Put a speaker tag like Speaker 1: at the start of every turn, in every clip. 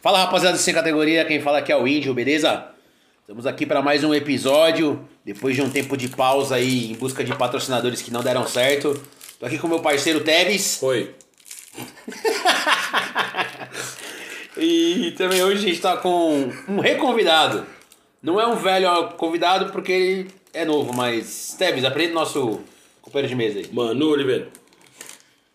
Speaker 1: Fala rapaziada sem categoria, quem fala aqui é o Índio, beleza? Estamos aqui para mais um episódio, depois de um tempo de pausa aí em busca de patrocinadores que não deram certo. Tô aqui com meu parceiro Teves
Speaker 2: Oi.
Speaker 1: e também hoje a gente tá com um reconvidado. Não é um velho convidado porque ele é novo, mas Teves, aprende nosso companheiro de mesa aí.
Speaker 2: Manu Oliveira.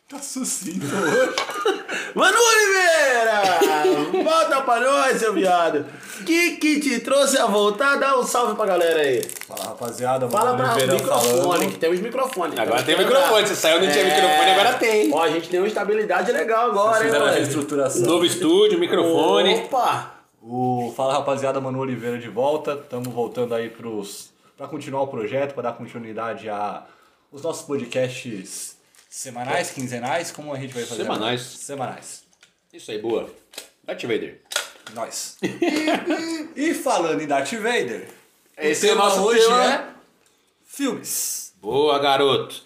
Speaker 3: Tá sucinto hoje.
Speaker 4: Manu Oliveira! Volta pra nós, seu viado! Que que te trouxe a voltar? Dá um salve pra galera aí.
Speaker 3: Fala rapaziada,
Speaker 4: Fala
Speaker 1: Tá
Speaker 4: pra
Speaker 3: Manu Oliveira
Speaker 4: microfone,
Speaker 3: falando.
Speaker 4: que temos microfone.
Speaker 1: Agora
Speaker 4: Temos
Speaker 1: tem
Speaker 4: que lembrar.
Speaker 1: microfone, tá É. você saiu, não tinha microfone, agora tem.
Speaker 4: tá. É. Ó, a gente tem uma estabilidade legal agora, hein,
Speaker 3: Fizeram a
Speaker 4: mano?
Speaker 3: reestruturação.
Speaker 1: Novo estúdio, microfone.
Speaker 4: Opa!
Speaker 3: O Fala rapaziada, Manu Oliveira de volta. Estamos voltando aí pros para continuar o projeto, para dar continuidade a os nossos podcasts semanais, quinzenais, como a gente vai fazer? agora?
Speaker 1: Semanais.
Speaker 3: Semanais.
Speaker 1: Isso aí, boa. Darth Vader.
Speaker 3: Nós. E, e- e falando em Darth Vader,
Speaker 1: Esse
Speaker 3: o
Speaker 1: é o
Speaker 3: tema
Speaker 1: nosso
Speaker 3: hoje
Speaker 1: tema.
Speaker 3: é filmes.
Speaker 1: Boa, garoto.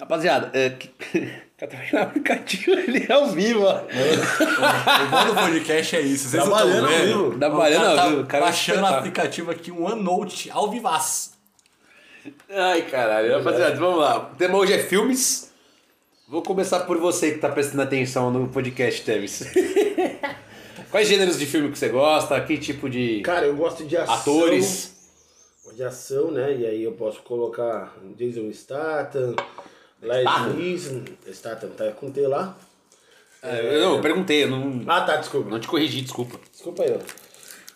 Speaker 1: Rapaziada, é, que... catarina aplicativo ele é ao vivo, ó.
Speaker 3: O bom do podcast é isso. Vocês não
Speaker 4: Trabalhando
Speaker 3: estão
Speaker 4: ao
Speaker 3: vendo?
Speaker 4: vivo.
Speaker 3: O
Speaker 1: Trabalhando
Speaker 3: cara
Speaker 1: ao
Speaker 3: tá
Speaker 1: vivo, o cara é um
Speaker 3: baixando o
Speaker 1: espetáculo.
Speaker 3: aplicativo aqui, um OneNote, ao vivaço.
Speaker 1: Ai, caralho. Rapaziada, vamos lá. O tema hoje é filmes. Vou começar por você que tá prestando atenção no podcast, Tevis. Quais gêneros de filme que você gosta? Que tipo de
Speaker 4: Cara, eu gosto de ação.
Speaker 1: atores?
Speaker 4: De ação, né? E aí eu posso colocar Jason Statham, Lies Statham, tá com T lá.
Speaker 1: É, eu não, eu perguntei, eu não,
Speaker 4: Ah, tá, desculpa.
Speaker 1: não te corrigi, desculpa.
Speaker 4: Desculpa aí, ó.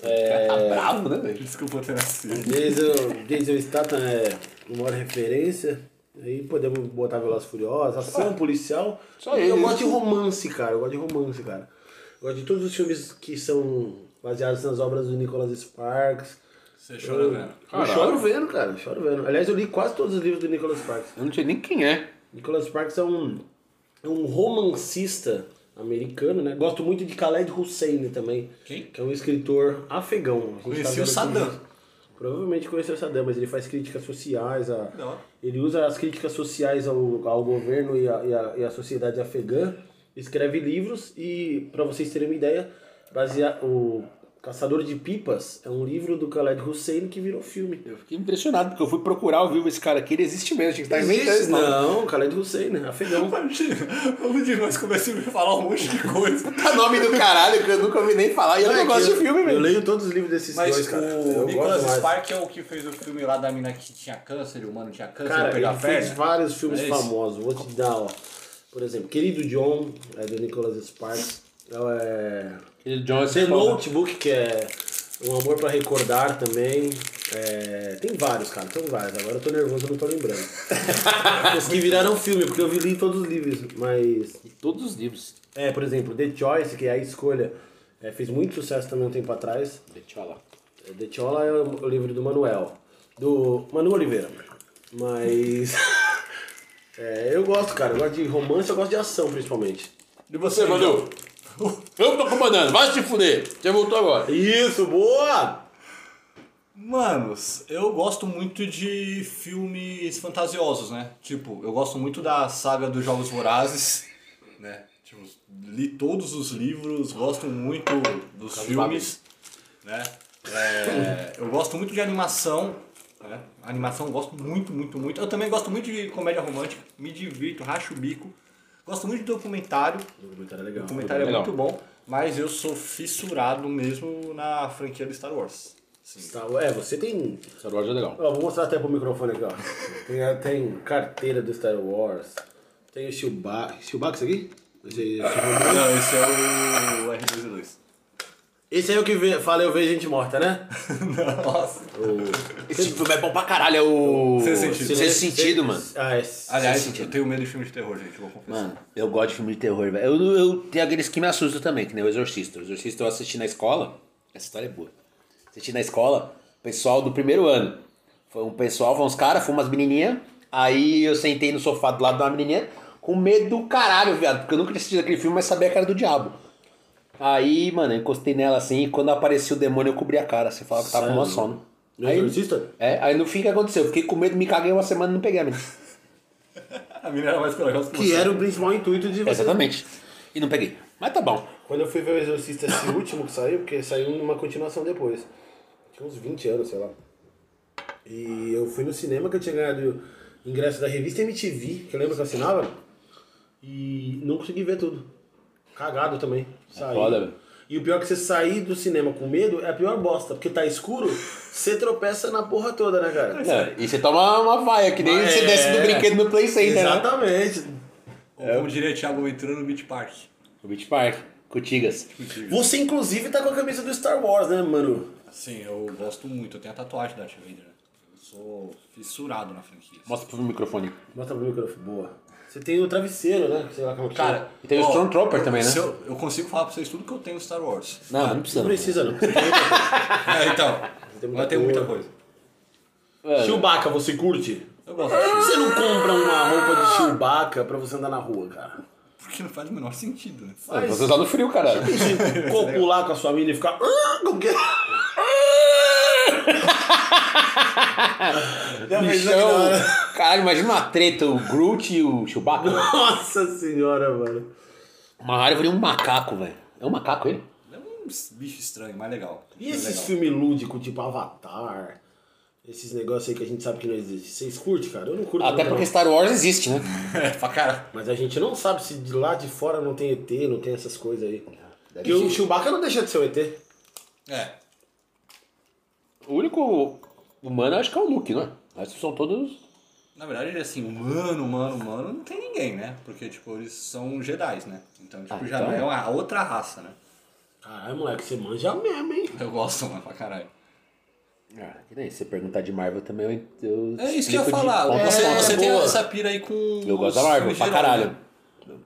Speaker 1: Tá bravo, né, velho?
Speaker 3: Desculpa ter nascido.
Speaker 4: Diesel, Diesel Statham é uma maior referência. Aí podemos botar Velozes e Furiosos, ação policial.
Speaker 1: Só
Speaker 4: eu
Speaker 1: isso.
Speaker 4: gosto de romance, cara. Eu gosto de romance, cara. Eu gosto de todos os filmes que são baseados nas obras do Nicholas Sparks.
Speaker 3: Você chora vendo.
Speaker 4: Eu choro vendo, cara. eu Choro vendo. Aliás, eu li quase todos os livros do Nicholas Sparks.
Speaker 1: Eu não sei nem quem é.
Speaker 4: Nicholas Sparks é um, é um romancista americano, né? Gosto muito de Khaled Hussein também.
Speaker 3: Quem?
Speaker 4: Que é um escritor afegão. A gente tá
Speaker 3: Conheci
Speaker 4: vendo
Speaker 3: o Saddam.
Speaker 4: aqui- Provavelmente conheceu o Saddam, mas ele faz críticas sociais. A,
Speaker 3: Da hora.
Speaker 4: ele usa as críticas sociais ao, ao governo e à e à- e à sociedade afegã. Escreve livros e, para vocês terem uma ideia, basear, o Caçador de Pipas é um livro do Khaled Hussein que virou filme.
Speaker 1: Eu fiquei impressionado, porque eu fui procurar ao vivo esse cara aqui, ele existe mesmo, a gente tá inventando esse nome.
Speaker 4: Não, Khaled Hussein, né? Afegão.
Speaker 3: Vamos de nós começar a me falar um monte de coisa.
Speaker 1: Tá nome do caralho que eu nunca ouvi nem falar. E eu não
Speaker 4: Moleque,
Speaker 1: gosto de filme,
Speaker 4: eu, eu
Speaker 1: velho.
Speaker 4: leio todos os livros desses
Speaker 3: Mas
Speaker 4: dois, cara.
Speaker 3: o
Speaker 4: Eu
Speaker 3: Nicolas
Speaker 4: gosto mais.
Speaker 3: Spark é o que fez o filme lá da mina que tinha câncer, o mano tinha câncer,
Speaker 4: Cara,
Speaker 3: ele perdeu a
Speaker 4: ele
Speaker 3: perna.
Speaker 4: fez vários filmes
Speaker 3: É isso.
Speaker 4: famosos. Vou te dar, ó. Por exemplo, Querido John, é do Nicholas Sparks. É,
Speaker 1: Ele Johnson
Speaker 4: The Notebook, que é Um Amor pra Recordar também. É, tem vários, cara, tem vários. Agora eu tô nervoso, eu não tô lembrando. os que viraram filme, porque eu vi- li todos os livros. Mas,
Speaker 1: Todos os livros.
Speaker 4: é, por exemplo, The Choice, que é a escolha, é, fez muito sucesso também um tempo atrás.
Speaker 1: Deixa eu lá.
Speaker 4: The Chola é o livro do Manuel. Do Manu Oliveira. Mas. é, eu gosto, cara. Eu gosto de romance, eu gosto de ação, principalmente.
Speaker 3: E você,
Speaker 1: Manu? Eu que tô comandando, vai se fuder. Você voltou agora.
Speaker 4: Isso, boa!
Speaker 3: Manos, eu gosto muito de filmes fantasiosos, né? Tipo, eu gosto muito da saga dos Jogos Vorazes, né? Tipo, li todos os livros, gosto muito dos filmes, né? É, eu gosto muito de animação, né? Animação eu gosto muito, muito, muito. Eu também gosto muito de comédia romântica, me divirto, racho o bico. Gosto muito de documentário,
Speaker 4: O documentário é legal.
Speaker 3: o documentário é
Speaker 1: Legal.
Speaker 3: muito bom, mas eu sou fissurado mesmo na franquia do Star Wars. Sim.
Speaker 4: Tá, é, você tem.
Speaker 1: Star Wars é legal.
Speaker 4: Ó, vou mostrar até pro microfone aqui, ó. Tem, a- tem carteira do Star Wars. Tem o Chewbacca. Chewbacca, isso aqui? Esse aí, esse robô?
Speaker 3: Não, esse é o R2D2.
Speaker 4: Esse aí é o que vê, fala eu vejo gente morta, né?
Speaker 3: Nossa.
Speaker 1: Esse filme é bom pra caralho, é o.
Speaker 3: Sem sentido.
Speaker 1: Sem sentido, mano.
Speaker 4: Ah, é.
Speaker 3: Aliás, eu tenho medo de filme de terror, gente, vou confessar.
Speaker 1: Mano, eu gosto de filme de terror, velho. Eu, eu tenho aqueles que me assustam também, que nem o Exorcista. O Exorcista eu assisti na escola. Essa história é boa. Assisti na escola, pessoal do primeiro ano. Foi um pessoal, foi uns caras, foi umas menininhas. Aí eu sentei no sofá do lado de uma menininha com medo do caralho, viado. Porque eu nunca tinha assistido aquele filme, mas sabia que era do diabo. Aí, mano, eu encostei nela assim e quando apareceu o demônio eu cobri a cara. Você falava que tava com uma sono.
Speaker 4: No
Speaker 1: Aí-
Speaker 4: Exorcista?
Speaker 1: É, aí no fim o que aconteceu? Eu fiquei com medo, me caguei uma semana e não peguei a menina.
Speaker 3: A mina era mais corajosa que
Speaker 4: Que
Speaker 3: você.
Speaker 4: era o principal intuito de você
Speaker 1: Exatamente. E não peguei. Mas tá bom.
Speaker 4: Quando eu fui ver o Exorcista, esse último que saiu, porque saiu numa continuação depois. Tinha uns 20 anos, sei lá. E eu fui no cinema que eu tinha ganhado ingresso da revista MTV, que eu lembro que eu assinava. E não consegui ver tudo. Cagado também. Saí.
Speaker 1: É foda, velho.
Speaker 4: E o pior é que você sair do cinema com medo é a pior bosta, porque tá escuro, você tropeça na porra toda, né, cara?
Speaker 1: Não, e você toma uma vaia, que nem
Speaker 3: Mas
Speaker 1: você
Speaker 3: é.
Speaker 1: desce do brinquedo no Play Center, né?
Speaker 4: Exatamente.
Speaker 3: Ou
Speaker 1: é?
Speaker 3: como diria Thiago entrando no Beach Park.
Speaker 1: O Beach Park, Cutigas.
Speaker 4: Você, inclusive, tá com a camisa do Star Wars, né, mano?
Speaker 3: Assim, eu gosto muito, eu tenho a tatuagem da Darth Vader. né? Eu sou fissurado na franquia.
Speaker 1: Mostra pro microfone.
Speaker 4: Mostra pro microfone. Boa. Você tem o travesseiro, né? Sei lá como que
Speaker 3: Cara,
Speaker 1: E tem o
Speaker 3: ó,
Speaker 1: Stormtrooper também, né?
Speaker 3: se eu, eu consigo falar pra vocês tudo que eu tenho Star Wars.
Speaker 1: Não, não
Speaker 4: chama.
Speaker 1: precisa.
Speaker 4: Não
Speaker 1: não.
Speaker 4: precisa, não.
Speaker 3: É, então,
Speaker 4: tem muita
Speaker 3: mas tem muita
Speaker 4: coisa.
Speaker 3: coisa.
Speaker 1: É,
Speaker 4: Chewbacca, você curte?
Speaker 3: Eu gosto de Chewbacca,
Speaker 4: Você não compra uma roupa de Chewbacca pra você andar na rua, cara?
Speaker 3: porque não faz o menor sentido, né?
Speaker 1: não, Você usar no frio, caralho.
Speaker 4: Você copular com a sua mina e ficar... "Ah, com que-" Já pensou que
Speaker 1: Bichão.
Speaker 4: da hora?
Speaker 1: Caralho, imagina uma treta, o Groot e o Chewbacca. velho.
Speaker 4: Nossa senhora, mano.
Speaker 1: Uma árvore e um macaco, velho. É um macaco ele?
Speaker 3: É um bicho estranho, mas legal.
Speaker 4: E esses
Speaker 3: legal.
Speaker 4: filmes lúdicos, tipo Avatar... Esses negócios aí que a gente sabe que não existe. Vocês curtem, cara? Eu não curto.
Speaker 1: Até
Speaker 4: não,
Speaker 1: porque
Speaker 4: não.
Speaker 1: Star Wars existe, né?
Speaker 3: É, pra cara.
Speaker 4: Mas a gente não sabe se de lá de fora não tem ET, não tem essas coisas aí. Porque
Speaker 1: ser.
Speaker 4: o Chewbacca não deixa de ser um ET.
Speaker 3: É.
Speaker 1: O único humano acho que é o Luke, não é? Acho que são todos.
Speaker 3: Na verdade, assim, humano, humano, humano, não tem ninguém, né? Porque, tipo, eles são Jedi, né? Então, tipo,
Speaker 1: Ah,
Speaker 3: já
Speaker 1: então.
Speaker 3: é uma outra raça, né?
Speaker 4: Caralho, moleque, você manja mesmo, hein?
Speaker 3: Eu gosto, mano, pra caralho.
Speaker 1: Ah, que nem se você perguntar de Marvel também, eu. eu
Speaker 3: É isso que eu
Speaker 1: explico
Speaker 3: ia
Speaker 1: de
Speaker 3: falar.
Speaker 1: ponta a
Speaker 3: Você,
Speaker 1: ponta.
Speaker 3: você tem
Speaker 4: boa.
Speaker 3: essa pira aí com.
Speaker 1: Eu gosto da
Speaker 3: os
Speaker 1: Marvel
Speaker 3: filmes
Speaker 1: pra
Speaker 3: geral,
Speaker 1: caralho.
Speaker 3: né?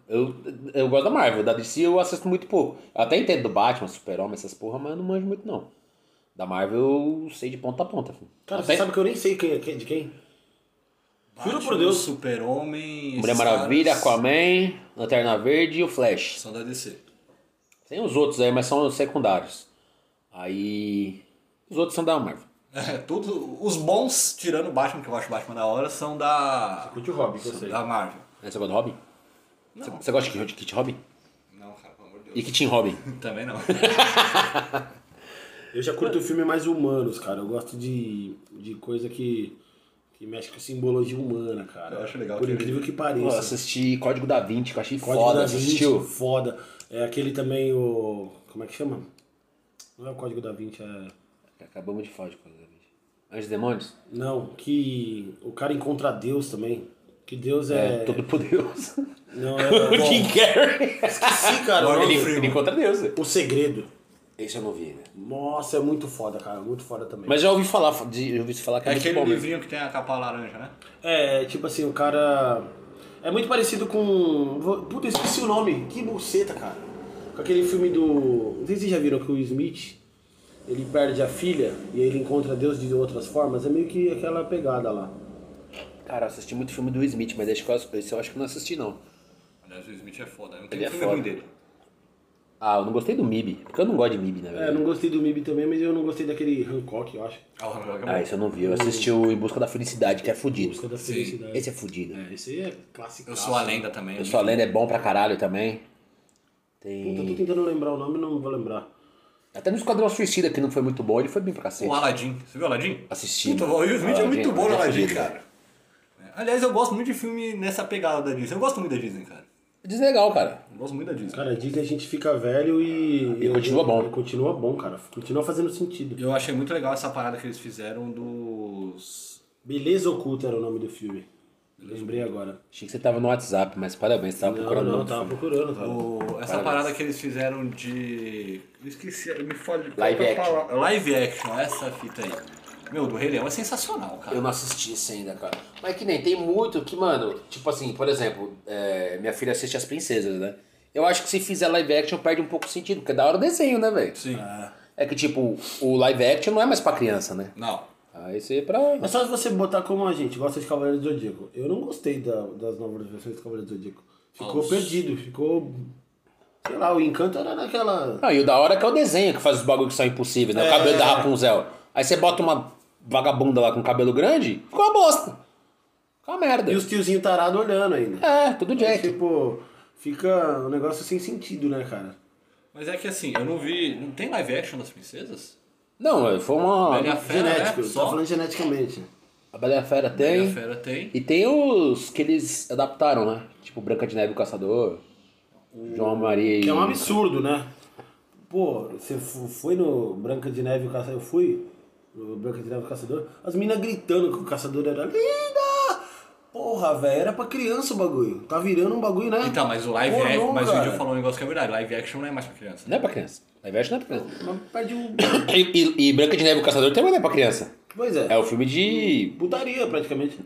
Speaker 1: Eu, eu gosto da Marvel, da DC eu assisto muito pouco. Eu até entendo do Batman, Super-Homem, essas porra, mas eu não manjo muito não. Da Marvel eu sei de ponta a ponta. filho.
Speaker 4: Cara,
Speaker 1: até
Speaker 4: você sabe que eu nem sei quem é quem- de quem? Juro por
Speaker 3: né? Batman,
Speaker 4: Deus.
Speaker 3: Super-Homem.
Speaker 1: Mulher
Speaker 3: esses
Speaker 1: Maravilha,
Speaker 3: caras
Speaker 1: Aquaman, Lanterna Verde e o Flash.
Speaker 3: São da DC.
Speaker 1: Tem os outros aí, mas são os secundários. Aí. Os outros são da Marvel.
Speaker 3: É, tudo, os bons, tirando o Batman, que eu acho o Batman da hora, são da.
Speaker 4: Curte o Robin, você.
Speaker 3: da Marvel.
Speaker 1: Aí Você gosta do Robin? Você,
Speaker 3: Não,
Speaker 1: você gosta de Kit- de Kit Robin?
Speaker 3: não, cara, pelo amor de
Speaker 1: E
Speaker 3: Deus.
Speaker 1: Kit Robin?
Speaker 3: Também não.
Speaker 4: Eu já curto filme mais humanos, cara. Eu gosto de, de coisa que, que mexe com simbologia humana, cara.
Speaker 3: Eu acho legal
Speaker 4: Por
Speaker 3: que-
Speaker 4: incrível que
Speaker 1: Pô, eu
Speaker 4: pareça.
Speaker 1: assisti Código da Vinci, que eu achei
Speaker 4: Código
Speaker 1: foda.
Speaker 4: da Vinci,
Speaker 1: assistiu?
Speaker 4: foda. É aquele também, o... Como é que chama? Não é o Código da Vinci, é...
Speaker 1: Acabamos de falar de Código da Vinci. Anjos e Demônios?
Speaker 4: Não, que o cara encontra Deus também. Que Deus
Speaker 1: É,
Speaker 4: é...
Speaker 1: todo poderoso.
Speaker 4: Não, é...
Speaker 1: O Jim Carrey.
Speaker 4: Esqueci, cara. o
Speaker 1: Ele,
Speaker 4: nome.
Speaker 1: ele encontra Deus, né?
Speaker 4: O Segredo.
Speaker 1: Esse eu não vi, né?
Speaker 4: Nossa, é muito foda, cara. Muito foda também.
Speaker 1: Mas já ouvi falar, de, já ouvi falar que é,
Speaker 3: É
Speaker 1: muito
Speaker 3: aquele
Speaker 1: bom mesmo.
Speaker 3: livrinho que tem a capa laranja, né?
Speaker 4: É, tipo assim, o cara. É muito parecido com. vou- Puta, eu esqueci o nome. Que buceta, cara. Com aquele filme do. Não sei se vocês já viram que o Smith. Ele perde a filha e ele encontra Deus de outras formas. É meio que aquela pegada lá.
Speaker 1: Cara, eu assisti muito filme do Will Smith, mas acho que eu, esse eu acho que eu não assisti, não.
Speaker 3: Aliás, o Smith é foda. Não
Speaker 1: Ele
Speaker 3: tem
Speaker 1: é
Speaker 3: filme ruim
Speaker 1: foda.
Speaker 3: dele.
Speaker 1: Ah, eu não gostei do MIB, porque eu não gosto de MIB, na
Speaker 4: É,
Speaker 1: verdade.
Speaker 4: não gostei do MIB também, mas eu não gostei daquele Hancock, eu acho.
Speaker 3: Ah, o Hancock é bom.
Speaker 1: Ah, esse eu não vi. Eu assisti o Em Busca da Felicidade, que é fudido.
Speaker 4: Busca da felicidade.
Speaker 1: Esse é fudido.
Speaker 4: É, esse aí é clássico.
Speaker 3: Eu sou a lenda também.
Speaker 1: Eu Sou a Lenda é bom pra caralho também.
Speaker 4: Puta, eu tô
Speaker 1: Tem...
Speaker 4: tentando lembrar o nome, não vou lembrar.
Speaker 1: Até no Esquadrão Suicida, que não foi muito bom, ele foi bem pra cacete.
Speaker 3: O Aladdin. Você viu o Aladdin?
Speaker 1: Assisti.
Speaker 3: Puta, o Will Smith é
Speaker 1: Aladdin,
Speaker 3: muito bom no
Speaker 1: Aladdin é
Speaker 3: Aladdin,
Speaker 1: fudido,
Speaker 3: cara. É. Aliás, eu gosto muito de filme nessa pegada da Disney. Eu gosto muito da Disney, cara.
Speaker 1: Deslegal, é cara.
Speaker 3: Eu gosto muito da Disney.
Speaker 4: Cara, a Disney a gente fica velho e.
Speaker 1: E continua bom.
Speaker 4: E continua bom, cara. Continua fazendo sentido.
Speaker 3: Eu achei muito legal essa parada que eles fizeram dos.
Speaker 4: Beleza Oculta era o nome do filme. Lembrei agora.
Speaker 1: Achei que você tava no WhatsApp, mas parabéns, você tava
Speaker 4: Não,
Speaker 1: procurando.
Speaker 4: não, tá.
Speaker 1: outro
Speaker 4: tava
Speaker 1: filme.
Speaker 4: procurando, tava.
Speaker 3: O- essa parada que eles fizeram de. Eu esqueci, eu me falei.
Speaker 1: Live
Speaker 3: falta
Speaker 1: action.
Speaker 3: falar. é Live action, essa fita aí. Meu, do Rei Leão é sensacional, cara.
Speaker 1: Tá. Eu não assisti esse ainda, cara. Mas que nem, tem muito que, mano, tipo assim, por exemplo, é, minha filha assiste As Princesas, né? Eu acho que se fizer live action perde um pouco o sentido, porque é da hora o desenho, né, velho?
Speaker 3: Sim.
Speaker 1: É que, tipo, o live action não é mais pra criança, né?
Speaker 3: Não.
Speaker 1: Aí você é pra.
Speaker 4: É só você botar como a gente gosta de Cavaleiros do Zodíaco. Eu não gostei da- das novas versões de Cavaleiros do Zodíaco. Ficou
Speaker 3: Nossa.
Speaker 4: perdido, ficou. Sei lá, o encanto era naquela.
Speaker 1: Não, e o da hora é que é o desenho que faz os bagulhos que são impossíveis, né? O
Speaker 4: É.
Speaker 1: cabelo da Rapunzel. Aí você bota uma vagabunda lá com cabelo grande, ficou uma bosta. Ficou uma merda.
Speaker 4: E os tiozinhos tarados olhando ainda.
Speaker 1: É, tudo Jack.
Speaker 4: Tipo, fica um negócio sem sentido, né, cara?
Speaker 3: Mas é que assim, eu não vi. Não tem live action das princesas?
Speaker 1: Não, foi uma.
Speaker 3: Bela e a Fera,
Speaker 4: Genético,
Speaker 3: né?
Speaker 4: tá
Speaker 3: Só?
Speaker 4: falando geneticamente.
Speaker 1: A Bela e a Fera
Speaker 3: Bela
Speaker 1: tem.
Speaker 3: e a Fera tem.
Speaker 1: E tem os que eles adaptaram, né? Tipo Branca de Neve e o Caçador.
Speaker 3: Hum.
Speaker 1: João Maria e.
Speaker 4: Que é um absurdo, né? Pô, você f- foi no Branca de Neve e o Caçador? Eu fui no Branca de Neve e o Caçador. As minas gritando que o caçador era linda! Porra, velho, era pra criança o bagulho. Tá virando um bagulho, né?
Speaker 3: Então, mas o live
Speaker 4: Pornô,
Speaker 3: action. Mas o
Speaker 4: cara.
Speaker 3: vídeo falou um negócio que é verdade. Live action não é mais pra criança.
Speaker 1: Não é pra criança. Live action não é pra criança.
Speaker 4: Mas perde um.
Speaker 1: E, e- e Branca de Neve e o Caçador também não é pra criança.
Speaker 4: Pois é.
Speaker 1: É o filme de.
Speaker 4: Putaria, praticamente.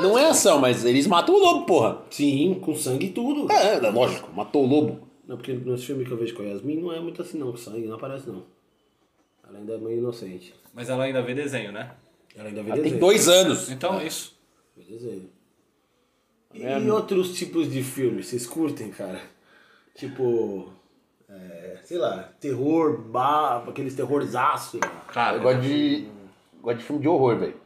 Speaker 1: Não é ação, mas eles matam o lobo, porra.
Speaker 4: Sim, com sangue e tudo.
Speaker 1: É, é, lógico, matou o lobo.
Speaker 4: Não, porque nos filmes que eu vejo com a Yasmin não é muito assim, não. Com sangue não aparece, não. Ela ainda é meio inocente.
Speaker 3: Mas ela ainda vê desenho, né?
Speaker 4: Ela ainda é vê
Speaker 1: Ela tem
Speaker 4: desenho.
Speaker 1: dois anos.
Speaker 3: Então é isso.
Speaker 4: Vê desenho. E outros tipos de filmes? Vocês curtem, cara? Tipo. é, sei lá, terror, ba... aqueles terrorzaço. né?
Speaker 3: Cara,
Speaker 1: Eu gosto de. Gosto de filme de horror, velho.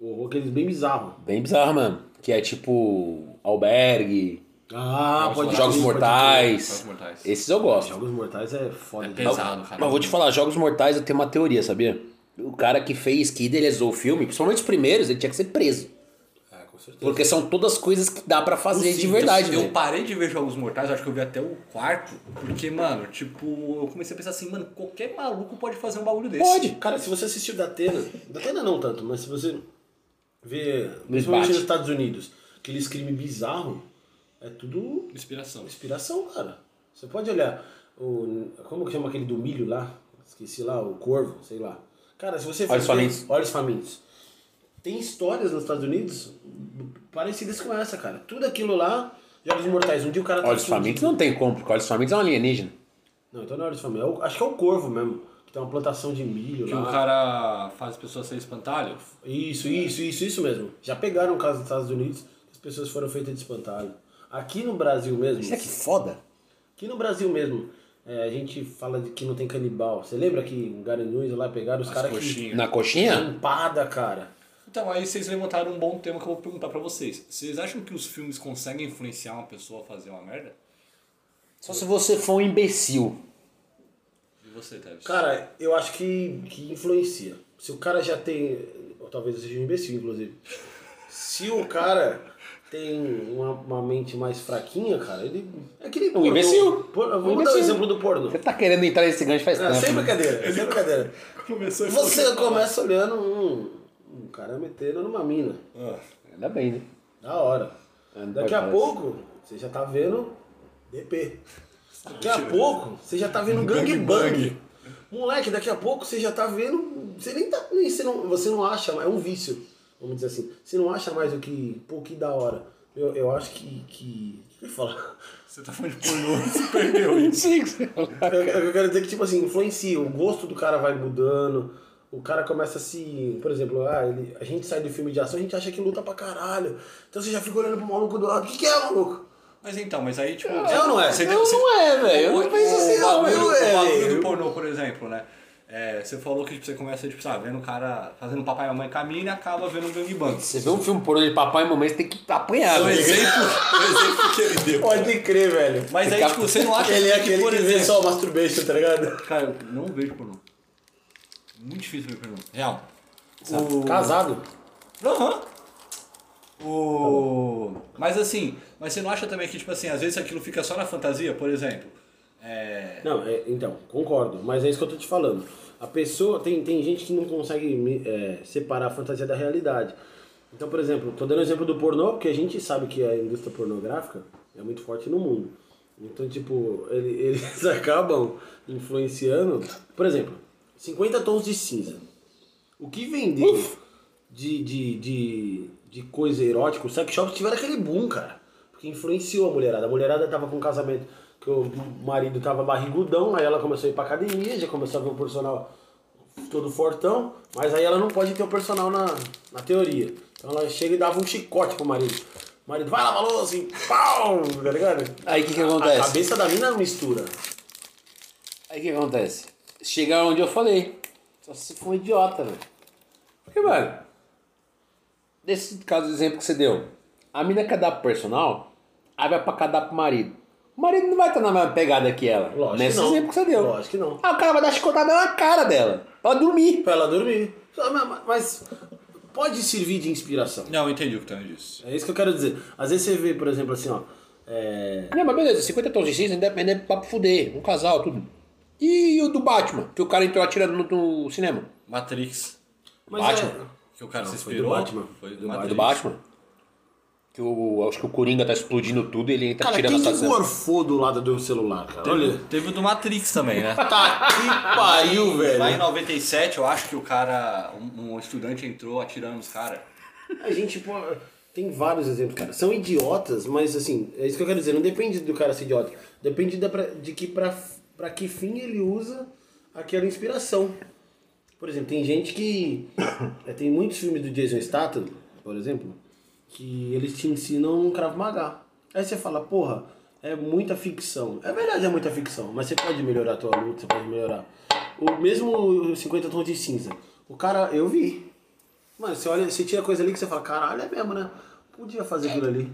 Speaker 4: Ou aqueles bem bizarros.
Speaker 1: Bem bizarro, mano. Que é tipo. Albergue,
Speaker 4: Ah,
Speaker 3: pode
Speaker 1: Jogos
Speaker 3: crer,
Speaker 1: Mortais.
Speaker 3: Jogos Mortais.
Speaker 1: Esses eu gosto.
Speaker 4: Jogos Mortais é foda.
Speaker 3: É
Speaker 4: demais.
Speaker 3: pesado, cara.
Speaker 1: Mas vou te falar, Jogos Mortais eu tenho uma teoria, sabia? O cara que fez, que idealizou o filme, principalmente os primeiros, ele tinha que ser preso.
Speaker 4: É, com certeza.
Speaker 1: Porque são todas coisas que dá pra fazer de
Speaker 3: Sim,
Speaker 1: verdade, né?
Speaker 3: Eu,
Speaker 1: velho.
Speaker 3: eu parei de ver Jogos Mortais, acho que eu vi até o quarto, porque, mano, tipo, eu comecei a pensar assim, mano, qualquer maluco pode fazer um bagulho desse.
Speaker 1: Pode.
Speaker 4: Cara, se você assistiu da Atena, da Atena não tanto, mas se você vê,
Speaker 1: No
Speaker 4: principalmente
Speaker 1: embate.
Speaker 4: nos Estados Unidos, aqueles crimes bizarros, é tudo
Speaker 3: Inspiração.
Speaker 4: inspiração, cara. Você pode olhar, o, como que chama aquele do milho lá? Esqueci lá, o corvo, sei lá. Cara, se você... for
Speaker 1: Olhos
Speaker 4: ver-
Speaker 1: Famintos.
Speaker 4: Olhos famintos. Tem histórias nos Estados Unidos parecidas com essa, cara. Tudo aquilo lá, Jogos Mortais. Um dia o cara... tá
Speaker 1: Olhos
Speaker 4: fudido.
Speaker 1: Famintos não tem como, porque Olhos Famintos é um alienígena.
Speaker 4: Não, então não é Olhos Famintos. É o- Acho que é o corvo mesmo. Que tem uma plantação de milho
Speaker 3: Que
Speaker 4: lá.
Speaker 3: o
Speaker 1: Ah.
Speaker 3: cara faz as pessoas serem espantalho.
Speaker 4: Isso, isso, isso, isso mesmo. Já pegaram o caso dos Estados Unidos, as pessoas foram feitas de espantalho. Aqui no Brasil mesmo,
Speaker 1: Isso é que foda.
Speaker 4: aqui no Brasil mesmo, é, a gente fala de que não tem canibal. Você lembra que em Garanhuns lá pegaram os
Speaker 3: As
Speaker 4: caras que
Speaker 3: coxinhas.
Speaker 1: Na coxinha?
Speaker 4: empada, cara.
Speaker 3: Então, aí vocês levantaram um bom tema que eu vou perguntar pra vocês. Vocês acham que os filmes conseguem influenciar uma pessoa a fazer uma merda?
Speaker 1: Só se você for um imbecil.
Speaker 3: E você, Tevis?
Speaker 4: Cara, eu acho que, que influencia. Se o cara já tem. ou Talvez eu seja um imbecil, inclusive. Se o cara tem uma, uma mente mais fraquinha, cara, ele. É que ele.
Speaker 1: Um imbecil.
Speaker 4: Por,
Speaker 1: Um
Speaker 4: vamos dar o
Speaker 1: imbecil.
Speaker 4: exemplo do porno.
Speaker 1: Você tá querendo entrar nesse gancho faz
Speaker 4: Ah,
Speaker 1: tempo.
Speaker 4: sem
Speaker 1: né?
Speaker 4: brincadeira, sem brincadeira.
Speaker 3: começou
Speaker 4: Você começa olhando um, um cara metendo numa mina.
Speaker 3: Ah.
Speaker 1: Ainda bem, né?
Speaker 4: Da hora.
Speaker 1: É, não
Speaker 4: Daqui
Speaker 1: pode
Speaker 4: a
Speaker 1: falar
Speaker 4: pouco, você já tá vendo DP. Daqui a pouco, você já tá vendo gangbang. Moleque, daqui a pouco você já tá vendo. Você nem tá. Nem, você, não, você não acha mais. É um vício, vamos dizer assim. Você não acha mais o que. Pô, que da hora. Eu, eu acho que. que o que eu ia falar?
Speaker 3: Você tá falando de pornô, você perdeu isso.
Speaker 1: Sim, sei lá.
Speaker 4: Eu, eu quero dizer que, tipo assim, influencia. O gosto do cara vai mudando. O cara começa a se. Por exemplo, ah, ele- a gente sai do filme de ação, a gente acha que luta pra caralho. Então você já fica olhando pro maluco do lado. O que, que é, maluco?
Speaker 3: Mas então, mas aí, tipo.
Speaker 4: é ou não é?
Speaker 3: Você
Speaker 4: É
Speaker 3: tem-
Speaker 1: Não,
Speaker 3: você-
Speaker 1: não é, velho. Eu
Speaker 3: O-
Speaker 1: não penso
Speaker 3: o
Speaker 1: assim, não,
Speaker 3: bagulho-
Speaker 1: meu.
Speaker 4: velho.
Speaker 3: O bagulho do pornô, por exemplo, né? É, você falou que tipo, você começa, tipo, sabe, vendo o cara fazendo papai e mamãe caminho e acaba vendo um gangbang.
Speaker 1: Você vê um filme por onde papai e mamãe, você tem que apanhar,
Speaker 4: é
Speaker 3: O
Speaker 1: velho.
Speaker 3: um exemplo, o exemplo que ele deu.
Speaker 4: Pode crer, velho.
Speaker 3: Mas aí, tipo, você não acha
Speaker 4: Ele é
Speaker 3: que,
Speaker 4: aquele
Speaker 3: por
Speaker 4: que vê
Speaker 3: exemplo...
Speaker 4: só o masturbation, tá ligado?
Speaker 3: Cara, eu não vejo pornô. Muito difícil ver pornô. Real. O...
Speaker 4: Casado.
Speaker 3: Aham. O... Mas assim, mas você não acha também que, tipo assim, às vezes aquilo fica só na fantasia, por exemplo? É...
Speaker 4: Não, é, então, concordo, mas é isso que eu tô te falando. A pessoa, tem, tem gente que não consegue me- é, separar a fantasia da realidade. Então, por exemplo, tô dando o exemplo do pornô, porque a gente sabe que a indústria pornográfica é muito forte no mundo. Então, tipo, ele- eles acabam influenciando. Por exemplo, 50 tons de cinza. O que vendeu de, de, de, de coisa erótica, os sex shops tiveram aquele boom, cara. Porque influenciou a mulherada. A mulherada tava com um casamento que o marido tava barrigudão, aí ela começou a ir pra academia, já começou a ver o personal todo fortão, mas aí ela não pode ter o personal na, na teoria. Então ela chega e dava um chicote pro marido. O marido vai lavar a louça e pau, tá ligado?
Speaker 1: Aí o que que
Speaker 4: A
Speaker 1: acontece?
Speaker 4: cabeça da mina mistura.
Speaker 1: Aí o que acontece? Chega onde eu falei. Só se for um idiota, velho. Porque, mano, nesse caso do exemplo que você deu, a mina quer dar pro personal, aí vai pra cadar pro marido. O marido não vai estar na mesma pegada que ela.
Speaker 4: Lógico
Speaker 1: Nesse
Speaker 4: que não.
Speaker 1: exemplo que você deu.
Speaker 4: Lógico que não.
Speaker 1: Ah, o cara vai dar chicotada na cara dela. Pra ela dormir.
Speaker 4: Pra ela dormir. Ah, ma- ma- Mas pode servir de inspiração.
Speaker 3: Não, eu entendi o que tá o Tânia disse.
Speaker 4: É isso que eu quero dizer. Às vezes você vê, por exemplo, assim, ó. é,
Speaker 1: Não, mas beleza, 50 tons de cinza, independente pra fuder. Um casal, tudo. E o do Batman, que o cara entrou atirando no, no cinema.
Speaker 3: Matrix.
Speaker 4: Mas é,
Speaker 1: Batman.
Speaker 3: Que o cara se
Speaker 4: foi do
Speaker 3: inspirou.
Speaker 4: Batman.
Speaker 3: Foi do
Speaker 4: Do
Speaker 1: É
Speaker 3: Matrix.
Speaker 1: do Batman. Que o, acho que o Coringa tá explodindo tudo e ele
Speaker 4: É...
Speaker 1: tá
Speaker 4: Cara,
Speaker 1: tirando
Speaker 4: quem
Speaker 1: a
Speaker 4: que
Speaker 1: sala.
Speaker 4: gorfou do lado do celular, cara? Olha.
Speaker 3: Teve, teve o do Matrix também, né?
Speaker 4: Tá que pariu,
Speaker 3: Lá em
Speaker 4: velho.
Speaker 3: 97, eu acho que o cara, um, um estudante entrou atirando nos caras.
Speaker 4: A gente, pô. Tem vários exemplos, cara. São idiotas, mas assim, é isso que eu quero dizer. Não depende do cara ser idiota. Depende da pra- de que pra, pra que fim ele usa aquela inspiração. Por exemplo, tem gente que. é, tem muitos filmes do Jason Statham, por exemplo, que eles te ensinam um Krav Maga. Aí você fala, porra, é muita ficção. É verdade, é muita ficção, mas você pode melhorar a tua luta, você pode melhorar. O mesmo 50 tons de cinza. O cara, eu vi. Mano, você olha, você tira coisa ali que você fala, caralho, é mesmo, né? Podia fazer aquilo ali.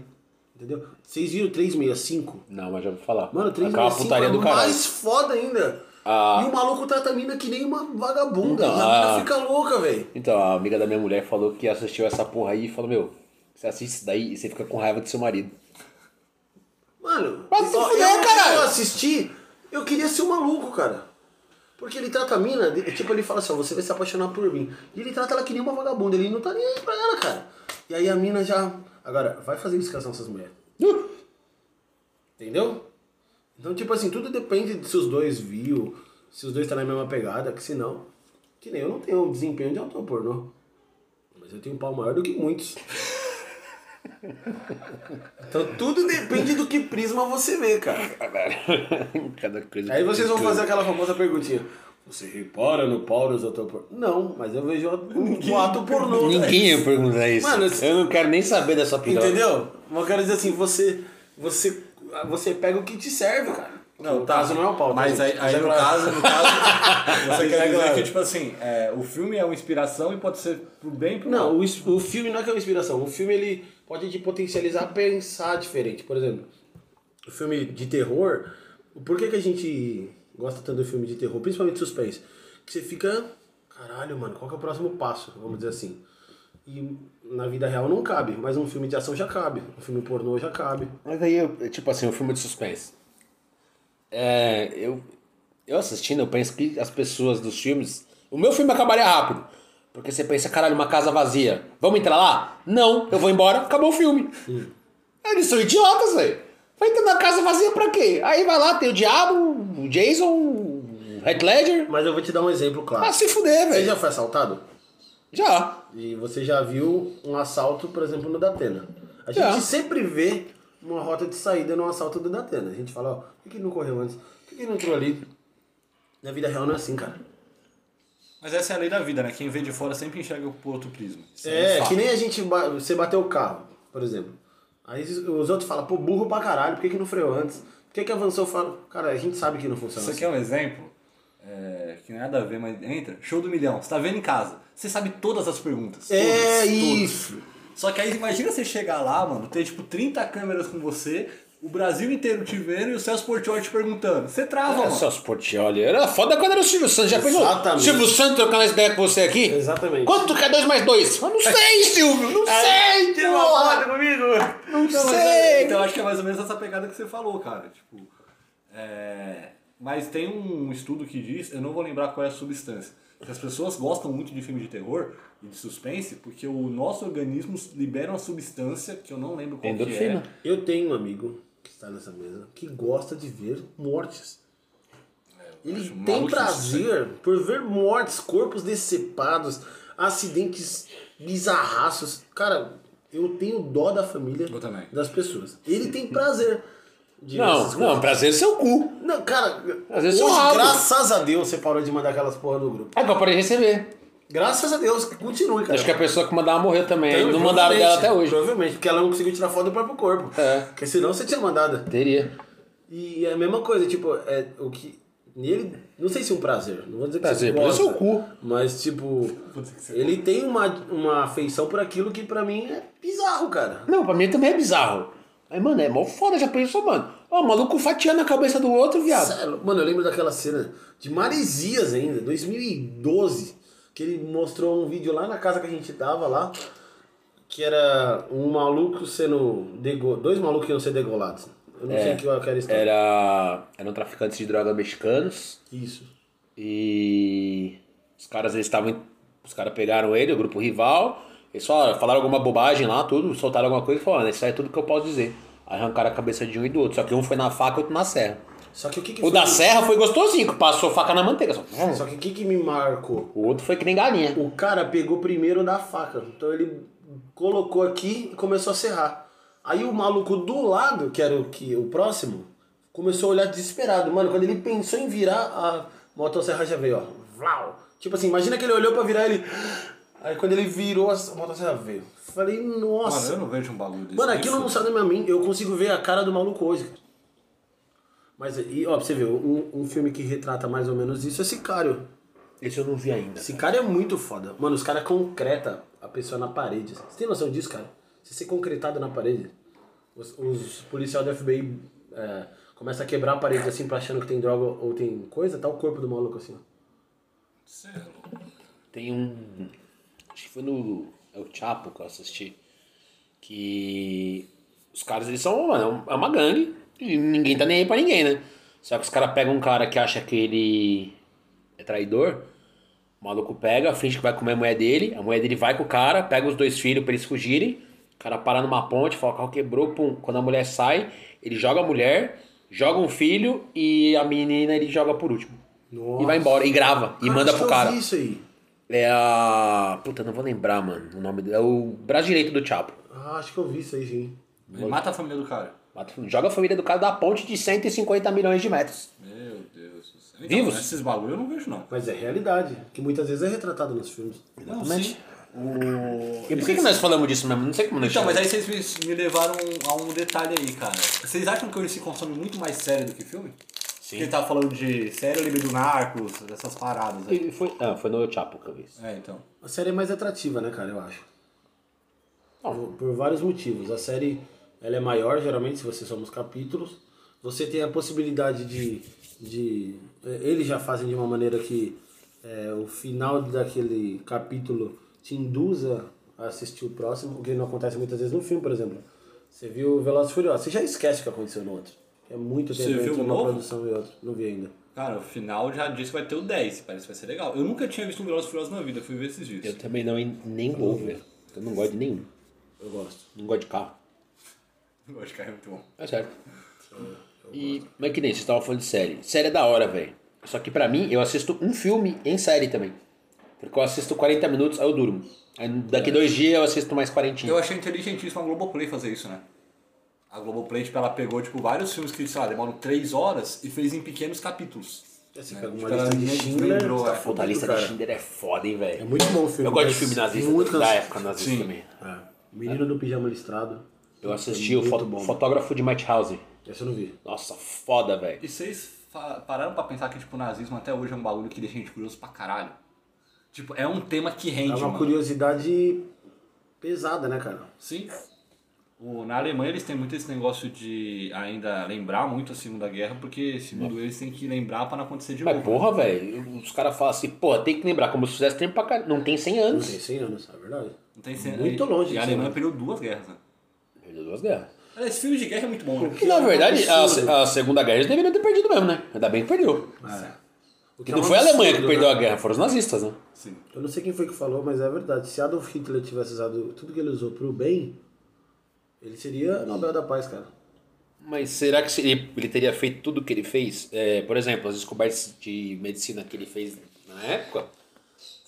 Speaker 4: Entendeu? Vocês viram o 365?
Speaker 1: Não, mas já vou falar.
Speaker 4: Mano,
Speaker 1: Aquela
Speaker 4: 365
Speaker 1: putaria
Speaker 4: é
Speaker 1: do caralho.
Speaker 4: mais foda ainda.
Speaker 1: Ah.
Speaker 4: E o maluco trata a mina que nem uma vagabunda.
Speaker 1: Então,
Speaker 4: a mina
Speaker 1: ah.
Speaker 4: fica louca, velho.
Speaker 1: Então, a amiga da minha mulher falou que assistiu essa porra aí e falou, meu, você assiste isso daí e você fica com raiva do seu marido.
Speaker 4: Mano,
Speaker 1: Mas se
Speaker 4: ó,
Speaker 1: fuder,
Speaker 4: eu,
Speaker 1: caralho.
Speaker 4: eu assisti, eu queria ser um maluco, cara. Porque ele trata a mina, de- tipo, ele fala assim, ó, você vai se apaixonar por mim. E ele trata ela que nem uma vagabunda, ele não tá nem aí pra ela, cara. E aí a mina já... Agora, vai fazer isso com essas mulheres.
Speaker 1: Uh!
Speaker 4: Entendeu? Então, tipo assim, tudo depende de se os dois viu, se os dois estão na mesma pegada, que se não. Que nem eu não tenho desempenho de autor pornô. Mas eu tenho um pau maior do que muitos. então tudo depende do que prisma você vê, cara.
Speaker 1: Cada coisa
Speaker 4: Aí vocês vão fazer aquela famosa perguntinha. Você repara no pau dos autor pornô? Não, mas eu vejo um um ato pornô.
Speaker 1: Ninguém ia
Speaker 4: velho.
Speaker 1: perguntar isso.
Speaker 4: Mano, esse-
Speaker 1: eu não quero nem saber dessa piroca.
Speaker 4: Entendeu? Mas eu quero dizer assim, você, você, você pega o que te serve, cara. o caso não é o pau. tá,
Speaker 3: Mas
Speaker 4: gente?
Speaker 3: aí, aí
Speaker 4: é
Speaker 3: no
Speaker 4: claro.
Speaker 3: caso, no caso, você
Speaker 4: Mas
Speaker 3: quer
Speaker 4: é
Speaker 3: dizer
Speaker 4: claro.
Speaker 3: que, tipo assim, é, o filme é uma inspiração e pode ser pro bem e pro mal.
Speaker 4: Não, o, is- o filme não é que é uma inspiração. O filme ele pode te potencializar a pensar diferente. Por exemplo, o filme de terror. Por que, que a gente gosta tanto do filme de terror, principalmente suspense? Que você fica. Caralho, mano, qual que é o próximo passo? Vamos dizer assim. E na vida real não cabe, mas um filme de ação já cabe. Um filme pornô já cabe.
Speaker 1: Mas aí, eu- é tipo assim, o filme de suspense. É, eu, eu assistindo, eu penso que as pessoas dos filmes. O meu filme acabaria rápido. Porque você pensa, caralho, uma casa vazia. Vamos entrar lá? Não, eu vou embora, acabou o filme.
Speaker 4: Hum.
Speaker 1: Eles são idiotas, velho. Vai entrar na casa vazia pra quê? Aí vai lá, tem o Diabo, o Jason, o Heath Ledger.
Speaker 4: Mas eu vou te dar um exemplo
Speaker 1: Ah,
Speaker 4: claro.
Speaker 1: se fuder,
Speaker 4: Você
Speaker 1: velho.
Speaker 4: já foi assaltado?
Speaker 1: Já.
Speaker 4: E você já viu um assalto, por exemplo, no Datena. A gente
Speaker 1: Já.
Speaker 4: sempre vê uma rota de saída num assalto do Datena. A gente fala, ó, por que, que não correu antes? Por que, que não entrou ali? Na vida real não é assim, cara.
Speaker 3: Mas essa é a lei da vida, né? Quem vê de fora sempre enxerga por outro prisma. Isso
Speaker 4: É,
Speaker 3: fato.
Speaker 4: que nem a gente, ba- você bateu o carro, por exemplo. Aí os outros falam, pô, burro pra caralho, por que, que não freou antes? Por que, que avançou? Fala, cara, a gente sabe que não funciona
Speaker 3: Isso
Speaker 4: assim.
Speaker 3: aqui é um exemplo é, que não é nada a ver, mas entra. Show do milhão. Você tá vendo em casa. Você sabe todas as perguntas.
Speaker 4: É
Speaker 3: Todas, todas.
Speaker 4: isso.
Speaker 3: Só que aí imagina você chegar lá, mano, ter tipo 30 câmeras com você, o Brasil inteiro te vendo e o Celso Portioli te perguntando. Você
Speaker 4: Tá
Speaker 3: trava,
Speaker 1: É
Speaker 3: mano.
Speaker 1: só os Portioli. Era foda quando era o Silvio Santos. Já pensou?
Speaker 4: Exatamente.
Speaker 1: Silvio Santos trocando essa ideia com você aqui?
Speaker 4: Exatamente.
Speaker 1: Quanto que é 2 mais 2? Eu não sei, Silvio. Não sei, porra.
Speaker 4: comigo!
Speaker 1: Não
Speaker 3: Então, mas
Speaker 1: sei.
Speaker 3: é- então acho que é mais ou menos essa pegada que você falou, cara. Tipo, é, Mas tem um estudo que diz, eu não vou lembrar qual é a substância, que as pessoas gostam muito de filme de terror e de suspense porque o nosso organismo libera uma substância que eu não lembro qual que é.
Speaker 1: Endorfina.
Speaker 4: Eu tenho um amigo que está nessa mesa que gosta de ver mortes. Ele
Speaker 3: acho um
Speaker 4: tem
Speaker 3: maluco
Speaker 4: prazer por ver mortes, corpos decepados, acidentes bizarraços. Cara, eu tenho dó da família
Speaker 3: Eu também.
Speaker 4: das pessoas. Ele tem prazer de ver
Speaker 1: Não,
Speaker 4: essas
Speaker 1: não,
Speaker 4: coisas.
Speaker 1: prazer é seu cu.
Speaker 4: Não, cara,
Speaker 1: Às vezes eu
Speaker 4: hoje,
Speaker 1: abro.
Speaker 4: graças a Deus, você parou de mandar aquelas porra no grupo.
Speaker 1: É que eu parei de receber.
Speaker 4: Graças a Deus, continue, cara.
Speaker 1: Acho que a pessoa que mandava morreu também.
Speaker 4: Então,
Speaker 1: não mandaram
Speaker 4: provavelmente,
Speaker 1: dela até hoje.
Speaker 4: Provavelmente, porque ela não conseguiu tirar foto do próprio corpo.
Speaker 1: É.
Speaker 4: Porque senão você tinha mandado.
Speaker 1: Teria.
Speaker 4: E é a mesma coisa, tipo, é o que. Nele, não sei se é um prazer, não vou dizer que
Speaker 1: Prazer,
Speaker 4: você gosta,
Speaker 1: prazer é o cu.
Speaker 4: Mas, tipo, ele tem uma, uma afeição por aquilo que pra mim é bizarro, cara.
Speaker 1: Não, pra mim também é bizarro. Mas, mano, é mó foda, já pensou, mano. Ó, o maluco fatiando a cabeça do outro, viado.
Speaker 4: Sério, Mano, eu lembro daquela cena de Maresias ainda, 2012, que ele mostrou um vídeo lá na casa que a gente tava lá, que era um maluco sendo. Dego... Dois malucos iam ser degolados. Eu não sei o que eu quero história.
Speaker 1: É. Era, eram traficantes de droga mexicanos
Speaker 4: Isso.
Speaker 1: e os caras eles estavam, os caras pegaram ele, o grupo rival, eles só falaram alguma bobagem lá, tudo, soltaram alguma coisa e falaram, "Ah, isso aí é tudo que eu posso dizer. Aí Arrancaram a cabeça de um e do outro, só que um foi na faca e outro na serra.
Speaker 4: Só que o que,
Speaker 1: O
Speaker 4: que foi-
Speaker 1: da serra foi gostosinho, que passou faca na manteiga. Só. né?
Speaker 4: Só que o que, que me marcou?
Speaker 1: O outro foi que nem galinha.
Speaker 4: O cara pegou primeiro da faca. Então ele colocou aqui e começou a serrar. Aí o maluco do lado, que era o, que, o próximo, começou a olhar desesperado. Mano, quando ele pensou em virar, a motosserra já veio, ó. Vlau! Tipo assim, imagina que ele olhou pra virar ele. Aí quando ele virou, a motosserra veio. Falei,
Speaker 3: Mano,
Speaker 4: nossa.
Speaker 3: eu não vejo um bagulho desse.
Speaker 4: Mano, aquilo não
Speaker 3: Isso.
Speaker 4: sai da minha mente. Eu consigo ver a cara do maluco hoje. cara. Mas, e, ó, pra você ver, um, um filme que retrata mais ou menos isso é Sicário.
Speaker 1: Esse eu não vi ainda.
Speaker 4: Esse cara é muito foda. Mano, os caras concreta a pessoa na parede. Você tem noção disso, cara? Você ser concretado na parede. Os, os policiais do FBI é, começam a quebrar a parede assim, pra achando que tem droga ou tem coisa, tá o corpo do maluco assim, ó.
Speaker 3: Cê é louco.
Speaker 1: Tem um. Acho que foi no. É o Chapo que eu assisti. Que. Os caras, eles são. Mano, é uma gangue. E ninguém tá nem aí pra ninguém, né? Só que os caras pegam um cara que acha que ele é traidor. O maluco pega, finge que vai comer a mulher dele. A mulher dele vai com o cara, pega os dois filhos pra eles fugirem. O cara para numa ponte, fala: o carro quebrou, pum. Quando a mulher sai, ele joga a mulher, joga um filho e a menina ele joga por último.
Speaker 4: Nossa.
Speaker 1: E vai embora, e grava, e
Speaker 4: Cara,
Speaker 1: manda
Speaker 4: acho
Speaker 1: pro
Speaker 4: que eu
Speaker 1: cara.
Speaker 4: vi isso aí.
Speaker 1: É a. Puta, não vou lembrar, mano. O nome dele. É o braço direito do Chapo.
Speaker 4: Ah, acho que eu vi isso aí, sim.
Speaker 3: Ele mata a família do cara.
Speaker 1: Joga a família do cara da ponte de 150 milhões de metros.
Speaker 3: Meu Deus do céu. Então,
Speaker 1: Vivos?
Speaker 3: Esses bagulho eu não vejo, não.
Speaker 4: Mas é realidade, que muitas vezes é retratado nos filmes.
Speaker 3: Não, sim. O...
Speaker 1: E por que, que nós falamos disso mesmo? Não sei como nós
Speaker 3: Então, mas
Speaker 1: chamamos.
Speaker 3: aí vocês me me levaram a um detalhe aí, cara. Vocês acham que hoje se consome muito mais série do que filme? Sim. Ele tava falando de série, eu lembrei do Narcos, dessas paradas aí.
Speaker 1: E Foi, ah, foi no Chapo que eu vi isso.
Speaker 3: É, então.
Speaker 4: A série é mais atrativa, né, cara, eu acho.
Speaker 1: Não.
Speaker 4: Por, por vários motivos. A série ela é maior, geralmente, se você soma os capítulos. Você tem a possibilidade de. de eh, eles já fazem de uma maneira que eh, o final daquele capítulo te induza a assistir o próximo, o que não acontece muitas vezes no filme, por exemplo. Você viu Velozes e Furiosos, você já esquece o que aconteceu no outro. É muito
Speaker 3: Você
Speaker 4: tempo
Speaker 3: viu
Speaker 4: entre
Speaker 3: o
Speaker 4: uma
Speaker 3: novo?
Speaker 4: produção e outra. Não vi ainda.
Speaker 3: Cara, o final já disse que vai ter o 10, parece que vai ser legal. Eu nunca tinha visto um Velozes e Furiosos na vida, fui ver esses dias.
Speaker 1: Eu também não, hein, nem vou ver. Eu não gosto de nenhum.
Speaker 4: Eu gosto.
Speaker 1: Não gosto de carro.
Speaker 3: Eu acho que é muito bom.
Speaker 1: É certo. E, mas é que nem, vocês estavam falando de série. Série é da hora, velho. Só que pra mim, eu assisto um filme em série também. Porque eu assisto 40 minutos, aí eu durmo. Aí daqui dois dias eu assisto mais 40.
Speaker 3: Eu achei inteligentíssimo a Globoplay fazer isso, né? A Globoplay, tipo, ela pegou, tipo, vários filmes que, sei lá, demoram 3 horas e fez em pequenos capítulos.
Speaker 4: Você
Speaker 3: né?
Speaker 4: pega uma
Speaker 3: Tipo, ela
Speaker 4: lista de
Speaker 3: nem
Speaker 4: Schindler,
Speaker 3: lembrou,
Speaker 4: tá
Speaker 3: é.
Speaker 4: foda.
Speaker 1: Puta, a lista
Speaker 4: Cara.
Speaker 1: de Schindler é foda, hein, velho.
Speaker 4: É muito bom o filme.
Speaker 1: Eu gosto de
Speaker 4: mas
Speaker 1: filme nazista
Speaker 4: muito
Speaker 1: da
Speaker 4: cansa-
Speaker 1: época nazista
Speaker 3: Sim.
Speaker 1: também.
Speaker 4: É. Menino do Pijama Listrado.
Speaker 1: Eu assisti
Speaker 4: É
Speaker 1: o
Speaker 4: muito
Speaker 1: fo-
Speaker 4: bom.
Speaker 1: Fotógrafo de House.
Speaker 4: Essa eu não vi.
Speaker 1: Nossa, foda, velho.
Speaker 3: E vocês fa- pararam pra pensar que, tipo, o nazismo até hoje é um bagulho que deixa a gente curioso pra caralho? Tipo, é um tema que rende,
Speaker 4: É uma
Speaker 3: mano.
Speaker 4: curiosidade pesada, né, cara?
Speaker 3: Sim. O, na Alemanha eles têm muito esse negócio de ainda lembrar muito a Segunda Guerra, porque segundo eles têm que lembrar pra não acontecer de
Speaker 1: Mas
Speaker 3: novo.
Speaker 1: porra, velho. Os caras falam assim, porra, tem que lembrar, como se fizesse tempo pra caralho. Não tem 100
Speaker 4: Não
Speaker 1: anos.
Speaker 4: tem 100 anos, é verdade.
Speaker 3: Não tem cena-
Speaker 4: Muito longe
Speaker 3: E a
Speaker 4: disso,
Speaker 3: Alemanha
Speaker 4: né?
Speaker 3: perdeu duas guerras, né?
Speaker 1: Perdeu duas guerras. um
Speaker 3: Olha, Esse filme de guerra é muito bom, né?
Speaker 1: Que na verdade, a,
Speaker 4: absurdo.
Speaker 1: a Segunda Guerra eles deveriam ter perdido mesmo, né? Ainda bem que perdeu.
Speaker 4: O
Speaker 1: Que
Speaker 4: é
Speaker 1: não
Speaker 4: um
Speaker 1: foi a
Speaker 4: absurdo,
Speaker 1: Alemanha que
Speaker 4: né?
Speaker 1: perdeu a guerra, foram os nazistas, né?
Speaker 3: Sim.
Speaker 4: Eu não sei quem foi que falou, mas é verdade. Se Adolf Hitler tivesse usado tudo que ele usou pro bem, ele seria Nobel da Paz, cara.
Speaker 1: Mas será que se ele, ele teria feito tudo o que ele fez? É, por exemplo, as descobertas de medicina que ele fez na época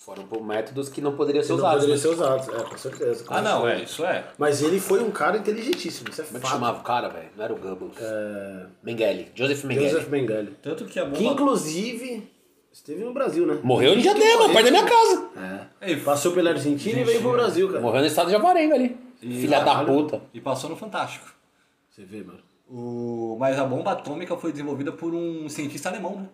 Speaker 1: foram por métodos que não poderiam ser
Speaker 4: Ele não
Speaker 1: usados.
Speaker 4: poderia
Speaker 1: Né?
Speaker 4: ser usado, é, com certeza.
Speaker 3: Ah, não, é, isso é.
Speaker 4: Mas ele foi um cara inteligentíssimo, isso é
Speaker 1: Como é que
Speaker 4: fato. É,
Speaker 1: chamava o cara, velho? Não era o Goebbels. Mengele. Joseph Mengele.
Speaker 4: Joseph Mengele.
Speaker 3: Tanto que a
Speaker 4: Que
Speaker 3: bomba.
Speaker 4: inclusive esteve no Brasil, né?
Speaker 1: Morreu em Diadema, perto da minha casa.
Speaker 3: É, e-
Speaker 4: Passou pela Argentina e veio pro Brasil, cara.
Speaker 1: Morreu no estado de Jabarenga ali. Filha da
Speaker 4: caralho.
Speaker 1: puta.
Speaker 3: e passou no Fantástico.
Speaker 4: Você vê, mano.
Speaker 3: O... Mas a bomba atômica foi desenvolvida por um cientista alemão, né?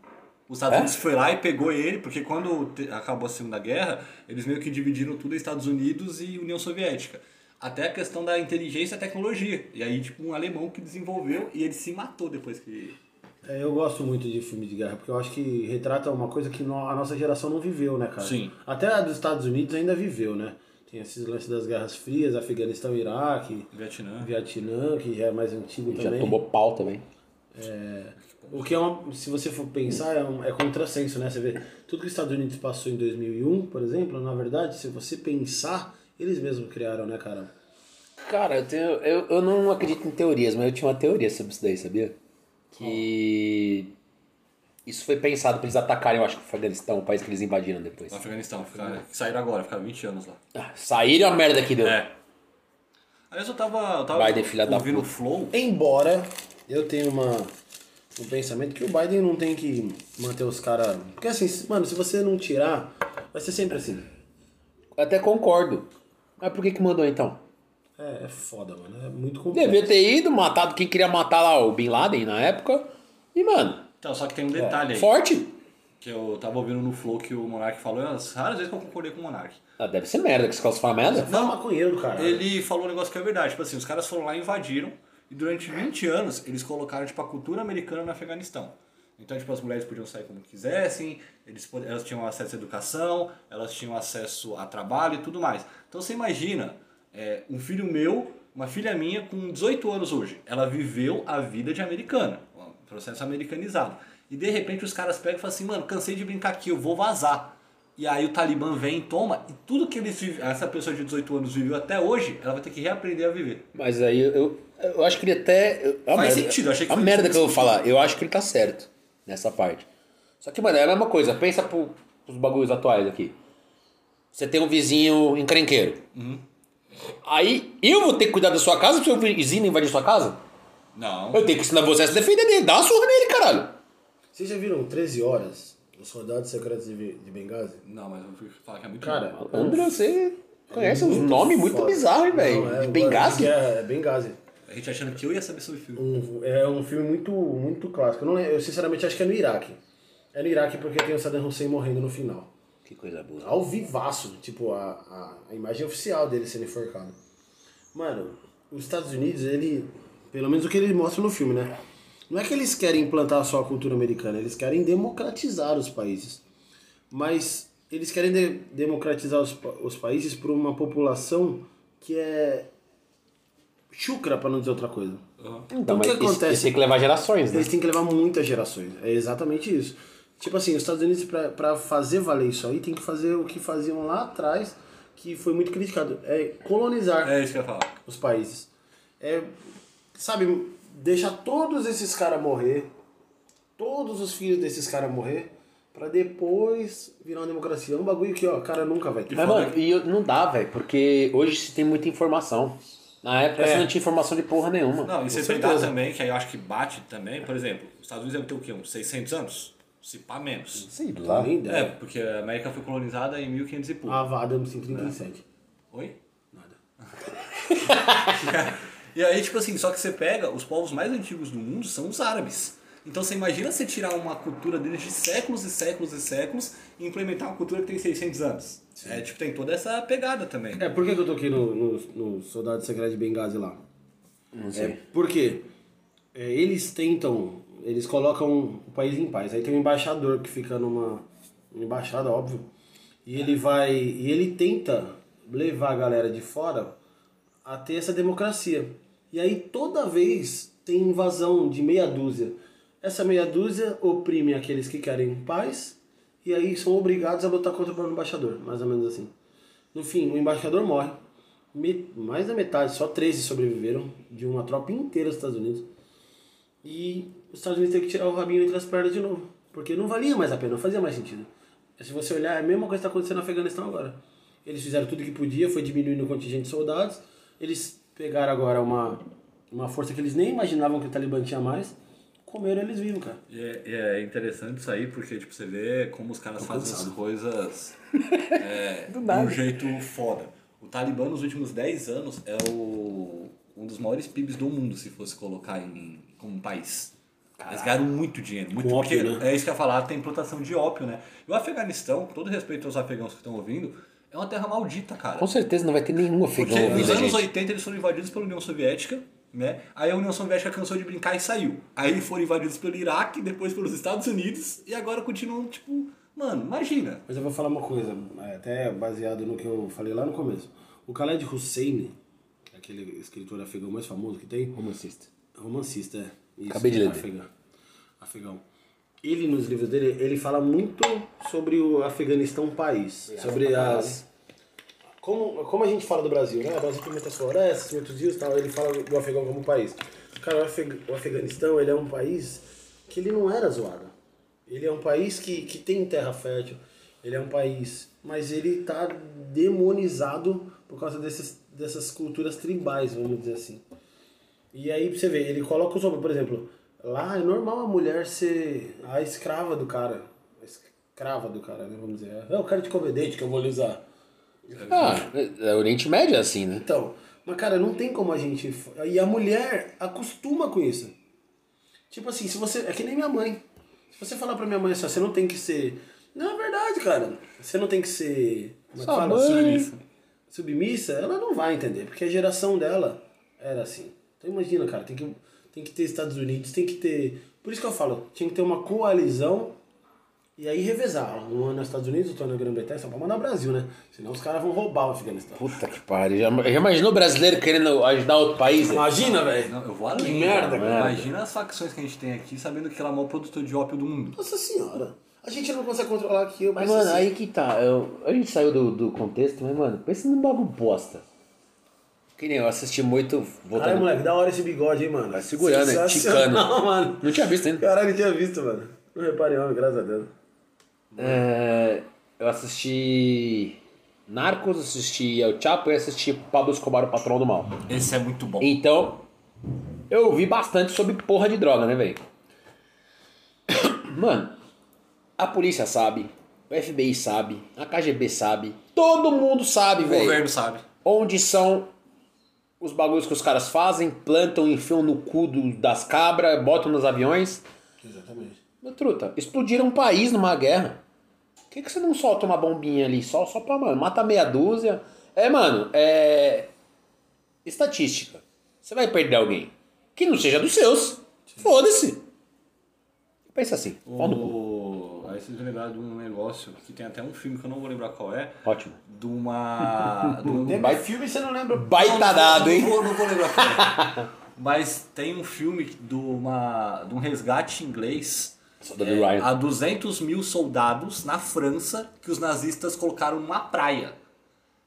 Speaker 3: Os
Speaker 1: É?
Speaker 3: Estados Unidos foi lá e pegou ele, porque quando te- acabou a Segunda Guerra, eles meio que dividiram tudo em Estados Unidos e União Soviética. Até a questão da inteligência e tecnologia. E aí, tipo, um alemão que desenvolveu e ele se matou depois que.
Speaker 4: É, eu gosto muito de filme de guerra, porque eu acho que retrata uma coisa que no- a nossa geração não viveu, né, cara?
Speaker 3: Sim.
Speaker 4: Até a dos Estados Unidos ainda viveu, né? Tem esses lances das guerras frias, Afeganistão, Iraque,
Speaker 3: Vietnã.
Speaker 4: Vietnã, que já é mais antigo
Speaker 1: Já
Speaker 4: também.
Speaker 1: tomou pau também.
Speaker 4: O que é uma, se você for pensar, é, um, é contrassenso, né? Você vê, tudo que os Estados Unidos passou em 2001, por exemplo, na verdade, se você pensar, eles mesmos criaram, né, cara?
Speaker 1: Cara, eu, tenho- eu, eu não acredito em teorias, mas eu tinha uma teoria sobre isso daí, sabia? Que isso foi pensado pra eles atacarem, eu acho que o Afeganistão, o país que eles invadiram depois.
Speaker 3: No Afeganistão, ficar, saíram agora, ficaram 20 anos lá.
Speaker 1: Ah, Saíram a merda que deu.
Speaker 3: É. Aliás, eu tava, eu tava
Speaker 1: Biden, filha da
Speaker 3: ouvindo o
Speaker 1: puta.
Speaker 3: Flow.
Speaker 4: Embora eu tenha uma, um pensamento que o Biden não tem que manter os caras. Porque assim, se- mano, se você não tirar, vai ser sempre assim.
Speaker 1: Até concordo. Mas por que que mandou então?
Speaker 4: É, é foda, mano. É muito complexo.
Speaker 1: Devia ter ido, matado quem queria matar lá, o Bin Laden na época. E, mano,
Speaker 3: Então, só que tem um
Speaker 1: É.
Speaker 3: detalhe aí.
Speaker 1: forte.
Speaker 3: Que eu tava ouvindo no Flow que o Monark falou, e as raras vezes que eu concordei com o Monark.
Speaker 1: Ah, deve ser merda que os caras falam merda.
Speaker 4: Não, É maconheiro, cara.
Speaker 3: Ele falou um negócio que é verdade, tipo assim, os caras foram lá e invadiram, e durante 20 anos eles colocaram, tipo, a cultura americana no Afeganistão. Então, tipo, as mulheres podiam sair como quisessem, eles, pod- elas tinham acesso à educação, elas tinham acesso a trabalho e tudo mais. Então você imagina, é, um filho meu, uma filha minha com 18 anos hoje, ela viveu a vida de americana, um processo americanizado. E de repente os caras pegam e falam assim, mano, cansei de brincar aqui, eu vou vazar. E aí o Talibã vem, toma, e tudo que eles vive- essa pessoa de 18 anos viveu até hoje, ela vai ter que reaprender a viver.
Speaker 1: Mas aí eu, eu acho que ele até. eu- a
Speaker 3: Faz sentido, eu achei que
Speaker 1: A
Speaker 3: foi
Speaker 1: merda
Speaker 3: sentido.
Speaker 1: que eu vou falar, eu acho que ele tá certo nessa parte. Só que, mano, é a mesma coisa. Pensa pro, pros bagulhos atuais aqui. Você tem um vizinho encrenqueiro.
Speaker 3: Uhum.
Speaker 1: Aí eu vou ter que cuidar da sua casa pro seu vizinho não invadir sua casa?
Speaker 3: Não.
Speaker 1: Eu tenho que ensinar você a se defender dele. Dá uma surra nele, caralho.
Speaker 4: Vocês já viram 13 horas? Os soldados secretos de, Be- de Benghazi?
Speaker 3: Não, mas eu vou falar que é muito
Speaker 4: Cara,
Speaker 1: André, você conhece uns
Speaker 4: muito
Speaker 1: nomes muito
Speaker 4: foda.
Speaker 1: bizarros, hein,
Speaker 4: Não,
Speaker 1: velho.
Speaker 4: é,
Speaker 1: De Benghazi?
Speaker 4: É, é Benghazi.
Speaker 3: A gente achando que eu ia saber sobre filme.
Speaker 4: Um- é um filme muito, muito clássico. Eu, não lembro- eu sinceramente acho que é no Iraque. É no Iraque porque tem o Saddam Hussein morrendo no final.
Speaker 1: Que coisa boa.
Speaker 4: Ao vivaço, tipo, a, a, a imagem oficial dele sendo enforcado. Mano, os Estados Unidos, ele. Pelo menos o que ele mostra no filme, né? Não é que eles querem implantar só a cultura americana, eles querem democratizar os países. Mas eles querem de- democratizar os, pa- os países por uma população que é chucra, pra não dizer outra coisa.
Speaker 1: Então,
Speaker 4: o
Speaker 1: mas
Speaker 4: que
Speaker 1: isso-
Speaker 4: acontece?
Speaker 1: Isso tem que levar gerações, né?
Speaker 4: Eles têm que levar muitas gerações. É exatamente isso. Tipo assim, os Estados Unidos, pra- pra fazer valer isso aí, tem que fazer o que faziam lá atrás, que foi muito criticado. É colonizar
Speaker 3: É isso que eu ia falar.
Speaker 4: os países. É, sabe, deixar todos esses caras morrer, todos os filhos desses caras morrer, pra depois virar uma democracia. É um bagulho que, ó, cara nunca vai ter.
Speaker 1: Mas, É, mano, e eu- não dá, velho, porque hoje se tem muita informação. Na época você não tinha informação de porra nenhuma.
Speaker 3: É. Não, é e você
Speaker 4: certeza.
Speaker 3: pegar também, que aí eu acho que bate também, por exemplo, os Estados Unidos deve ter o quê? Uns 600 anos? Se pá menos.
Speaker 1: Sei lá.
Speaker 4: Tá? Nem
Speaker 3: É,
Speaker 4: ideia. Ah,
Speaker 3: porque a América foi colonizada em 1500 e pouco.
Speaker 4: A Vadam 137.
Speaker 3: Oi? Nada. e aí, tipo assim, só que você pega, os povos mais antigos do mundo são os árabes. Então você imagina você tirar uma cultura deles de séculos e séculos e séculos e implementar uma cultura que tem 600 anos. É, tipo, tem toda essa pegada também.
Speaker 4: É, por que, que eu toquei no, no, no Soldado Secreto de Benghazi lá?
Speaker 1: Não sei.
Speaker 4: Por quê? É, eles tentam, eles colocam o país em paz. Aí tem um embaixador que fica numa embaixada, óbvio. E ele vai, e ele tenta levar a galera de fora a ter essa democracia. E aí toda vez tem invasão de meia dúzia. Essa meia dúzia oprime aqueles que querem paz e aí são obrigados a lutar contra o próprio embaixador, mais ou menos assim. No fim, o embaixador morre. Me- mais da metade, só 13 sobreviveram de uma tropa inteira dos Estados Unidos. E os Estados Unidos têm que tirar o rabinho entre as pernas de novo. Porque não valia mais a pena, não fazia mais sentido. Se você olhar, é a mesma coisa que está acontecendo no Afeganistão agora. Eles fizeram tudo que podia, foi diminuindo o contingente de soldados. Eles pegaram agora uma, uma força que eles nem imaginavam que o Talibã tinha mais. Comeram eles vivos, cara.
Speaker 3: E é, e é interessante isso aí, porque tipo, você vê como os caras fazem as coisas é, de um jeito foda. O Talibã, nos últimos 10 anos, é o, um dos maiores PIBs do mundo, se fosse colocar em, como um país. Eles ganharam muito dinheiro. Muito,
Speaker 4: Com ópio,
Speaker 3: porque
Speaker 4: né?
Speaker 3: É isso que eu ia falar, tem plantação de ópio, né? E o Afeganistão, com todo respeito aos afegãos que estão ouvindo, É uma terra maldita, cara.
Speaker 1: Com certeza não vai ter nenhum afegão
Speaker 3: Porque nos
Speaker 1: ouvindo a
Speaker 3: anos
Speaker 1: gente.
Speaker 3: 80 eles foram invadidos pela União Soviética, né? Aí a União Soviética cansou de brincar e saiu. Aí foram invadidos pelo Iraque, depois pelos Estados Unidos e agora continuam, tipo, mano, imagina.
Speaker 4: Mas eu vou falar uma coisa, é, até baseado no que eu falei lá no começo. O Khaled Hussein, que é aquele escritor afegão mais famoso que tem,
Speaker 1: Romancista.
Speaker 4: romancista, é. Isso,
Speaker 1: Acabei de ler dele.
Speaker 4: Afegão. afegão. Ele, nos livros dele, ele fala muito sobre o Afeganistão país. sobre as... Como, como a gente fala do Brasil, né? O Brasil tem muitas florestas, muitos rios e tal. Ele fala do Afegão como país. Cara, o, Afeg- o Afeganistão, ele é um país que ele não era zoado. Ele é um país que, que tem terra fértil. Ele é um país... Mas ele tá demonizado por causa desses, dessas culturas tribais, vamos dizer assim. E aí pra você vê, ele coloca o sobre, por exemplo, lá é normal a mulher ser a escrava do cara. A escrava do cara, né? Vamos dizer. É o cara de comedente que eu vou lhe usar.
Speaker 1: Ah, é- é Oriente Médio é assim, né?
Speaker 4: Então, mas cara, não tem como a gente. E a mulher acostuma com isso. Tipo assim, se você. É que nem minha mãe. Se você falar pra minha mãe assim, ó, você não tem que ser. Não, é verdade, cara. Você não tem que ser. Como é que
Speaker 1: Sua
Speaker 4: fala?
Speaker 1: mãe.
Speaker 4: Submissa. Submissa, ela não vai entender, porque a geração dela era assim. Então imagina, cara, tem que, tem que ter Estados Unidos, tem que ter. Por isso que eu falo, tinha que ter uma coalizão e aí revezar. Um ano nos Estados Unidos, outro ano na Grã-Bretanha, só pra mandar o Brasil, né? Senão os caras vão roubar o Afeganistão.
Speaker 1: Puta que pariu. Já, já imaginou o brasileiro querendo ajudar outro país? né?
Speaker 4: Imagina, velho.
Speaker 3: Não, eu vou além.
Speaker 4: Que merda,
Speaker 3: cara.
Speaker 1: merda.
Speaker 3: Imagina as facções que a gente tem aqui, sabendo que ela é o maior produtor de ópio do mundo.
Speaker 4: Nossa senhora. A gente não consegue controlar aqui,
Speaker 1: Mas,
Speaker 4: mas
Speaker 1: mano,
Speaker 4: assim,
Speaker 1: aí que tá. Eu- a gente saiu do, do contexto, mas, mano, pensa num bagulho bosta. Que nem eu assisti muito.
Speaker 4: Caralho,
Speaker 1: Voltando.
Speaker 4: moleque, da hora esse bigode, hein, mano. Vai
Speaker 1: segurando, né? Ticando.
Speaker 4: mano.
Speaker 1: Não tinha visto ainda.
Speaker 4: Caralho, eu tinha visto, mano. Não reparei, homem, graças a Deus.
Speaker 1: É, eu assisti. Narcos, assisti El Chapo e assisti Pablo Escobar, o patrão do mal.
Speaker 3: Esse é muito bom.
Speaker 1: Então, eu ouvi bastante sobre porra de droga, né, velho? Mano, a polícia sabe, o FBI sabe, a KGB sabe, todo mundo sabe,
Speaker 3: O
Speaker 1: velho.
Speaker 3: governo sabe.
Speaker 1: Onde são os bagulhos que os caras fazem, plantam, enfiam no cu do- das cabras, botam nos aviões.
Speaker 4: Exatamente.
Speaker 1: Meu truta, explodiram um país numa guerra. Por que, que você não solta uma bombinha ali? Só, só pra, mano, mata meia dúzia. É, mano, é. Estatística. Você vai perder alguém. Que não seja dos seus. Foda-se. Pensa assim. Pau no cu.
Speaker 3: O... Aí vocês me lembraram de um negócio que tem até um filme que eu não vou lembrar qual é.
Speaker 1: Ótimo.
Speaker 3: De uma. de um-
Speaker 1: Baita-
Speaker 4: filme você não lembra.
Speaker 1: Baita
Speaker 3: Não, não,
Speaker 1: dado, hein?
Speaker 3: Não vou, não vou lembrar qual é. Mas tem um filme de, uma, de um resgate inglês
Speaker 1: Soldado Ryan.
Speaker 3: É, a 200 mil soldados na França que os nazistas colocaram numa praia.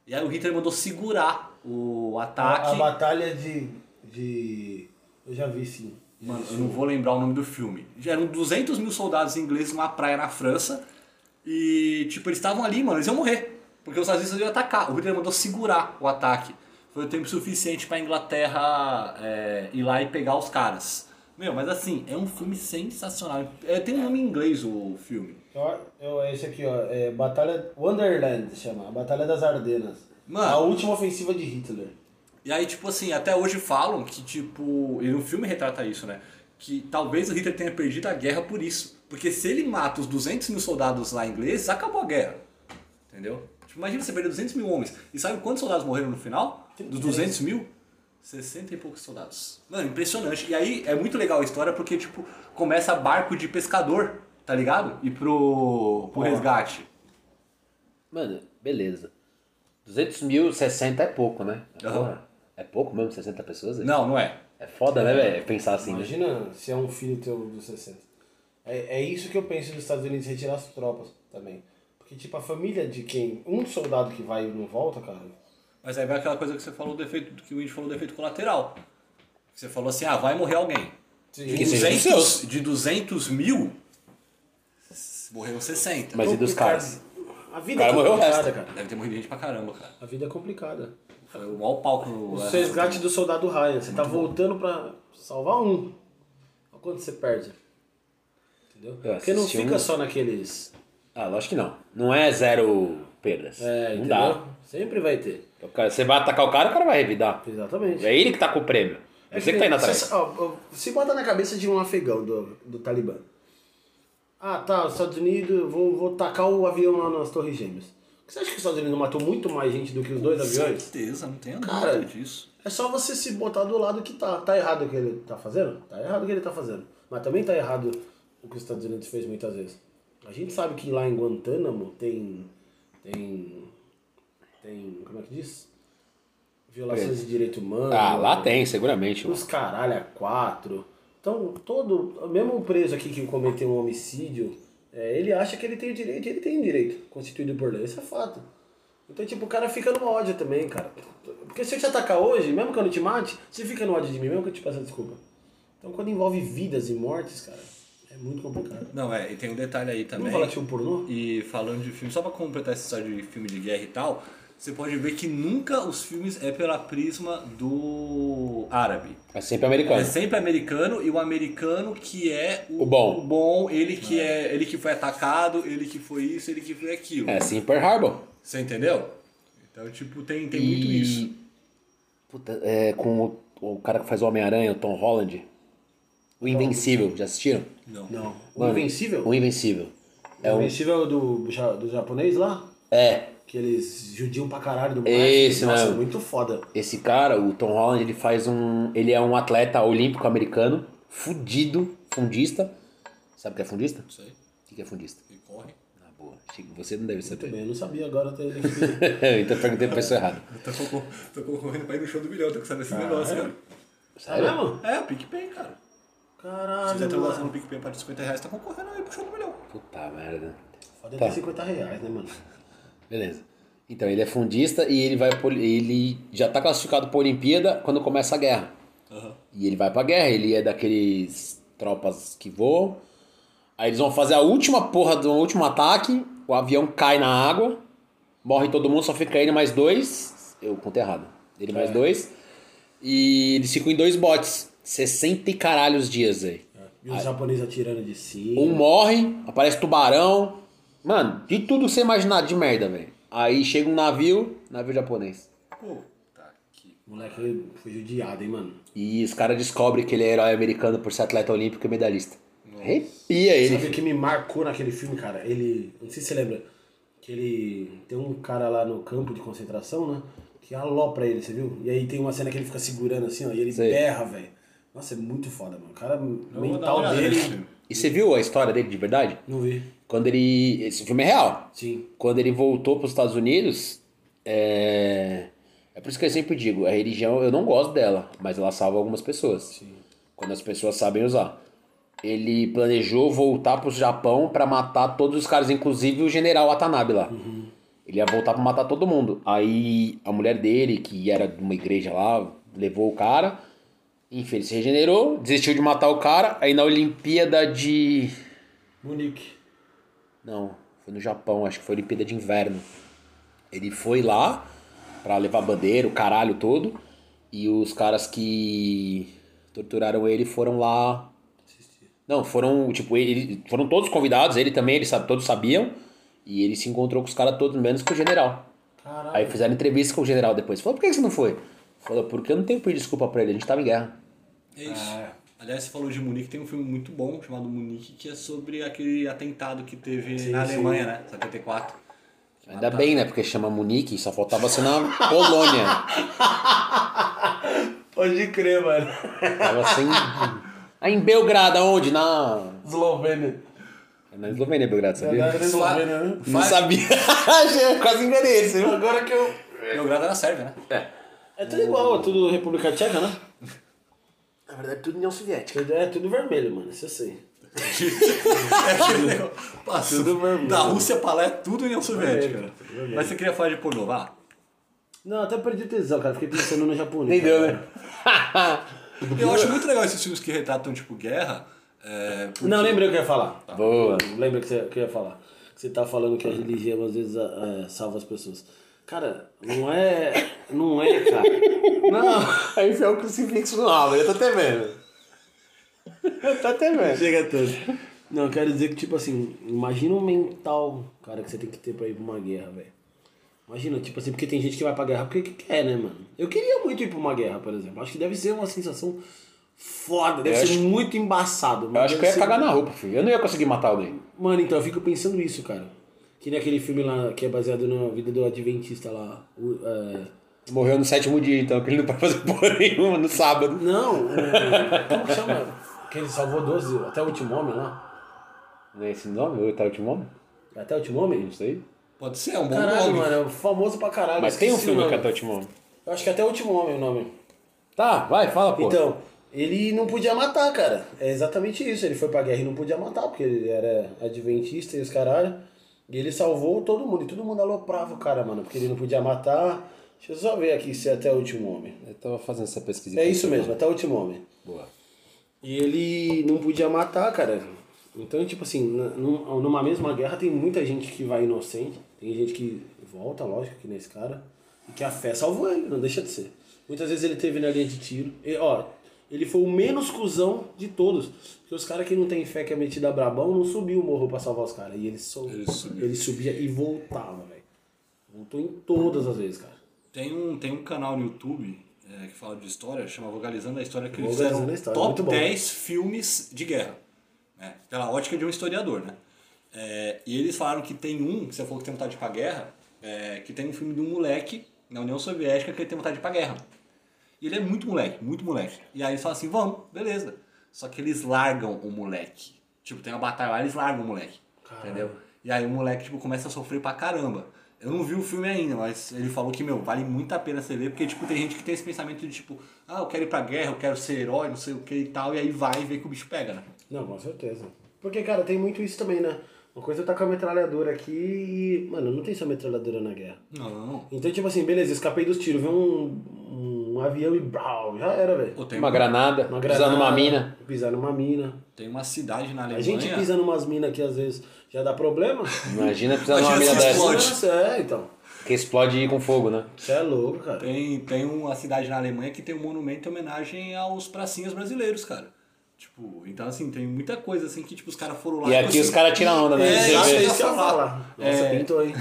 Speaker 3: E aí o Hitler mandou segurar o
Speaker 4: A, a
Speaker 3: ataque.
Speaker 4: batalha de, de... Eu já vi, sim.
Speaker 3: Mano, eu não vou lembrar o nome do filme. Já eram 200 mil soldados ingleses numa praia na França. E, tipo, eles estavam ali, mano, eles iam morrer. Porque os nazistas iam atacar. O Hitler mandou segurar o ataque. Foi o tempo suficiente pra Inglaterra é, ir lá e pegar os caras. Meu, mas assim, é um filme sensacional. É, tem um nome em inglês o filme.
Speaker 4: Ó, eu- é esse aqui, ó. É Batalha... Wonderland chama. A Batalha das Ardenas.
Speaker 3: Mano.
Speaker 4: A última ofensiva de Hitler.
Speaker 3: E aí, tipo assim, até hoje falam que, tipo, e no filme retrata isso, né? Que talvez o Hitler tenha perdido a guerra por isso. Porque se ele mata os 200 mil soldados lá ingleses, acabou a guerra. Entendeu? Tipo, imagina você perder 200 mil homens. E sabe quantos soldados morreram no final? Dos 200 mil? 60 e poucos soldados. Mano, impressionante. E aí é muito legal a história porque, tipo, começa barco de pescador, tá ligado? E pro, pro resgate.
Speaker 1: Mano, beleza. 200 mil, 60 é pouco, né? É,
Speaker 3: Aham.
Speaker 1: porra. É pouco mesmo, 60 pessoas? velho?
Speaker 3: Não, não é.
Speaker 1: É foda, né, velho? Pensar assim, né?
Speaker 4: Imagina se é um filho teu dos 60. É, é isso que eu penso dos Estados Unidos retirar as tropas também. Porque, tipo, a família de quem. Um soldado que vai e não volta, cara.
Speaker 3: Mas aí vai aquela coisa que você falou do efeito, que o índio falou do efeito colateral. Você falou assim, ah, vai morrer alguém. De
Speaker 1: Que
Speaker 4: é
Speaker 1: seja dos
Speaker 3: 200, de 200 mil, morreram 60.
Speaker 1: Mas e é dos caras?
Speaker 4: A vida
Speaker 1: O cara
Speaker 4: é
Speaker 1: morreu o
Speaker 4: complicada,
Speaker 1: resto.
Speaker 4: cara.
Speaker 3: Deve ter morrido gente pra caramba, cara.
Speaker 4: A vida é complicada.
Speaker 3: Foi o maior palco no...
Speaker 1: É.
Speaker 4: O resgate do soldado Ryan. Você tá voltando pra salvar um. Olha quanto você perde. Entendeu?
Speaker 1: Eu
Speaker 4: Porque não
Speaker 1: assisti
Speaker 4: fica
Speaker 1: um-
Speaker 4: só naqueles.
Speaker 1: Ah, lógico que não. Não é zero perdas.
Speaker 4: É,
Speaker 1: não
Speaker 4: entendeu?
Speaker 1: dá.
Speaker 4: Sempre vai ter.
Speaker 1: O cara- Você vai atacar o cara, o cara vai revidar.
Speaker 4: Exatamente.
Speaker 1: É ele que tá com o prêmio. É você que tá indo atrás.
Speaker 4: Se, ó, ó, se bota na cabeça de um afegão do, do Talibã. Ah, tá, os Estados Unidos, vou, vou tacar o avião lá nas Torres Gêmeas. Você acha que os Estados Unidos matou muito mais gente do que os dois aviões?
Speaker 3: certeza, não tenho
Speaker 4: Cara,
Speaker 3: nada disso.
Speaker 4: É só você se botar do lado que tá. Tá errado o que ele tá fazendo? Tá errado o que ele tá fazendo. Mas também tá errado o que os Estados Unidos fez muitas vezes. A gente sabe que lá em Guantánamo tem. tem. tem. como é que diz? Violações de direito humano.
Speaker 1: Ah, lá tem, seguramente. mano.
Speaker 4: Os caralho, a quatro. Então, todo. Mesmo o preso aqui que cometeu um homicídio, é, ele acha que ele tem o direito, ele tem o direito constituído por lei. Isso é fato. Então, tipo, o cara fica numa ódio também, cara. Porque se eu te atacar hoje, mesmo que eu não te mate, você fica no ódio de mim, mesmo que eu te peça desculpa. Então, quando envolve vidas e mortes, cara, é muito complicado.
Speaker 3: Não, é, e tem um detalhe aí também.
Speaker 4: Vamos falar de um pornô?
Speaker 3: E falando de filme, só pra completar essa história de filme de guerra e tal, você pode ver que nunca os filmes é pela prisma do árabe.
Speaker 1: É sempre
Speaker 3: É
Speaker 1: americano.
Speaker 3: sempre americano e o americano que é o,
Speaker 1: O bom.
Speaker 3: o bom, ele que é. ele que foi atacado, ele que foi isso, ele que foi aquilo.
Speaker 1: É sim, Pearl Harbor.
Speaker 3: Você entendeu? Então, tipo, tem, tem muito
Speaker 1: E-
Speaker 3: isso.
Speaker 1: Puta, é com o, o cara que faz o Homem-Aranha, o Tom Holland. O Invencível, já assistiram?
Speaker 3: Não.
Speaker 4: Não. O
Speaker 1: Mano,
Speaker 4: Invencível?
Speaker 1: O Invencível. É
Speaker 4: o
Speaker 1: um.
Speaker 4: Invencível do, ja- do japonês lá?
Speaker 1: É,
Speaker 4: Que eles judiam pra caralho do
Speaker 1: Esse,
Speaker 4: Nossa,
Speaker 1: mano.
Speaker 4: muito foda.
Speaker 1: esse cara, o Tom Holland, ele faz um. Ele é um atleta olímpico americano, fudido, fundista. Sabe o que é fundista?
Speaker 3: Isso aí.
Speaker 1: O que que é fundista?
Speaker 3: Ele corre.
Speaker 1: Na Ah, boa. Chico, você não deve
Speaker 4: Muito
Speaker 1: saber.
Speaker 4: bem, eu não sabia agora até ele.
Speaker 1: então eu perguntei pra pessoa errada.
Speaker 3: Eu tô, concor- tô concorrendo pra ir no show do milhão, tô com saber esse negócio, cara.
Speaker 1: Sério?
Speaker 4: É mesmo?
Speaker 3: É, o PicPay, cara. Se fizer
Speaker 4: Caralho,
Speaker 3: transação
Speaker 4: mano.
Speaker 3: no PicPay para de 50 reais, tá concorrendo aí pro show do milhão.
Speaker 1: Puta merda.
Speaker 4: Foda
Speaker 1: Tá.
Speaker 4: ter 50 reais, né, mano?
Speaker 1: Beleza. Então, ele é fundista e ele vai pro- ele já tá classificado pra Olimpíada quando começa a guerra.
Speaker 3: Aham.
Speaker 1: E ele vai pra guerra, ele é daqueles tropas que voam. Aí eles vão fazer a última porra do último ataque, o avião cai na água, morre todo mundo, só fica ele mais dois. Eu contei errado. Ele mais dois. E eles ficam em dois botes. 60 e caralhos dias aí.
Speaker 4: E os japoneses atirando de cima.
Speaker 1: Um morre, aparece tubarão. Mano, de tudo que você imaginar de merda, velho. Aí chega um navio, navio japonês.
Speaker 3: Puta que.
Speaker 4: Moleque foi judiado, hein, mano?
Speaker 1: E os caras descobrem que ele é herói americano por ser atleta olímpico e medalhista. Arrepia ele.
Speaker 4: Sabe o que me marcou naquele filme, cara? Ele. Não sei se você lembra. Que ele. Tem um cara lá no campo de concentração, né? Que alopra ele, você viu? E aí tem uma cena que ele fica segurando assim, ó. E ele
Speaker 1: Sei.
Speaker 4: berra, velho. Nossa, é muito foda, mano. O cara
Speaker 3: Eu vou dar uma
Speaker 4: mental
Speaker 3: olhada
Speaker 4: dele.
Speaker 3: nesse filme.
Speaker 1: E você viu a história dele de verdade?
Speaker 4: Não vi.
Speaker 1: Quando ele. Esse filme é real.
Speaker 4: Sim.
Speaker 1: Quando ele voltou para os Estados Unidos, é. É por isso que eu sempre digo: a religião, eu não gosto dela, mas ela salva algumas pessoas. Quando as pessoas sabem usar. Ele planejou voltar para o Japão para matar todos os caras, inclusive o general Watanabe lá. Ele ia voltar pra matar todo mundo. Aí a mulher dele, que era de uma igreja lá, levou o cara. Enfim, ele se regenerou, desistiu de matar o cara. Aí na Olimpíada de.
Speaker 4: Munique.
Speaker 1: Não, foi no Japão, acho que foi Olimpíada de Inverno. Ele foi lá pra levar bandeira, o caralho todo. E os caras que torturaram ele foram lá. Não, foram, tipo, ele, foram todos convidados, ele também, ele sabe, todos sabiam. E ele se encontrou com os caras todos, menos com o general.
Speaker 4: Caralho.
Speaker 1: Aí fizeram entrevista com o general depois. Falou, por que você não foi? Falou, porque eu não tenho que pedir desculpa pra ele, a gente tava em guerra.
Speaker 3: É isso.
Speaker 4: Ah.
Speaker 3: Aliás, você falou de Munique, tem um filme muito bom chamado Munique, que é sobre aquele atentado que teve
Speaker 4: Sim,
Speaker 3: na
Speaker 4: sim.
Speaker 3: Alemanha, né? 74.
Speaker 1: Ainda bem, né? Porque chama Munique, só faltava ser na Polônia.
Speaker 4: Pode crer, mano.
Speaker 1: Tava sem. Aí em Belgrado, aonde? Na.
Speaker 4: Eslovênia.
Speaker 1: É Na Eslovênia, Belgrado, sabia?
Speaker 4: Belgrado é Eslovênia, né?
Speaker 1: Não sabia. Quase enganei você viu?
Speaker 4: Agora que eu.
Speaker 3: Belgrado era Sérvia, né?
Speaker 4: É tudo igual, é tudo República Tcheca, né?
Speaker 1: Na verdade, tudo União Soviética.
Speaker 4: Tudo- É tudo vermelho, mano, isso eu sei.
Speaker 3: É aquele negócio. Passou
Speaker 4: Tudo vermelho.
Speaker 3: da Rússia pra lá é tudo União Soviética. né?
Speaker 4: Vermelho, tudo vermelho.
Speaker 3: Mas você queria falar de pornô, vá?
Speaker 4: Não, até perdi o tesão, cara. Fiquei pensando no japonês.
Speaker 1: Entendeu,
Speaker 4: cara.
Speaker 1: né?
Speaker 3: Eu acho muito legal esses filmes que retratam, tipo, guerra. É, porque-
Speaker 4: Não, lembrei o que eu ia falar.
Speaker 1: Boa.
Speaker 4: Lembra que você- que eu ia falar. Que você tá falando que a religião às vezes ah, é, salva as pessoas. Cara, não é. Não é, cara. Não.
Speaker 1: Aí foi o crucifixo no alvo, eu tô até vendo. Eu tô até vendo.
Speaker 4: Chega tanto. Não, eu quero dizer que, tipo assim, imagina o mental, cara, que você tem que ter pra ir pra uma guerra, velho. Imagina, tipo assim, porque tem gente que vai pra guerra porque que quer, né, mano? Eu queria muito ir pra uma guerra, por exemplo. Acho que deve ser uma sensação foda, deve
Speaker 1: Eu
Speaker 4: ser
Speaker 1: acho-
Speaker 4: muito embaçado.
Speaker 1: Eu acho que eu ia cagar na roupa, filho. Eu não ia conseguir matar alguém.
Speaker 4: Mano, então eu fico pensando isso, cara. Que nem aquele filme lá que é baseado na vida do Adventista lá. o- é,
Speaker 1: Morreu no sétimo dia, então, que ele não pode fazer porra nenhuma no sábado.
Speaker 4: Não, o- como que chama? Que ele salvou 12, até o último homem lá. É
Speaker 1: Não é esse o nome? Ou tá o nome?
Speaker 4: Até o último homem?
Speaker 1: Não sei.
Speaker 3: Pode ser, é um bom
Speaker 4: Caralho,
Speaker 3: nome.
Speaker 4: mano, é famoso pra caralho.
Speaker 1: Mas tem um
Speaker 4: esqueci o
Speaker 1: filme
Speaker 4: nome.
Speaker 1: que é até o nome.
Speaker 4: Eu acho que até o último homem é o nome.
Speaker 1: Tá, vai, fala, pô.
Speaker 4: Então, ele não podia matar, cara. É exatamente isso. Ele foi pra guerra e não podia matar, porque ele era adventista e os caralho. E ele salvou todo mundo. E todo mundo aloprava o cara, mano, porque ele não podia matar. Deixa eu só ver aqui se é até o último homem.
Speaker 1: Eu tava fazendo essa pesquisa.
Speaker 4: É isso mesmo, até o último homem.
Speaker 1: Boa.
Speaker 4: E ele não podia matar, cara. Então, tipo assim, na- num- numa mesma guerra tem muita gente que vai inocente, tem gente que volta, lógico, que nesse cara, e que a fé salvou ele, não deixa de ser. Muitas vezes ele teve na linha de tiro. E, ó, ele foi o menos cuzão de todos. Porque os caras que não tem fé, que é metida brabão, não subiu o morro pra salvar os caras. E ele, sol...
Speaker 3: Ele subiu.
Speaker 4: ele subia e voltava, velho. Voltou em todas as vezes, cara.
Speaker 3: Tem um, tem um canal no YouTube é, que fala de história, chama Vogalizando a História, que eles
Speaker 4: Vogalizando
Speaker 3: fizeram
Speaker 4: a História, é
Speaker 3: top
Speaker 4: muito bom.
Speaker 3: 10 filmes de guerra. Né? Pela ótica de um historiador, né? É, e eles falaram que tem um, que você falou que tem vontade de ir pra guerra, é, que tem um filme de um moleque na União Soviética que ele tem vontade de ir pra guerra. E ele é muito moleque, muito moleque. E aí eles falam assim, vamos, beleza. Só que eles largam o moleque. Tipo, tem uma batalha lá, eles largam o moleque.
Speaker 4: Caralho.
Speaker 3: Entendeu? E aí o moleque, tipo, começa a sofrer pra caramba. Eu não vi o filme ainda, mas ele falou que, meu, vale muito a pena você ver, porque, tipo, tem gente que tem esse pensamento de, tipo, ah, eu quero ir pra guerra, eu quero ser herói, não sei o que e tal, e aí vai e vê que o bicho pega, né?
Speaker 4: Não, com certeza. Porque, cara, tem muito isso também, né? Uma coisa é eu tá com a metralhadora aqui e. Mano, não tem só metralhadora na guerra.
Speaker 3: Não.
Speaker 4: Então, tipo assim, beleza, escapei dos tiros, vi um, um avião e brau, já era, velho.
Speaker 3: Pô, tem,
Speaker 1: Uma granada,
Speaker 4: um- Uma
Speaker 1: pisar
Speaker 4: granada,
Speaker 1: numa mina.
Speaker 4: Pisar numa mina.
Speaker 3: tem uma cidade na
Speaker 4: A
Speaker 3: Alemanha...
Speaker 4: gente pisa numas minas que às vezes já dá problema.
Speaker 1: Imagina pisar numa
Speaker 3: Imagina
Speaker 1: mina
Speaker 3: se
Speaker 1: dessa.
Speaker 3: explode.
Speaker 4: É, então.
Speaker 1: Que explode com fogo, né?
Speaker 4: Você é louco, cara.
Speaker 3: Tem, tem uma cidade na Alemanha que tem um monumento em homenagem aos pracinhas brasileiros, cara. Tipo, então assim, tem muita coisa assim que tipo, os caras foram lá...
Speaker 1: E aqui os caras tiram onda, né?
Speaker 3: É,
Speaker 1: Você
Speaker 3: já
Speaker 1: vê.
Speaker 3: sei.
Speaker 4: isso que eu ia falar. Nossa,
Speaker 3: É.
Speaker 4: pintou, hein?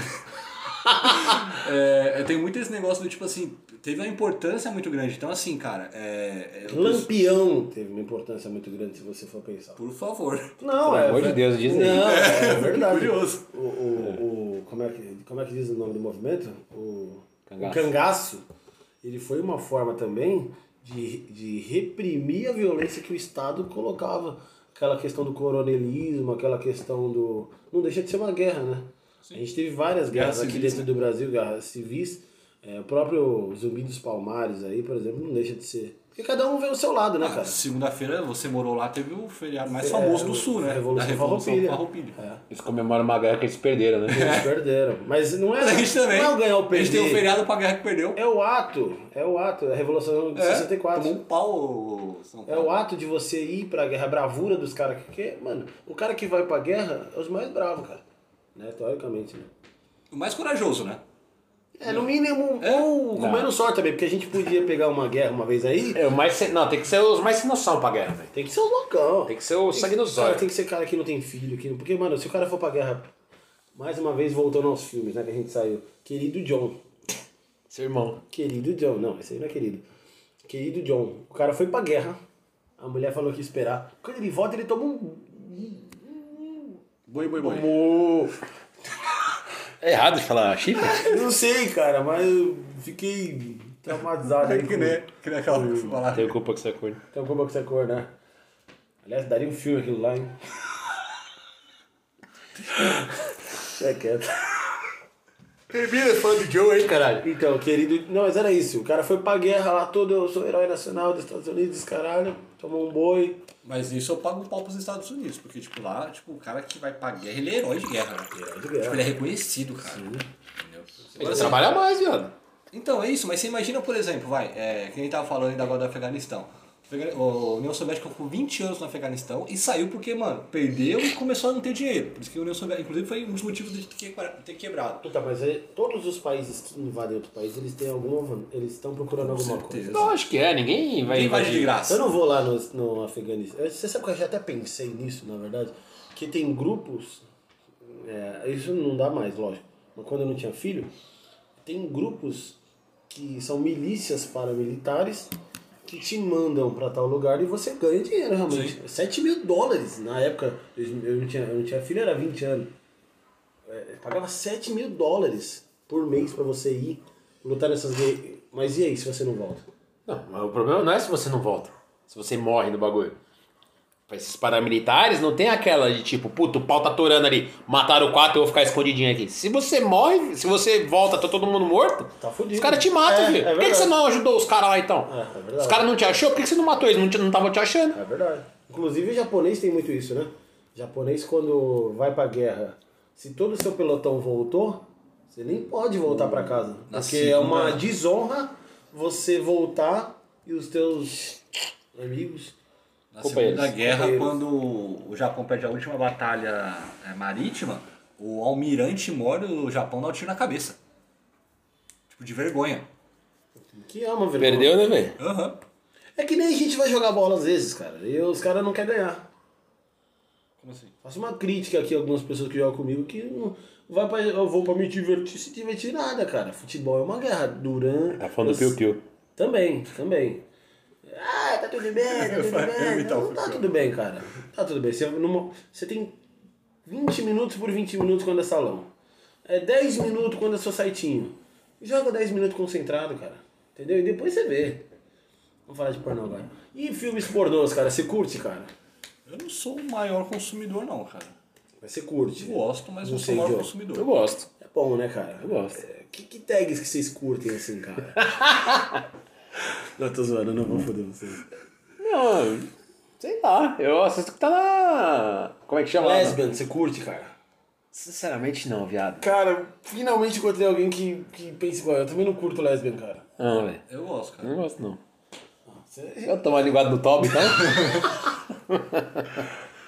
Speaker 3: É, é, tem muito esse negócio do tipo assim, teve uma importância muito grande. Então assim, cara, é... é-
Speaker 4: Lampião teve uma importância muito grande, se você for pensar.
Speaker 3: Por favor.
Speaker 4: Não,
Speaker 1: Pelo
Speaker 4: é.
Speaker 1: amor de Deus, diz aí.
Speaker 4: Não, é verdade.
Speaker 3: Curioso.
Speaker 4: O, o, o- como, é que, como é que diz o nome do movimento? O
Speaker 1: Cangaço.
Speaker 4: o cangaço. Ele foi uma forma também de, de reprimir a violência que o Estado colocava. Aquela questão do coronelismo, aquela questão do. Não deixa de ser uma guerra, né? A gente teve várias guerras
Speaker 3: Guerras
Speaker 4: aqui
Speaker 3: civis, né?
Speaker 4: dentro do Brasil, guerras civis. É, o próprio Zumbi dos Palmares aí, por exemplo, não deixa de ser. Porque cada um vê o seu lado, né,
Speaker 3: Ah,
Speaker 4: cara?
Speaker 3: Segunda-feira, você morou lá, teve o feriado mais famoso
Speaker 4: É,
Speaker 3: do Sul, né?
Speaker 4: a Revolução
Speaker 3: da Revolução
Speaker 4: Farroupilha. É.
Speaker 3: Farroupilha.
Speaker 1: Eles comemoram uma guerra que eles perderam, né?
Speaker 4: Eles perderam. Mas não é,
Speaker 3: Mas a gente também.
Speaker 4: não é o ganhar ou
Speaker 3: a gente
Speaker 4: perder.
Speaker 3: tem o feriado pra guerra que perdeu.
Speaker 4: É o ato, é o ato, é a Revolução de
Speaker 3: É,
Speaker 4: 64.
Speaker 3: Tomou um pau o São
Speaker 4: É
Speaker 3: Paulo.
Speaker 4: o ato de você ir pra guerra, a bravura dos caras que quer. Mano, o cara que vai pra guerra é os mais bravos, cara. Né? Teoricamente, né?
Speaker 3: O mais corajoso, né?
Speaker 4: É, no mínimo,
Speaker 3: É.
Speaker 4: ou com
Speaker 1: Não.
Speaker 4: menos sorte também, porque a gente podia pegar uma guerra uma vez aí.
Speaker 1: É, o mais sem- Não, tem que ser os mais sem noção pra guerra, velho.
Speaker 4: Tem que ser um loucão.
Speaker 1: Tem que ser
Speaker 3: um
Speaker 1: o sangue nos
Speaker 4: Cara,
Speaker 1: olhos.
Speaker 4: tem que ser cara que não tem filho. Que... Porque, mano, se o cara for pra guerra, mais uma vez voltando aos filmes, né? Que a gente saiu. Querido John.
Speaker 1: Seu irmão.
Speaker 4: Querido John, não, esse aí não é querido. Querido John, o cara foi pra guerra. A mulher falou que ia esperar. Quando ele volta, ele toma um.
Speaker 3: Boi, boi, boi.
Speaker 4: um-
Speaker 1: É errado de falar chifre?
Speaker 4: Não sei, cara, mas eu fiquei traumatizado aí.
Speaker 3: É Que nem, que nem aquela
Speaker 4: Hum.
Speaker 3: que falar.
Speaker 1: Tenho culpa que você é acorda.
Speaker 4: Tem como que você cor, né? Aliás, daria um filme aquilo lá, hein? É quieto.
Speaker 1: Termina falando de Joe aí, caralho.
Speaker 4: Então, querido. Não, mas era isso. O cara foi pra guerra lá todo. Eu sou herói nacional dos Estados Unidos, caralho. Tomou um boi.
Speaker 3: Mas isso eu pago um pau pros Estados Unidos, porque, tipo, lá, tipo, o cara que vai pra guerra, ele é herói de guerra, né?
Speaker 4: de guerra.
Speaker 3: Tipo, ele é reconhecido, cara. Entendeu?
Speaker 1: Ele trabalha mais, viado.
Speaker 3: Então, é isso, mas você imagina, por exemplo, vai, é, que a gente tava falando ainda agora do Afeganistão. O Afega- O União Soviética ficou 20 anos no Afeganistão e saiu porque, mano, perdeu e começou a não ter dinheiro. Por isso que a União Soviética, inclusive, foi um dos motivos de ter quebra- ter quebrado.
Speaker 4: Então, mas aí, todos os países que invadem outro país, eles têm alguma. Eles estão procurando alguma coisa.
Speaker 1: Não, acho que é. Ninguém vai
Speaker 3: Quem vai de
Speaker 4: Eu
Speaker 3: graça?
Speaker 4: não vou lá no, no Afeganistão. Eu- Você sabe que eu já até pensei nisso, na verdade? Que tem grupos. é, isso não dá mais, lógico. Mas quando eu não tinha filho, tem grupos que são milícias paramilitares que te mandam pra tal lugar e você ganha dinheiro realmente. 7 mil dólares na época. Eu eu não tinha, eu não tinha filho, era 20 anos. é, pagava 7 mil dólares por mês pra você ir lutar nessas guerras. Mas e aí se você não volta?
Speaker 1: Não, mas o problema não é se você não volta. Se você morre no bagulho. Pra esses paramilitares não tem aquela de tipo, puto, o pau tá atorando ali, mataram quatro, eu vou ficar escondidinho aqui. Se você morre, se você volta, tá todo mundo morto,
Speaker 4: Tá fudido.
Speaker 1: os caras te matam, filho.
Speaker 4: É, é
Speaker 1: Por que que,
Speaker 4: verdade.
Speaker 1: você não ajudou os caras lá então?
Speaker 4: É, é verdade.
Speaker 1: os caras não te achou? Por que, que você não matou eles? Não estavam te, não tavam te achando?
Speaker 4: É verdade. Inclusive o japonês tem muito isso, né? O japonês quando vai pra guerra, se todo o seu pelotão voltou, você nem pode voltar pra casa.
Speaker 3: Na
Speaker 4: porque é uma
Speaker 3: segunda-
Speaker 4: desonra você voltar e os teus amigos.
Speaker 3: Na
Speaker 1: Companheiros.
Speaker 3: Segunda Guerra,
Speaker 4: Companheiros.
Speaker 3: quando o Japão perde a última batalha é, marítima, o almirante mora o Japão dá um tiro na cabeça. Tipo, de vergonha.
Speaker 4: Que ama, velho.
Speaker 1: Perdeu, né, velho?
Speaker 3: Aham.
Speaker 4: É que nem a gente vai jogar bola às vezes, cara. E os caras não querem ganhar.
Speaker 3: Como assim?
Speaker 4: Faço uma crítica aqui a algumas pessoas que jogam comigo que não vai pra, eu vou pra me divertir se divertir nada, cara. Futebol é uma guerra. Duran.
Speaker 1: Tá falando do
Speaker 4: Você-
Speaker 1: Piu Piu.
Speaker 4: Também, também. Ah, tá tudo bem, tá tudo bem.
Speaker 3: imitar o
Speaker 4: Não, não tá
Speaker 3: Fofão.
Speaker 4: tudo bem, cara. Tá tudo bem. Você, numa- você tem 20 minutos por 20 minutos quando é salão. É 10 minutos quando é societinho. Joga 10 minutos concentrado, cara. Entendeu? E depois você vê. Vamos falar de pornô agora. E filmes pornôs, cara? Você curte, cara?
Speaker 3: Eu não sou o maior consumidor, não, cara.
Speaker 4: Mas você curte. né?
Speaker 3: Eu gosto, mas não,
Speaker 4: Não
Speaker 3: sou o
Speaker 4: sei,
Speaker 3: maior
Speaker 4: Diogo.
Speaker 1: Eu
Speaker 3: consumidor.
Speaker 1: gosto.
Speaker 4: É bom, né, cara?
Speaker 1: Eu gosto.
Speaker 4: É, Que, que tags que vocês curtem assim, cara? não, tô zoando, não vou foder vocês.
Speaker 1: Não, sei lá. Eu assisto que tá na. Como é que chama?
Speaker 4: Lesbian, você curte, cara?
Speaker 1: Sinceramente não, viado.
Speaker 4: Cara, finalmente encontrei alguém que, que pensa igual. Eu também não curto lesbian, cara.
Speaker 1: Não, velho.
Speaker 3: Eu gosto, cara.
Speaker 1: Não gosto, não.
Speaker 4: Cê-
Speaker 1: Eu tomar linguado do Toby, então.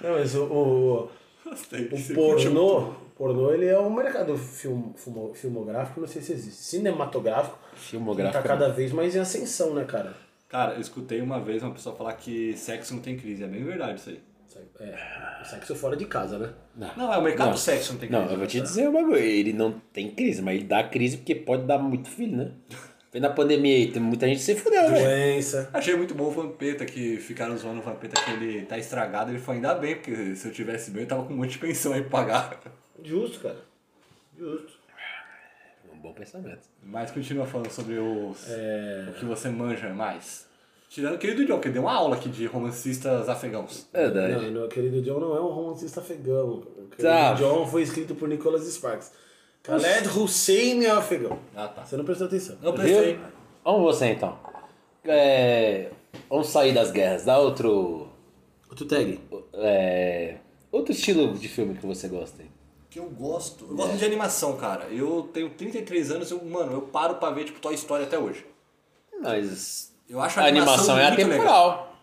Speaker 4: Não, mas o, o,
Speaker 3: Gostei.
Speaker 4: o pornô, pornô, ele é um mercado film, fumo- filmográfico, não sei se existe, cinematográfico.
Speaker 1: Filmográfico.
Speaker 4: Tá cada vez mais em ascensão, né, cara?
Speaker 3: Cara, eu escutei uma vez uma pessoa falar que sexo não tem crise. É bem verdade isso aí.
Speaker 4: É, sexo fora de casa, né?
Speaker 3: Não, é o mercado
Speaker 1: Não.
Speaker 3: do sexo não tem crise.
Speaker 1: Não, eu vou te dizer o bagulho. Ele não tem crise, mas ele dá crise porque pode dar muito filho, né? Foi na pandemia aí, tem muita gente que se né? fudeu, velho.
Speaker 4: Doença.
Speaker 3: Achei muito bom o Vampeta, que ficaram zoando o Vampeta que ele tá estragado. Ele falou, ainda bem, porque se eu tivesse bem, eu tava com um monte de pensão aí pra pagar.
Speaker 4: Justo, cara. Justo.
Speaker 1: Um bom pensamento.
Speaker 3: Mas continua falando sobre os, o que você manja mais. Tirando o querido John, que deu uma aula aqui de romancistas afegãos.
Speaker 1: É verdade.
Speaker 4: Não, o querido John não é um romancista afegão. O querido
Speaker 1: Tá.
Speaker 4: John foi escrito por Nicholas Sparks. Khaled Hussein é afegão.
Speaker 3: Ah, tá.
Speaker 4: Você não prestou atenção.
Speaker 3: Não
Speaker 1: Viu?
Speaker 3: prestei.
Speaker 1: Vamos você então. É, Vamos sair das guerras. Dá outro.
Speaker 4: Outro tag.
Speaker 1: é, Outro estilo de filme que você gosta aí.
Speaker 3: Que eu gosto. é Eu gosto de animação, cara. Eu tenho 33 anos e, eu, mano, eu paro pra ver, tipo, Toy Story até hoje.
Speaker 1: Mas.
Speaker 3: Eu acho a
Speaker 1: A
Speaker 3: animação,
Speaker 1: animação é
Speaker 3: muito legal.
Speaker 1: atemporal.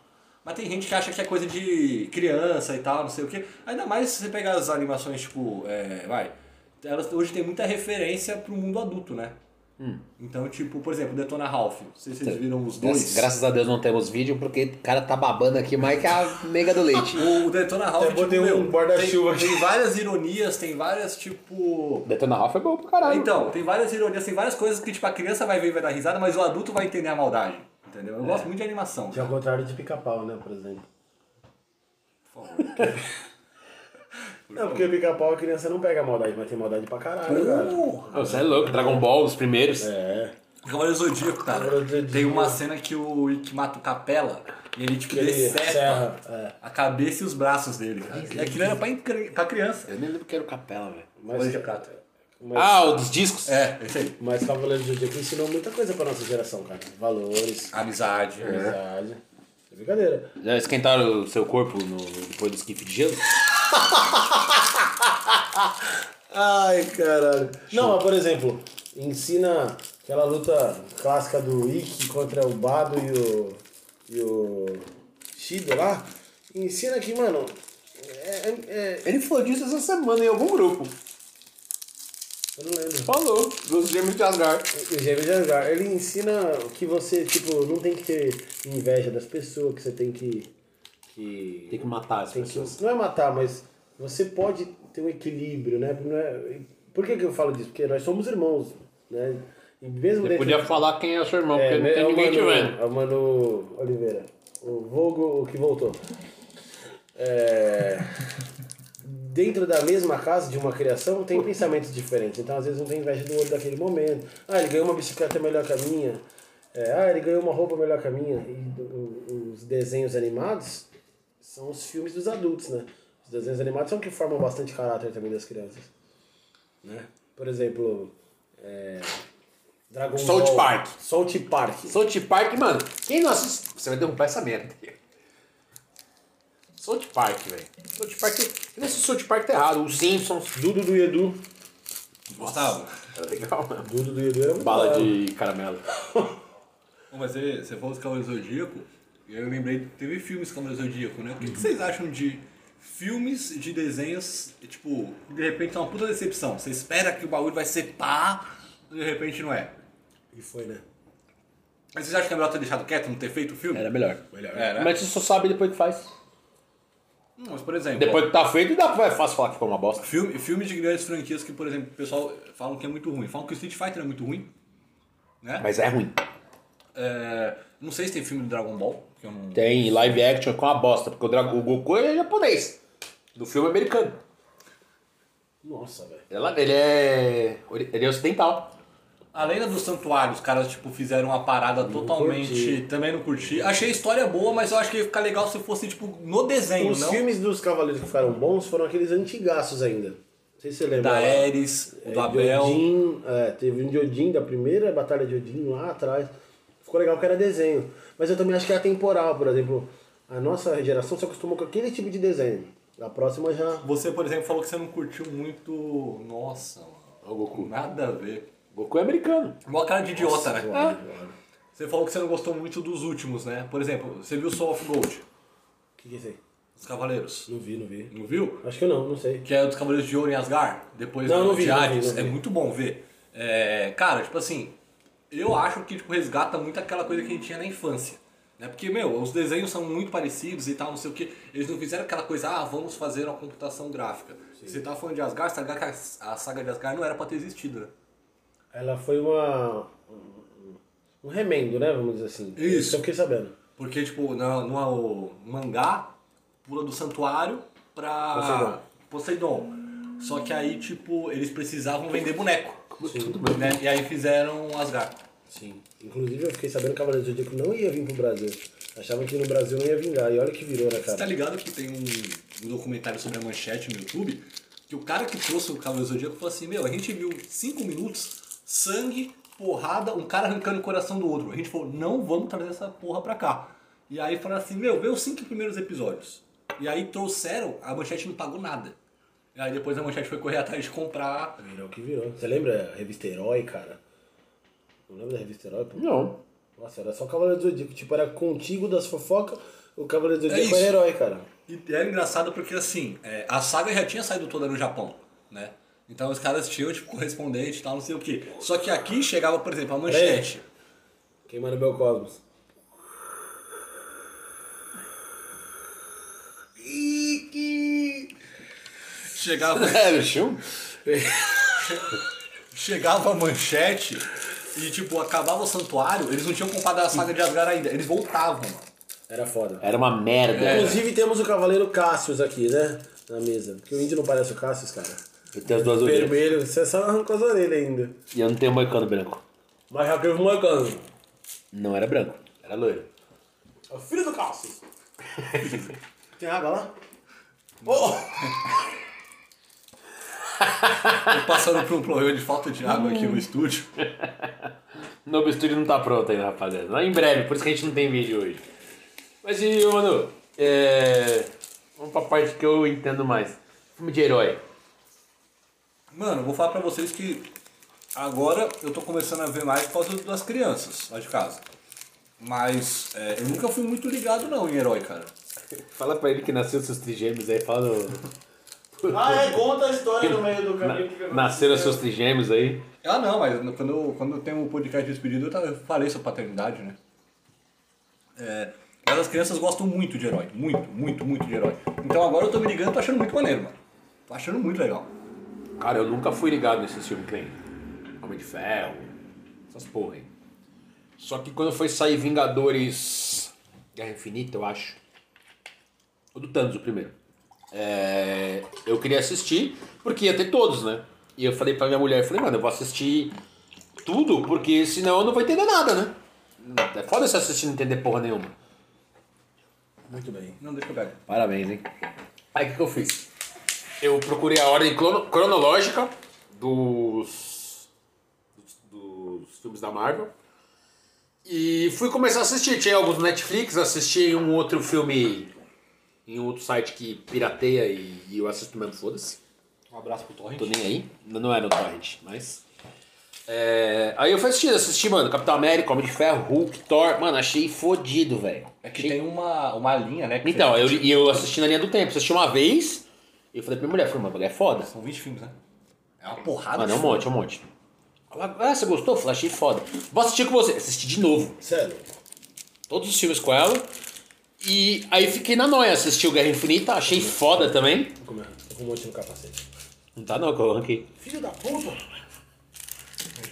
Speaker 3: Mas tem gente que acha que é coisa de criança e tal, não sei o quê. Ainda mais se você pegar as animações, tipo, é, vai. Elas hoje tem muita referência pro mundo adulto, né? Então, tipo, por exemplo, Detona Ralph. Não sei se vocês viram os dois.
Speaker 1: Graças a Deus não temos vídeo, porque o cara tá babando aqui mais que a mega do leite.
Speaker 3: O Detona Ralph, tipo,
Speaker 4: Até botei um
Speaker 3: meu,
Speaker 4: guarda-chuva
Speaker 3: tem, tem várias ironias, tem várias, tipo...
Speaker 1: Detona Ralph é bom pro caralho.
Speaker 3: Então, tem várias ironias, tem várias coisas que, tipo, a criança vai ver e vai dar risada, mas o adulto vai entender a maldade, entendeu? Eu gosto muito de animação.
Speaker 4: Que é o contrário de pica-pau, né, por exemplo.
Speaker 3: Por favor.
Speaker 4: Não, porque pica-pau a criança não pega maldade, mas tem maldade pra caralho,
Speaker 3: Uh!
Speaker 1: Você é louco, Dragon Ball, os primeiros.
Speaker 4: É.
Speaker 3: Cavaleiro do Zodíaco, cara.
Speaker 4: Cavaleiro do Zodíaco.
Speaker 3: Tem uma cena que o Ikki mata o Capela e ele, tipo,
Speaker 4: Que ele
Speaker 3: desseta
Speaker 4: serra, é.
Speaker 3: a cabeça e os braços dele, cara. E aquilo era pra, incri- pra criança.
Speaker 1: Eu nem lembro que era o Capela, velho.
Speaker 4: Mas, é
Speaker 3: de prata.
Speaker 4: mas,
Speaker 1: Ah, o dos discos?
Speaker 3: É, esse aí.
Speaker 4: mas Cavaleiro do Zodíaco ensinou muita coisa pra nossa geração, cara. Valores,
Speaker 3: Amizade.
Speaker 4: É. amizade. É brincadeira.
Speaker 1: Já esquentaram o seu corpo no, depois do skip de gelo?
Speaker 4: Ai, caralho. Não, mas por exemplo, ensina aquela luta clássica do Ikki contra o Bado e o. e o. Shido lá. Ensina que, mano. É, é- é-
Speaker 1: Ele falou disso essa semana em algum grupo.
Speaker 4: eu não lembro.
Speaker 1: Falou, dos gêmeos de Asgard.
Speaker 4: O Gêmeo de Asgard, ele ensina que você, tipo, não tem que ter inveja das pessoas, que você tem que. que
Speaker 1: Tem que matar as
Speaker 4: tem que-
Speaker 1: pessoas.
Speaker 4: não é matar, mas você pode ter um equilíbrio, né? Não é- por que, que eu falo disso? Porque nós somos irmãos, né? E mesmo
Speaker 1: Você
Speaker 4: dentro
Speaker 1: podia falar quem é seu irmão,
Speaker 4: é,
Speaker 1: porque não tem
Speaker 4: é o
Speaker 1: ninguém te
Speaker 4: Manu-
Speaker 1: vendo.
Speaker 4: É o Manu Oliveira. O Vogo, o que voltou. É, dentro da mesma casa, de uma criação, tem pensamentos diferentes. Então, às vezes, um tem inveja do outro daquele momento. Ah, ele ganhou uma bicicleta melhor que a minha. É, ah, ele ganhou uma roupa melhor que a minha. E do- os desenhos animados são os filmes dos adultos, né? Os desenhos animados são que formam bastante caráter também das crianças. Né? Por exemplo, é, Dragon
Speaker 1: South
Speaker 4: Ball.
Speaker 1: Park.
Speaker 4: South Park.
Speaker 1: South Park, mano, quem não assiste. Você vai derrubar essa merda. South Park, velho. South Park. Quem não assiste South Park tá errado. Os Simpsons.
Speaker 4: Dudu do Edu.
Speaker 3: Gostava.
Speaker 1: Era legal, mano.
Speaker 4: Dudu do Edu é um era muito da
Speaker 1: Bala
Speaker 4: hora.
Speaker 1: de caramelo.
Speaker 3: Bom, Mas ele- você falou dos Cavaleiros do Zodíaco, e aí eu lembrei, teve filmes Cavaleiros do Zodíaco, né? O que, que vocês acham de filmes de desenhos, e, tipo, de repente é uma puta decepção. Você espera que o bagulho vai ser pá, e de repente não é.
Speaker 4: E foi, né?
Speaker 3: Mas vocês acham que é melhor ter deixado quieto, não ter feito o filme?
Speaker 1: Era melhor.
Speaker 3: Melhor, era.
Speaker 1: Mas você só sabe depois que faz.
Speaker 3: Hum, mas, por exemplo,
Speaker 1: Depois que tá feito, dá, é fácil falar que ficou uma bosta.
Speaker 3: filme, filme de grandes franquias que, por exemplo, o pessoal falam que é muito ruim. Falam que o Street Fighter é muito ruim. Né?
Speaker 1: Mas é ruim.
Speaker 3: É, não sei se tem filme do Dragon Ball, que eu não...
Speaker 1: Tem live action com uma bosta, porque o, Drago, o Goku é japonês. Do filme americano.
Speaker 4: Nossa, velho.
Speaker 1: Ela- Ele é. ori- Ele é ocidental.
Speaker 3: Além da do santuário, os caras tipo, fizeram uma parada totalmente.
Speaker 4: curti.
Speaker 3: Também não curti. Achei a história boa, mas eu acho que ia ficar legal se fosse tipo no desenho,
Speaker 4: Os
Speaker 3: não?
Speaker 4: filmes dos Cavaleiros que ficaram bons foram aqueles antigaços ainda. Não sei se você lembra.
Speaker 3: Da
Speaker 4: lá.
Speaker 3: Ares, o
Speaker 4: É,
Speaker 3: do
Speaker 4: de
Speaker 3: Abel.
Speaker 4: Odin, é, teve um de Odin, da primeira batalha de Odin lá atrás. Ficou legal que era desenho. Mas eu também acho que é atemporal, por exemplo. A nossa geração se acostumou com aquele tipo de desenho. A próxima já.
Speaker 3: Você, por exemplo, falou que você não curtiu muito. Nossa, mano.
Speaker 4: É
Speaker 1: O Goku.
Speaker 3: Nada a ver.
Speaker 1: O Goku é americano.
Speaker 3: Uma cara de idiota,
Speaker 4: Ah.
Speaker 3: né?
Speaker 4: O
Speaker 3: Você falou que você não gostou muito dos últimos, né? Por exemplo, você viu Soul of Gold,
Speaker 4: que, que é isso aí?
Speaker 3: dos Cavaleiros.
Speaker 4: Não vi, não vi.
Speaker 3: Não viu?
Speaker 4: Acho que eu não, não sei.
Speaker 3: Que é dos Cavaleiros de Ouro em Asgard, depois
Speaker 4: Não,
Speaker 3: do
Speaker 4: não vi,
Speaker 3: de
Speaker 4: não vi,
Speaker 3: Hades.
Speaker 4: não vi.
Speaker 3: É muito bom ver. É, cara, tipo assim, eu acho que tipo, resgata muito aquela coisa que a gente tinha na infância. Né? Porque, meu, os desenhos são muito parecidos e tal, não sei o que. Eles não fizeram aquela coisa, ah, vamos fazer uma computação gráfica. Você tá falando de Asgard, você tá ligado que a a saga de Asgard não era pra ter existido, né?
Speaker 4: Ela foi uma. Um remendo, né? Vamos dizer assim.
Speaker 3: Isso.
Speaker 4: eu fiquei sabendo.
Speaker 3: Porque, tipo, no, no mangá, pula do santuário pra Poseidon. Só que aí, tipo, eles precisavam vender boneco. Né? E aí fizeram Asgard.
Speaker 4: Sim. Inclusive eu fiquei sabendo que o Cavaleiro do Zodíaco não ia vir pro Brasil. Achava que no Brasil não ia vingar. E olha que virou, né,
Speaker 3: Você tá
Speaker 4: cara?
Speaker 3: ligado que tem um, um documentário sobre a manchete no YouTube? Que o cara que trouxe o Cavaleiro do Zodíaco falou assim: Meu, a gente viu 5 minutos, sangue, porrada, um cara arrancando o coração do outro. A gente falou: Não vamos trazer essa porra pra cá. E aí falaram assim: Meu, vê os 5 primeiros episódios. E aí trouxeram, a manchete não pagou nada. E aí depois a manchete foi correr atrás de comprar.
Speaker 4: Virou que virou. Você lembra a revista Herói, cara? Não lembra da revista Herói? Pô?
Speaker 1: Não.
Speaker 4: Nossa, era só o Cavaleiro do Zodíaco. Tipo, era contigo das fofocas, o Cavaleiro do
Speaker 3: É
Speaker 4: Zodíaco
Speaker 3: isso.
Speaker 4: era herói, cara.
Speaker 3: E era engraçado porque assim, é, a saga já tinha saído toda no Japão, né? Então os caras tinham, tipo, correspondente e tal, não sei o quê. Só que aqui chegava, por exemplo, a manchete.
Speaker 4: Queimando meu cosmos.
Speaker 3: Chegava,
Speaker 1: É, bicho.
Speaker 3: chegava a manchete e, tipo, acabava o santuário, eles não tinham comprado a saga de Asgard ainda. Eles voltavam, mano.
Speaker 4: Era foda.
Speaker 1: Era uma merda.
Speaker 3: É.
Speaker 4: Inclusive temos o Cavaleiro Cassius aqui, né? Na mesa. Porque o índio não parece o Cassius, cara.
Speaker 1: Eu tenho as duas orelhas.
Speaker 4: Vermelho, você só arrancou as orelhas ainda.
Speaker 1: E eu não tenho moicano branco.
Speaker 4: Mas já teve um moicano.
Speaker 1: Não era branco, era loiro.
Speaker 4: É o filho do Cassius. Tem água lá? Oh!
Speaker 3: Tô passando por um problema de falta de água aqui no estúdio.
Speaker 1: Novo estúdio não tá pronto ainda, rapaziada. Lá em breve, por isso que a gente não tem vídeo hoje. Mas e, ô, Manu, é... vamos pra parte que eu entendo mais. Filme de herói.
Speaker 3: Mano, vou falar pra vocês que agora eu tô começando a ver mais por causa das crianças lá de casa. Mas é, eu nunca fui muito ligado não em herói, cara.
Speaker 1: Fala pra ele que nasceu seus trigêmeos aí, fala no...
Speaker 4: Ah, é, conta a história no meio do caminho. que
Speaker 1: Nasceram seus trigêmeos aí.
Speaker 3: Ah não, mas no- quando, eu- quando eu tenho o podcast de despedida eu ta- eu falei sobre paternidade, né? É, mas as crianças gostam muito de herói, muito, muito, muito de herói. Então agora eu tô me ligando e tô achando muito maneiro, mano. Tô achando muito legal.
Speaker 1: Cara, eu nunca fui ligado nesses filmes que tem. Homem de Ferro, essas porra aí. Só que quando foi sair Vingadores Guerra Infinita, eu acho. O do Thanos, o primeiro. É, eu queria assistir, porque ia ter todos, né? E eu falei pra minha mulher, eu falei, mano, eu vou assistir tudo, porque senão eu não vou entender nada, né? É foda se assistir e não entender porra nenhuma.
Speaker 3: Muito bem. Não, deixa eu pegar.
Speaker 1: Parabéns, hein? Aí o que, que eu fiz? Eu procurei a ordem clono- cronológica dos, dos, dos filmes da Marvel. E fui começar a assistir. Tinha alguns no Netflix, assisti em um outro filme em um outro site que pirateia e, e eu assisto mesmo, foda-se.
Speaker 3: Um abraço pro Torrent.
Speaker 1: Tô nem aí. Não não era o Torrent, mas. É, aí eu fui assistir, assisti, mano, Capitão América, Homem de Ferro, Hulk, Thor. Mano, achei fodido, velho.
Speaker 3: É que tem uma, uma linha, né? que
Speaker 1: Então,
Speaker 3: tem-
Speaker 1: eu, e eu assisti na linha do tempo. Assisti uma vez e eu falei pra minha mulher, falei, mano, mulher é foda.
Speaker 3: São 20 filmes, né? É uma porrada
Speaker 1: Mano, é
Speaker 3: de
Speaker 1: um monte, é um monte. Ela, Ah, você gostou? Eu falei, achei foda. Vou assistir com você. Assisti de novo.
Speaker 4: Sério.
Speaker 1: Todos os filmes com ela. E aí fiquei na noia, assisti o Guerra Infinita, achei foda também.
Speaker 4: Tô com, tô com um monte no capacete.
Speaker 1: Não tá não, que eu arranquei.
Speaker 4: Filho da puta!
Speaker 3: filme.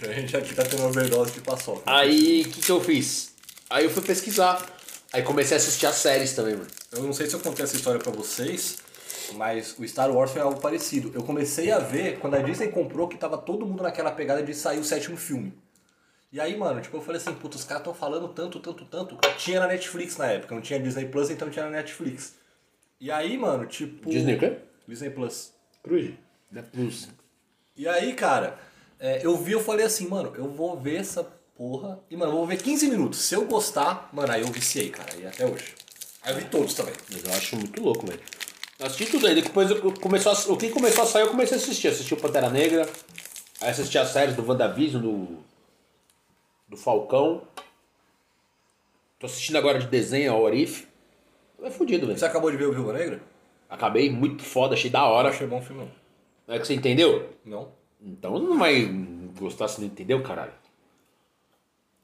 Speaker 3: A gente aqui tá tendo overdose de
Speaker 1: Ah,
Speaker 3: paçoca.
Speaker 1: Aí, o que, que eu fiz? Aí eu fui pesquisar. Aí comecei a assistir as séries também, mano.
Speaker 3: Eu não sei se eu contei essa história pra vocês, mas o Star Wars foi algo parecido. Eu comecei a ver quando a Disney comprou que tava todo mundo naquela pegada de sair o sétimo filme. E aí, mano, tipo, eu falei assim, puta, os caras tão falando tanto, tanto, tanto. Tinha na Netflix na época, não tinha Disney Plus, então tinha na Netflix. E aí, mano, tipo.
Speaker 1: Disney o quê?
Speaker 3: Disney Plus.
Speaker 4: Cruz.
Speaker 1: Da Plus.
Speaker 3: E aí, cara, é, eu vi, eu falei assim, mano, eu vou ver essa porra. E, mano, eu vou ver 15 minutos. Se eu gostar, mano, aí eu viciei, cara. E até hoje. Aí eu vi todos também.
Speaker 1: Mas eu acho muito louco, velho. Eu Assisti tudo aí, depois eu começou a- o que começou a sair eu comecei a assistir. Assisti o Pantera Negra, aí assisti as séries do WandaVision, do, do Falcão. Tô assistindo agora de desenho, ao Orif. É fudido,
Speaker 3: Você
Speaker 1: velho.
Speaker 3: acabou de ver o Viúva Negra?
Speaker 1: Acabei muito foda, achei da hora.
Speaker 3: Eu achei bom o filme,
Speaker 1: Não é que você entendeu?
Speaker 3: não. Não?
Speaker 1: Então não vai gostar se não entendeu, caralho.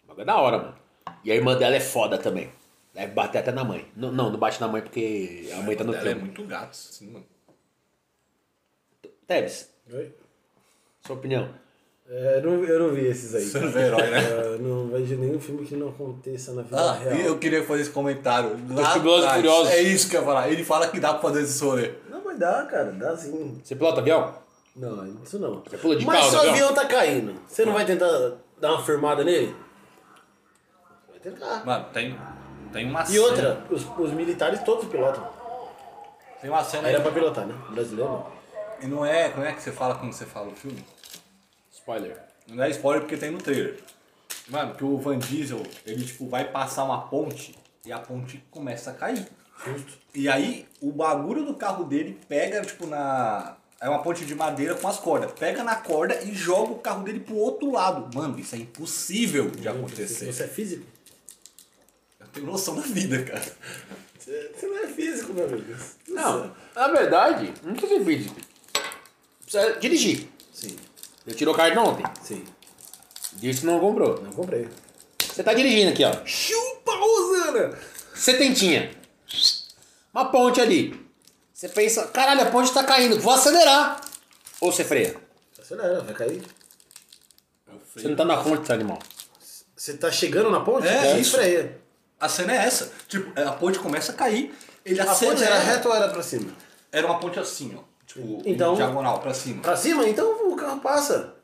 Speaker 1: Mas é da hora, mano. E a irmã dela é foda também. Deve bater até na mãe. Não, não, não bate na mãe porque a mãe tá no
Speaker 3: Ela é
Speaker 1: filme.
Speaker 3: muito gato, assim, mano.
Speaker 1: Tevez,
Speaker 4: Oi?
Speaker 1: sua opinião.
Speaker 4: É, não- eu não vi esses aí.
Speaker 3: Você não é herói, né?
Speaker 4: É, não vejo nenhum filme que não aconteça na vida
Speaker 3: Ah,
Speaker 4: real.
Speaker 3: e eu queria fazer esse comentário. Lá
Speaker 1: Curioso,
Speaker 3: atrás.
Speaker 1: curioso.
Speaker 3: É isso que eu ia falar. Ele fala que dá pra fazer esse rolê.
Speaker 4: Não, mas dá, cara, dá sim.
Speaker 1: Você pilota avião?
Speaker 4: Não, isso não.
Speaker 1: Você pula de
Speaker 4: mas
Speaker 1: carro,
Speaker 4: se o
Speaker 1: Gabriel?
Speaker 4: avião tá caindo, você não vai tentar dar uma firmada nele? Vai tentar.
Speaker 3: Mano, tem, tem uma
Speaker 4: E outra, os, os militares todos pilotam.
Speaker 3: Tem uma cena
Speaker 4: Aí era pra pilotar, né? Brasileiro não.
Speaker 3: E não é. Como é que você fala quando você fala o filme?
Speaker 1: Spoiler.
Speaker 3: Não é spoiler porque tem no trailer. Mano, que o Van Diesel, ele tipo vai passar uma ponte e a ponte começa a cair.
Speaker 4: Justo.
Speaker 3: E aí o bagulho do carro dele pega tipo na é uma ponte de madeira com as cordas. Pega na corda e joga o carro dele pro outro lado. Mano, isso é impossível de acontecer.
Speaker 4: Você é físico?
Speaker 1: é
Speaker 3: Eu tenho noção da vida, cara.
Speaker 4: Você, você não é físico, meu amigo.
Speaker 1: Não, na verdade, não precisa ser físico. Precisa dirigir.
Speaker 4: Sim,
Speaker 1: Eu tirou carta ontem.
Speaker 4: sim.
Speaker 1: Disse que não comprou.
Speaker 4: Não comprei.
Speaker 1: Você tá dirigindo aqui, ó.
Speaker 3: Chupa, Rosana!
Speaker 1: Setentinha. Uma ponte ali. Você pensa, caralho, a ponte tá caindo, vou acelerar. Ou você freia.
Speaker 4: Acelera, vai cair.
Speaker 1: Você não tá na ponte, seu animal.
Speaker 4: Você tá chegando na ponte?
Speaker 3: É,
Speaker 4: Você
Speaker 3: isso.
Speaker 4: freia.
Speaker 3: A cena é essa. Tipo, a ponte começa a cair, ele
Speaker 4: A
Speaker 3: acelera.
Speaker 4: ponte era reta ou era pra cima?
Speaker 3: Era uma ponte assim, ó. Tipo,
Speaker 4: Então-
Speaker 3: diagonal, pra cima.
Speaker 4: Pra cima? Então o carro passa.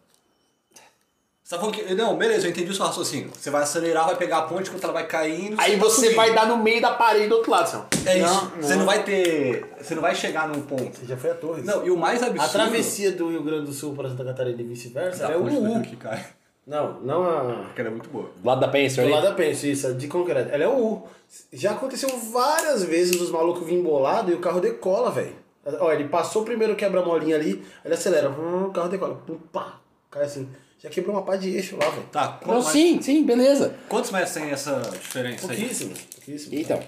Speaker 3: Você tá falando que. Não, beleza, eu entendi o seu raciocínio. Você vai acelerar, vai pegar a ponte quando ela vai caindo.
Speaker 1: Aí
Speaker 3: vai
Speaker 1: você
Speaker 3: subir.
Speaker 1: vai dar no meio da parede do outro lado, senhor.
Speaker 3: É isso.
Speaker 4: Não,
Speaker 3: Você não vai ter. Você não vai chegar num ponto.
Speaker 4: Você já foi a Torres.
Speaker 3: Não, e o mais absurdo.
Speaker 4: A travessia do Rio Grande do Sul para Santa Catarina e vice-versa
Speaker 3: da
Speaker 4: é o
Speaker 3: ponte do Rio
Speaker 4: U.
Speaker 3: que cai.
Speaker 4: Não, não a.
Speaker 3: Que era é muito boa.
Speaker 1: Do lado da penha,
Speaker 4: Do
Speaker 1: senhor.
Speaker 4: lado da pensa, isso, a de concreto. Ela é o U. Já aconteceu várias vezes dos malucos virem embolado e o carro decola, velho. Ó, ele passou o primeiro quebra-molinha ali, ele acelera, hum, o carro decola, pum, pá, cai assim. Já quebrou uma pá de eixo lá, velho.
Speaker 3: Tá, quanto
Speaker 1: Não,
Speaker 3: mais-
Speaker 1: sim, sim, beleza.
Speaker 3: quantos metros tem essa diferença aí?
Speaker 4: Pouquíssimo, pouquíssimo.
Speaker 1: Então,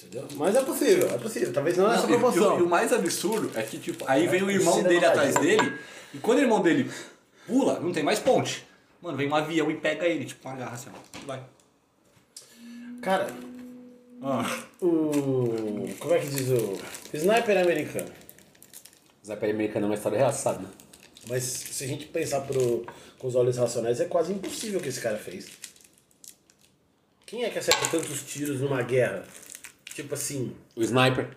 Speaker 4: Entendeu? Mas é possível, é possível. Talvez não,
Speaker 3: Não,
Speaker 4: nessa
Speaker 3: e- e,
Speaker 4: proporção.
Speaker 3: o- e o mais absurdo é que, tipo, aí vem o irmão
Speaker 4: piscina
Speaker 3: dele
Speaker 4: não
Speaker 3: atrás
Speaker 4: cai.
Speaker 3: dele, e quando o irmão dele pula, não tem mais ponte. Mano, vem um avião e pega ele, tipo, uma garra assim, ó. Vai.
Speaker 4: Cara, o. Como é que diz o. Sniper americano.
Speaker 1: Zé Pérez Americano é uma história reaçada, né?
Speaker 4: Mas se a gente pensar pro, com os olhos racionais, é quase impossível o que esse cara fez. Quem é que acerta tantos tiros numa guerra? Tipo assim,
Speaker 1: O sniper.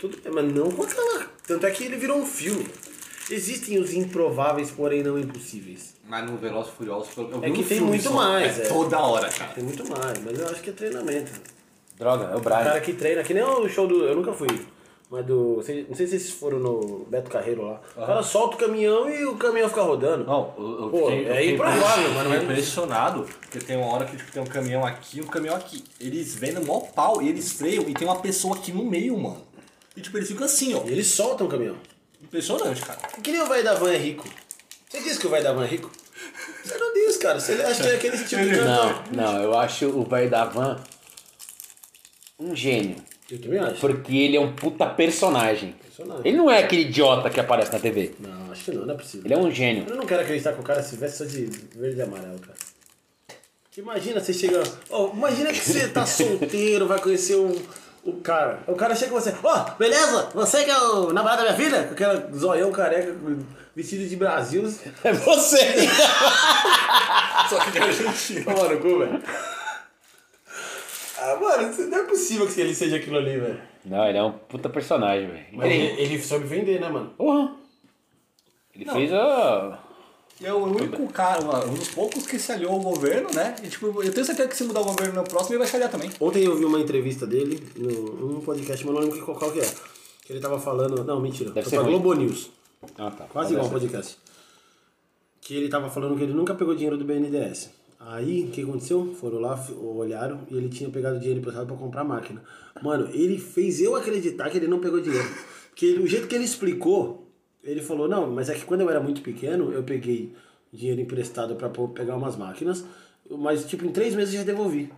Speaker 4: Tudo bem, mas não com aquela. Tanto é que ele virou um filme. Existem os improváveis, porém não impossíveis.
Speaker 3: Mas no Veloz Furioso, eu vi
Speaker 4: É que
Speaker 3: um
Speaker 4: tem
Speaker 3: filme
Speaker 4: muito
Speaker 3: só.
Speaker 4: mais,
Speaker 3: É
Speaker 4: é.
Speaker 3: toda hora, cara.
Speaker 4: Tem muito mais, mas eu acho que é treinamento.
Speaker 1: Droga, é o
Speaker 4: O cara
Speaker 1: Brian.
Speaker 4: que treina, que nem o show do. Eu nunca fui. Mas do. sei- Não sei se vocês foram no Beto Carreiro lá. O cara solta o caminhão e o caminhão fica rodando.
Speaker 3: Não, eu, eu
Speaker 4: Pô,
Speaker 3: fiquei, eu
Speaker 4: é
Speaker 3: fiquei
Speaker 4: improvável,
Speaker 3: impressionado,
Speaker 4: mano, mas-
Speaker 3: impressionado, porque tem uma hora que tipo, tem um caminhão aqui e um caminhão aqui. Eles vêm no mó pau e eles freiam e tem uma pessoa aqui no meio, mano. E tipo, eles ficam assim, ó.
Speaker 4: E eles soltam o um caminhão.
Speaker 3: Impressionante, cara.
Speaker 4: Que nem o vai da van é rico. Você disse que o vai da van é rico? Você não diz, cara. Você acha que é aquele tipo de cantor.
Speaker 1: Não, não, eu acho o velho da van um gênio.
Speaker 4: Eu também acho.
Speaker 1: Porque ele é um puta personagem.
Speaker 4: Personagem.
Speaker 1: Ele não é aquele idiota que aparece na TV.
Speaker 4: Não, acho que não, não é possível.
Speaker 1: Ele é um gênio.
Speaker 4: Eu não quero acreditar que o cara se veste só de verde e amarelo, cara. Imagina você chega. Ó, imagina que você tá solteiro, vai conhecer um. O cara. O cara chega com você. Ó, beleza? Você que é o namorado da minha filha? Com aquela zoião careca, com- vestido de Brasil.
Speaker 1: É você!
Speaker 3: Só que de Argentina.
Speaker 4: Toma no cu, velho. Ah, mano, isso não é possível que ele seja aquilo ali, velho.
Speaker 1: Não, ele é um puta personagem, velho.
Speaker 4: Mas ele, ele soube vender, né, mano?
Speaker 1: Porra! Ele fez a.
Speaker 3: E é o único cara, um dos poucos que se aliou ao governo, né? E tipo, eu tenho certeza que se mudar o governo no próximo, ele vai se aliar também.
Speaker 4: Ontem eu vi uma entrevista dele no, num podcast, mas não lembro qual, qual que é. Que ele tava falando. Não, mentira.
Speaker 1: Deve
Speaker 4: foi
Speaker 1: ser
Speaker 4: pra
Speaker 1: ruim.
Speaker 4: Globo News.
Speaker 1: Ah, tá.
Speaker 4: Quase igual um podcast. Que ele tava falando que ele nunca pegou dinheiro do BNDES. Aí, o que aconteceu? Foram lá, f- olharam e ele tinha pegado dinheiro emprestado pra comprar máquina. Mano, ele fez eu acreditar que ele não pegou dinheiro. Porque ele- o jeito que ele explicou, ele falou: Não, mas é que quando eu era muito pequeno, eu peguei dinheiro emprestado pra pô- pegar umas máquinas, mas tipo, em três meses eu já devolvi.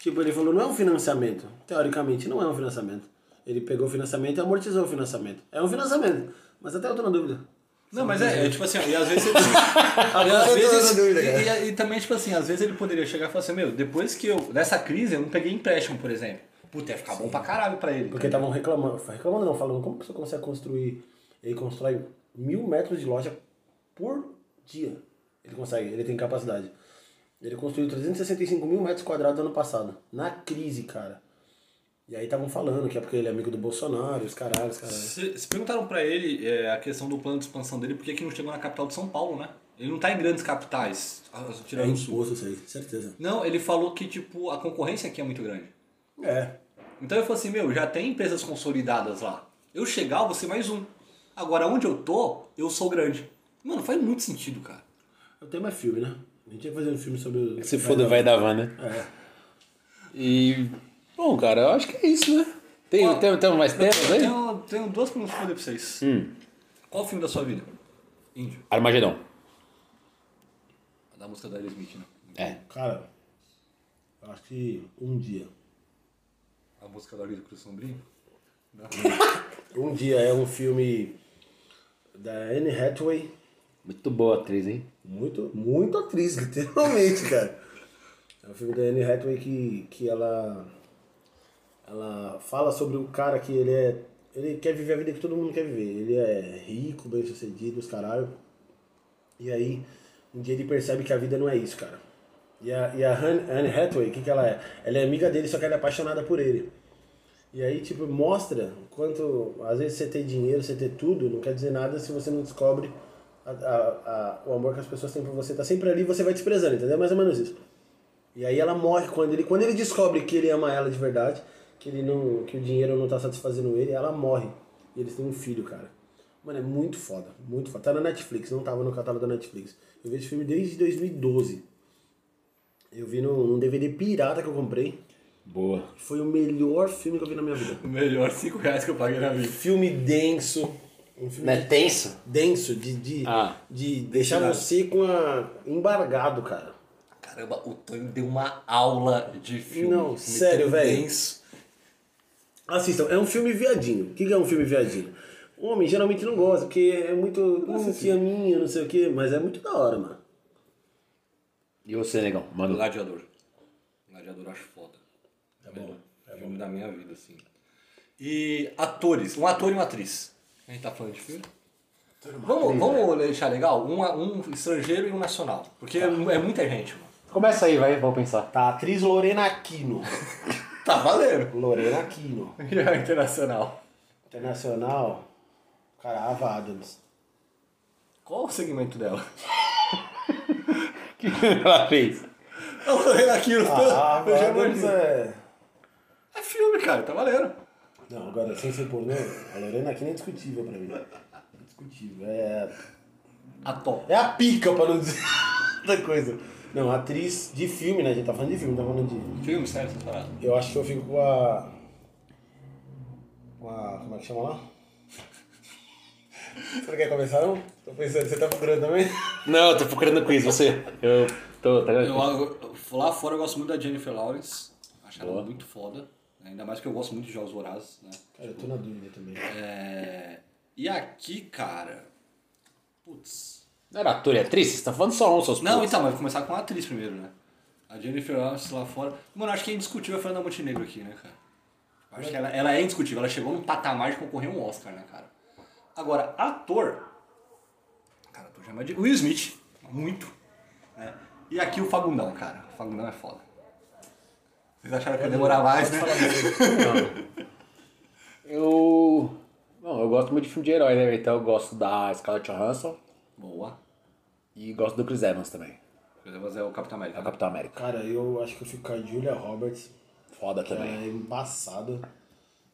Speaker 4: Tipo, ele falou: Não é um financiamento. Teoricamente, não é um financiamento. Ele pegou o financiamento e amortizou o financiamento. É um financiamento, mas até eu tô na dúvida.
Speaker 3: Não, mas é, é tipo assim, ó, e às vezes ele. e,
Speaker 4: eu
Speaker 3: às
Speaker 4: tô
Speaker 3: vezes-
Speaker 4: na dúvida,
Speaker 3: e- e- e também, tipo assim, às vezes ele poderia chegar e falar assim, meu, depois que eu. Nessa crise eu não peguei empréstimo, por exemplo. Puta, ia ficar bom pra caralho pra ele.
Speaker 4: Porque estavam reclamando, reclamando não, falando como que você consegue construir, ele constrói mil metros de loja por dia. Ele consegue, ele tem capacidade. Ele construiu 365 mil metros quadrados ano passado, na crise, cara. E aí estavam falando que é porque ele é amigo do Bolsonaro, os caralho, os caralho.
Speaker 3: Se, se perguntaram pra ele é, a questão do plano de expansão dele, por que que não chegou na capital de São Paulo, né? Ele não tá em grandes capitais, ah,
Speaker 4: É
Speaker 3: tirando o sul.
Speaker 4: imposto isso aí, certeza.
Speaker 3: Não, ele falou que, tipo, a concorrência aqui é muito grande.
Speaker 4: É.
Speaker 3: Então eu falei assim, meu, já tem empresas consolidadas lá. Eu chegar, eu vou ser mais um. Agora, onde eu tô, eu sou grande. Mano, faz muito sentido, cara.
Speaker 4: O tema é filme, né? A gente tinha que fazer um filme sobre o.
Speaker 1: Se foda, vai da van, né?
Speaker 4: É.
Speaker 1: E. Bom, cara, eu acho que é isso, né? Tem,
Speaker 3: Ó,
Speaker 1: tem, tem mais temas
Speaker 3: Eu
Speaker 1: É, aí?
Speaker 3: tenho, tenho duas perguntas pra fazer pra vocês. Qual o filme da sua vida? Índio.
Speaker 1: Armagedon.
Speaker 3: Da música da Aerosmith, né?
Speaker 1: É.
Speaker 4: Cara, eu acho que um dia.
Speaker 3: A música da Lídia Cruz Sombrinho.
Speaker 4: Um dia é um filme da Anne Hathaway.
Speaker 1: Muito boa a atriz, hein?
Speaker 4: Muito, muito atriz, literalmente, cara. É um filme da Anne Hathaway que, que ela, ela fala sobre o cara que ele é. Ele quer viver a vida que todo mundo quer viver. Ele é rico, bem sucedido, os caralho. E aí, um dia ele percebe que a vida não é isso, cara. E a, e a Han- Anne Hathaway, o que, que ela é? Ela é amiga dele, só que ela é apaixonada por ele. E aí, tipo, mostra o quanto, às vezes, você ter dinheiro, você ter tudo, não quer dizer nada se você não descobre a, a- a- o amor que as pessoas têm por você. Tá sempre ali e você vai desprezando, entendeu? Mais ou menos isso. E aí ela morre quando ele, quando ele descobre que ele ama ela de verdade, que, ele não, que o dinheiro não tá satisfazendo ele, ela morre. E eles têm um filho, cara. Mano, é muito foda, muito foda. Tá na Netflix, não tava no catálogo da Netflix. Eu vejo esse filme desde 2012. Eu vi num, num DVD pirata que eu comprei.
Speaker 1: Boa.
Speaker 4: Foi o melhor filme que eu vi na minha vida.
Speaker 3: O melhor 5 reais que eu paguei na vida.
Speaker 4: Filme denso. Um filme
Speaker 1: Não é tenso?
Speaker 4: denso, de, de,
Speaker 1: Ah.
Speaker 4: de deixar você com a... embargado, cara.
Speaker 3: Caramba, o Tonho deu uma aula de filme.
Speaker 4: Não,
Speaker 3: Um filme
Speaker 4: sério,
Speaker 3: tão
Speaker 4: velho.
Speaker 3: denso.
Speaker 4: Assistam, é um filme viadinho. O que que é um filme viadinho? O homem geralmente não gosta, porque é muito. Nossa, que minha, não sei o quê, mas é muito da hora, mano.
Speaker 1: E você, negão? Manda. lá.
Speaker 3: Gladiador. Gladiador eu acho foda. É bom. É o filme da minha vida, assim. E atores. Um ator e uma atriz. A gente tá falando de filme? Vamos, vamos deixar legal? Um, um estrangeiro e um nacional. Porque é muita gente, mano.
Speaker 1: Começa aí, vai, vou pensar.
Speaker 4: Tá, atriz Lorena Aquino.
Speaker 3: Tá valendo.
Speaker 4: Lorena Aquino.
Speaker 3: E a É internacional.
Speaker 4: Internacional. Cara, Ava Adams.
Speaker 3: Qual o segmento dela?
Speaker 1: O que ela fez?
Speaker 3: Eu falei naquilo.
Speaker 4: Ah,
Speaker 3: eu já
Speaker 4: Ava Adams
Speaker 3: imaginei.
Speaker 4: é...
Speaker 3: É filme, cara, tá valendo.
Speaker 4: Não, agora, sem ser pornô, a Lorena aqui não é discutível pra mim. Discutível. É,
Speaker 3: A top.
Speaker 4: é a pica, pra não dizer outra coisa. Não, atriz de filme, né? A gente tá falando de filme, não tá falando de...
Speaker 3: Filme, sério, essa parada.
Speaker 4: Eu acho que eu fico com a... Com a... Como é que chama lá? Você não quer começar, não? Tô pensando, você tá procurando também?
Speaker 1: Não, eu tô procurando o quiz, você. Eu tô. Tá...
Speaker 3: Eu, eu- lá fora eu gosto muito da Jennifer Lawrence. Acho ela
Speaker 1: Boa.
Speaker 3: muito foda. né? Ainda mais que eu gosto muito de Jogos Vorazes, né?
Speaker 4: Cara, eu tô na dúvida também.
Speaker 3: É, E aqui, cara... Putz...
Speaker 1: Não era ator e atriz? Você tá falando só um, seus
Speaker 3: Não,
Speaker 1: putos.
Speaker 3: então, mas vou começar com a atriz primeiro, né? A Jennifer Lawrence lá fora... Mano, acho que é indiscutível a Fernanda Montenegro aqui, né, cara? Eu Acho que ela, ela é indiscutível. Ela chegou num patamar de concorrer a um Oscar, né, cara? Agora, ator... Cara, ator já é mais de... Will Smith. Muito. Né? E aqui o Fagundão, cara. O Fagundão é foda. Vocês acharam que ia demorar mais, né?
Speaker 1: Eu. Não, eu gosto muito de filme de herói, né? Então eu gosto da Scarlett Johansson
Speaker 3: Boa.
Speaker 1: e gosto do Chris Evans também.
Speaker 3: Por exemplo, é o Capitão
Speaker 1: É o
Speaker 3: América.
Speaker 1: Capitão América.
Speaker 4: Cara, eu acho que eu fico com a Julia Roberts.
Speaker 1: Foda
Speaker 4: que ela
Speaker 1: também.
Speaker 4: é embaçada.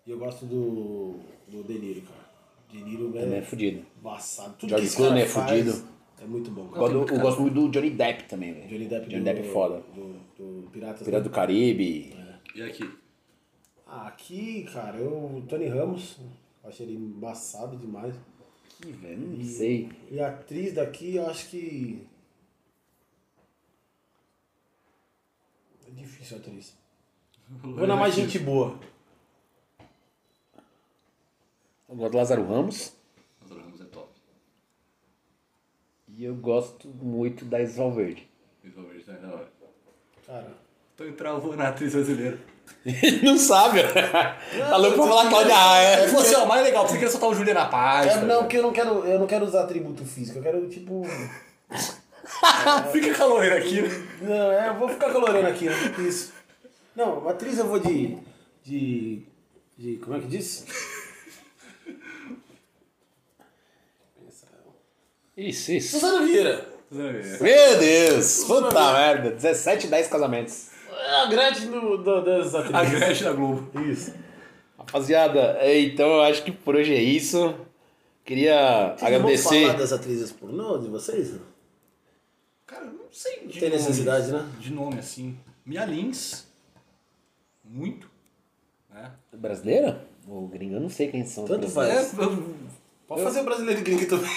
Speaker 4: E eu gosto do, do De Niro, cara. De Niro
Speaker 1: Ele é
Speaker 4: é
Speaker 1: fudido.
Speaker 4: embaçado. Tudo
Speaker 1: George
Speaker 4: que esse cara
Speaker 1: Clooney é
Speaker 4: faz
Speaker 1: fudido.
Speaker 4: É muito bom,
Speaker 1: Eu
Speaker 4: cara.
Speaker 1: gosto, eu gosto muito do Johnny Depp também, velho.
Speaker 4: Johnny Depp,
Speaker 1: Johnny
Speaker 4: do,
Speaker 1: Depp é foda.
Speaker 4: Do, do Piratas. né?
Speaker 1: Pirata do Caribe.
Speaker 3: E aqui?
Speaker 4: Ah, aqui, cara, eu... o Tony Ramos. eu Achei ele embaçado demais.
Speaker 1: Ih, velho, não sei.
Speaker 4: E a atriz daqui, eu acho que... É difícil a atriz. Vou na mais gente boa.
Speaker 1: Eu gosto do Lázaro Ramos.
Speaker 3: Nós olhamos, é top.
Speaker 1: E eu gosto muito da Isol Verde.
Speaker 3: Principalmente, né? Da hora.
Speaker 4: Cara...
Speaker 3: Tô entravando na atriz brasileira.
Speaker 1: Ele não sabe. Tá louco pra falar Cláudia
Speaker 3: É,
Speaker 1: Raia.
Speaker 3: falou assim, ó, mais legal, você queria soltar o Júlio na paz.
Speaker 4: É,
Speaker 3: tá
Speaker 4: não,
Speaker 3: ligado?
Speaker 4: porque eu não quero, eu não quero usar atributo físico, eu quero tipo.
Speaker 3: Fica calor aqui, né?
Speaker 4: Não, é, eu vou ficar colorando aqui, né? Isso. Não, atriz eu vou de. de. de. como é que diz?
Speaker 1: Isso, isso.
Speaker 4: Susana Vieira!
Speaker 1: Meu Deus! Puta merda! 17, 10 casamentos.
Speaker 4: É A grande do, do- das
Speaker 3: A
Speaker 4: atrizes.
Speaker 3: Gretchen da Globo.
Speaker 4: Isso.
Speaker 1: Rapaziada, é, então eu acho que por hoje é isso. Queria
Speaker 4: Vamos falar
Speaker 1: agradecer.
Speaker 4: das atrizes pornô de vocês?
Speaker 3: Cara, eu não sei de
Speaker 4: Tem
Speaker 3: nome,
Speaker 4: necessidade, né?
Speaker 3: De nome, assim. Mia Lins. Muito. Né?
Speaker 1: Brasileira? Ou gringa? Eu não sei quem são.
Speaker 4: Tanto
Speaker 1: os
Speaker 4: faz.
Speaker 1: brasileiros.
Speaker 4: Pode fazer o brasileiro gringo também.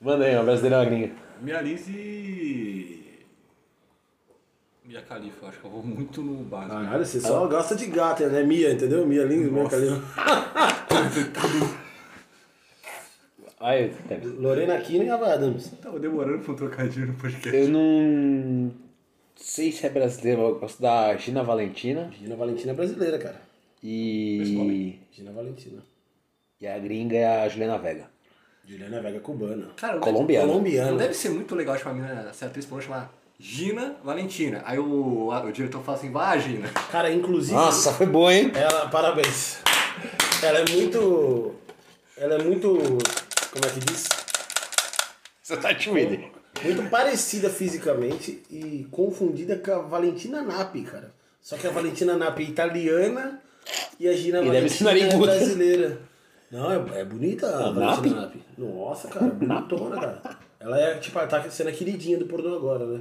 Speaker 1: Manda aí, uma brasileira ou uma gringa.
Speaker 3: Mia Lins e... Mia Khalifa, acho que eu vou muito no básico.
Speaker 4: Caralho, você Ah, só gosta de gata, né? Mia, entendeu? Mia Lins, Mia Calil.
Speaker 1: Ai, eu- cara,
Speaker 4: Lorena Kina e Ava Adams.
Speaker 3: Tava demorando pra um trocadilho no podcast.
Speaker 1: eu não sei se é brasileira, mas eu gosto da Gina Valentina
Speaker 4: Gina Valentina é brasileira, cara.
Speaker 1: e.
Speaker 4: Gina Valentina.
Speaker 1: E a gringa é a Juliana Vega.
Speaker 4: Juliana Vega é cubana.
Speaker 3: Cara, não deve-
Speaker 1: Colombiana.
Speaker 3: Não
Speaker 4: Colombiana.
Speaker 3: deve ser muito legal chamar a mina, ser né? atriz pornô, chamar Gina Valentina. Aí o, a- o diretor fala assim, vá Gina.
Speaker 4: Cara, inclusive,
Speaker 1: Nossa, foi bom, hein?
Speaker 4: ela, parabéns. Ela é muito. Ela é muito. Como é que diz?
Speaker 1: Você tá tímido.
Speaker 4: Muito parecida fisicamente e confundida com a Valentina Napi, cara. Só que a Valentina Napi é italiana e a Gina
Speaker 1: E deve ser
Speaker 4: Valentina é
Speaker 1: nariguda.
Speaker 4: brasileira. Não, é, é bonita a Valentina
Speaker 1: Napi?
Speaker 4: Napi. Nossa, cara, é bonitona, cara. Ela é, tipo, ela tá sendo a queridinha do pornô agora, né?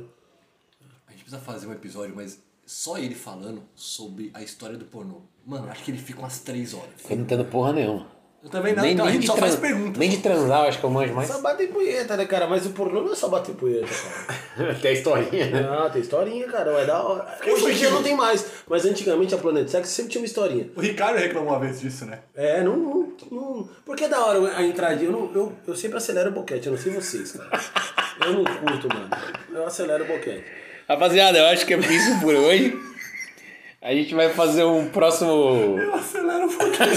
Speaker 3: A gente precisa fazer um episódio, mas só ele falando sobre a história do pornô. Mano, acho que ele fica umas três horas.
Speaker 1: Eu não entendo porra nenhuma.
Speaker 3: Eu também não, então a gente
Speaker 1: de
Speaker 3: só
Speaker 1: tran-
Speaker 3: faz pergunta.
Speaker 1: Nem de transar, eu acho que eu manjo mais.
Speaker 4: Só bater punheta, né, cara? Mas o pornô não é só bater punheta, cara.
Speaker 1: Tem a historinha, né?
Speaker 4: Não, Ah, tem historinha, cara. É da hora. Hoje em dia não tem mais. Mas antigamente a Planet Sex sempre tinha uma historinha.
Speaker 3: O Ricardo reclamou uma vez disso, né?
Speaker 4: É, não. não, não- porque é da hora a entrada. Eu, não- eu, eu sempre acelero o boquete, eu não sei vocês, cara. Eu não curto, mano. Eu acelero o boquete.
Speaker 1: Rapaziada, eu acho que é isso por hoje. A gente vai fazer um próximo.
Speaker 3: Eu acelero um pouquinho.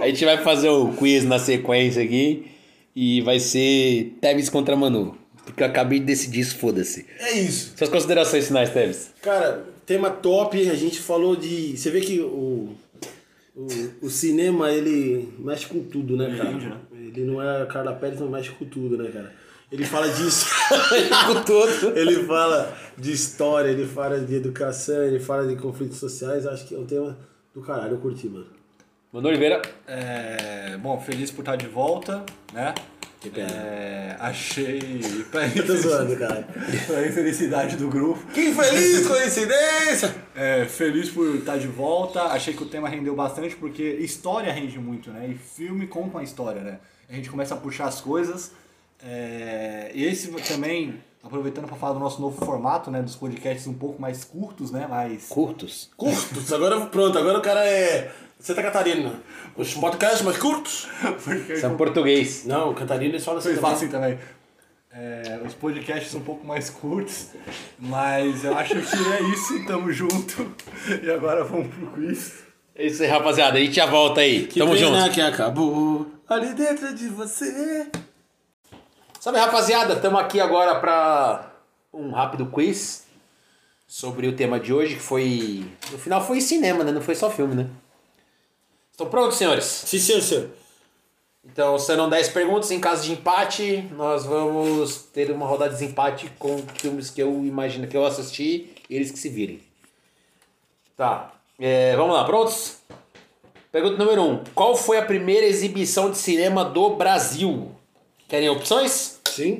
Speaker 1: A gente vai fazer o quiz na sequência aqui. E vai ser Tevez contra Manu. Porque eu acabei de decidir isso, foda-se.
Speaker 4: É isso.
Speaker 1: Suas considerações finais, Tevez.
Speaker 4: Cara, tema top. A gente falou de. Você vê que o. O, o cinema, ele mexe com tudo, né, cara?
Speaker 3: Entende, né?
Speaker 4: Ele não é Carla Pérez, mas mexe com tudo, né, cara? Ele fala disso.
Speaker 1: Com todo.
Speaker 4: ele fala de história, ele fala de educação, ele fala de conflitos sociais. Acho que é um tema do caralho, eu curti, mano.
Speaker 1: Mano Oliveira.
Speaker 3: É, bom, feliz por estar de volta, né?
Speaker 1: Que pena.
Speaker 3: É, achei. Pra
Speaker 4: Eu tô zoando, cara.
Speaker 3: pra infelicidade do grupo.
Speaker 1: Que infeliz coincidência!
Speaker 3: É, feliz por estar de volta. Achei que o tema rendeu bastante, porque história rende muito, né? E filme conta a história, né? A gente começa a puxar as coisas. É, esse também, aproveitando para falar do nosso novo formato, né? Dos podcasts um pouco mais curtos, né? Mais.
Speaker 1: Curtos.
Speaker 4: Curtos, agora pronto, agora o cara é Santa Catarina. Os podcasts mais curtos?
Speaker 3: Porque
Speaker 1: São português.
Speaker 4: Não, Catarina eles falam
Speaker 3: Vocês
Speaker 4: Santa
Speaker 3: falam
Speaker 4: Catarina.
Speaker 3: assim também. É, os podcasts são um pouco mais curtos, mas eu acho que é isso. Tamo junto. E agora vamos pro quiz.
Speaker 1: É isso aí, rapaziada. A gente já volta aí. Tamo junto.
Speaker 4: que acabou ali dentro de você.
Speaker 1: Sabe, rapaziada, estamos aqui agora para um rápido quiz sobre o tema de hoje, que foi. No final foi cinema, né? Não foi só filme, né? Estão prontos, senhores?
Speaker 4: Sim, senhor, senhor.
Speaker 1: Então serão 10 perguntas. Em caso de empate, nós vamos ter uma rodada de desempate com filmes que eu imagino que eu assisti e eles que se virem. Tá. É, vamos lá, prontos? Pergunta número 1. Um. Qual foi a primeira exibição de cinema do Brasil? Querem opções?
Speaker 4: Sim.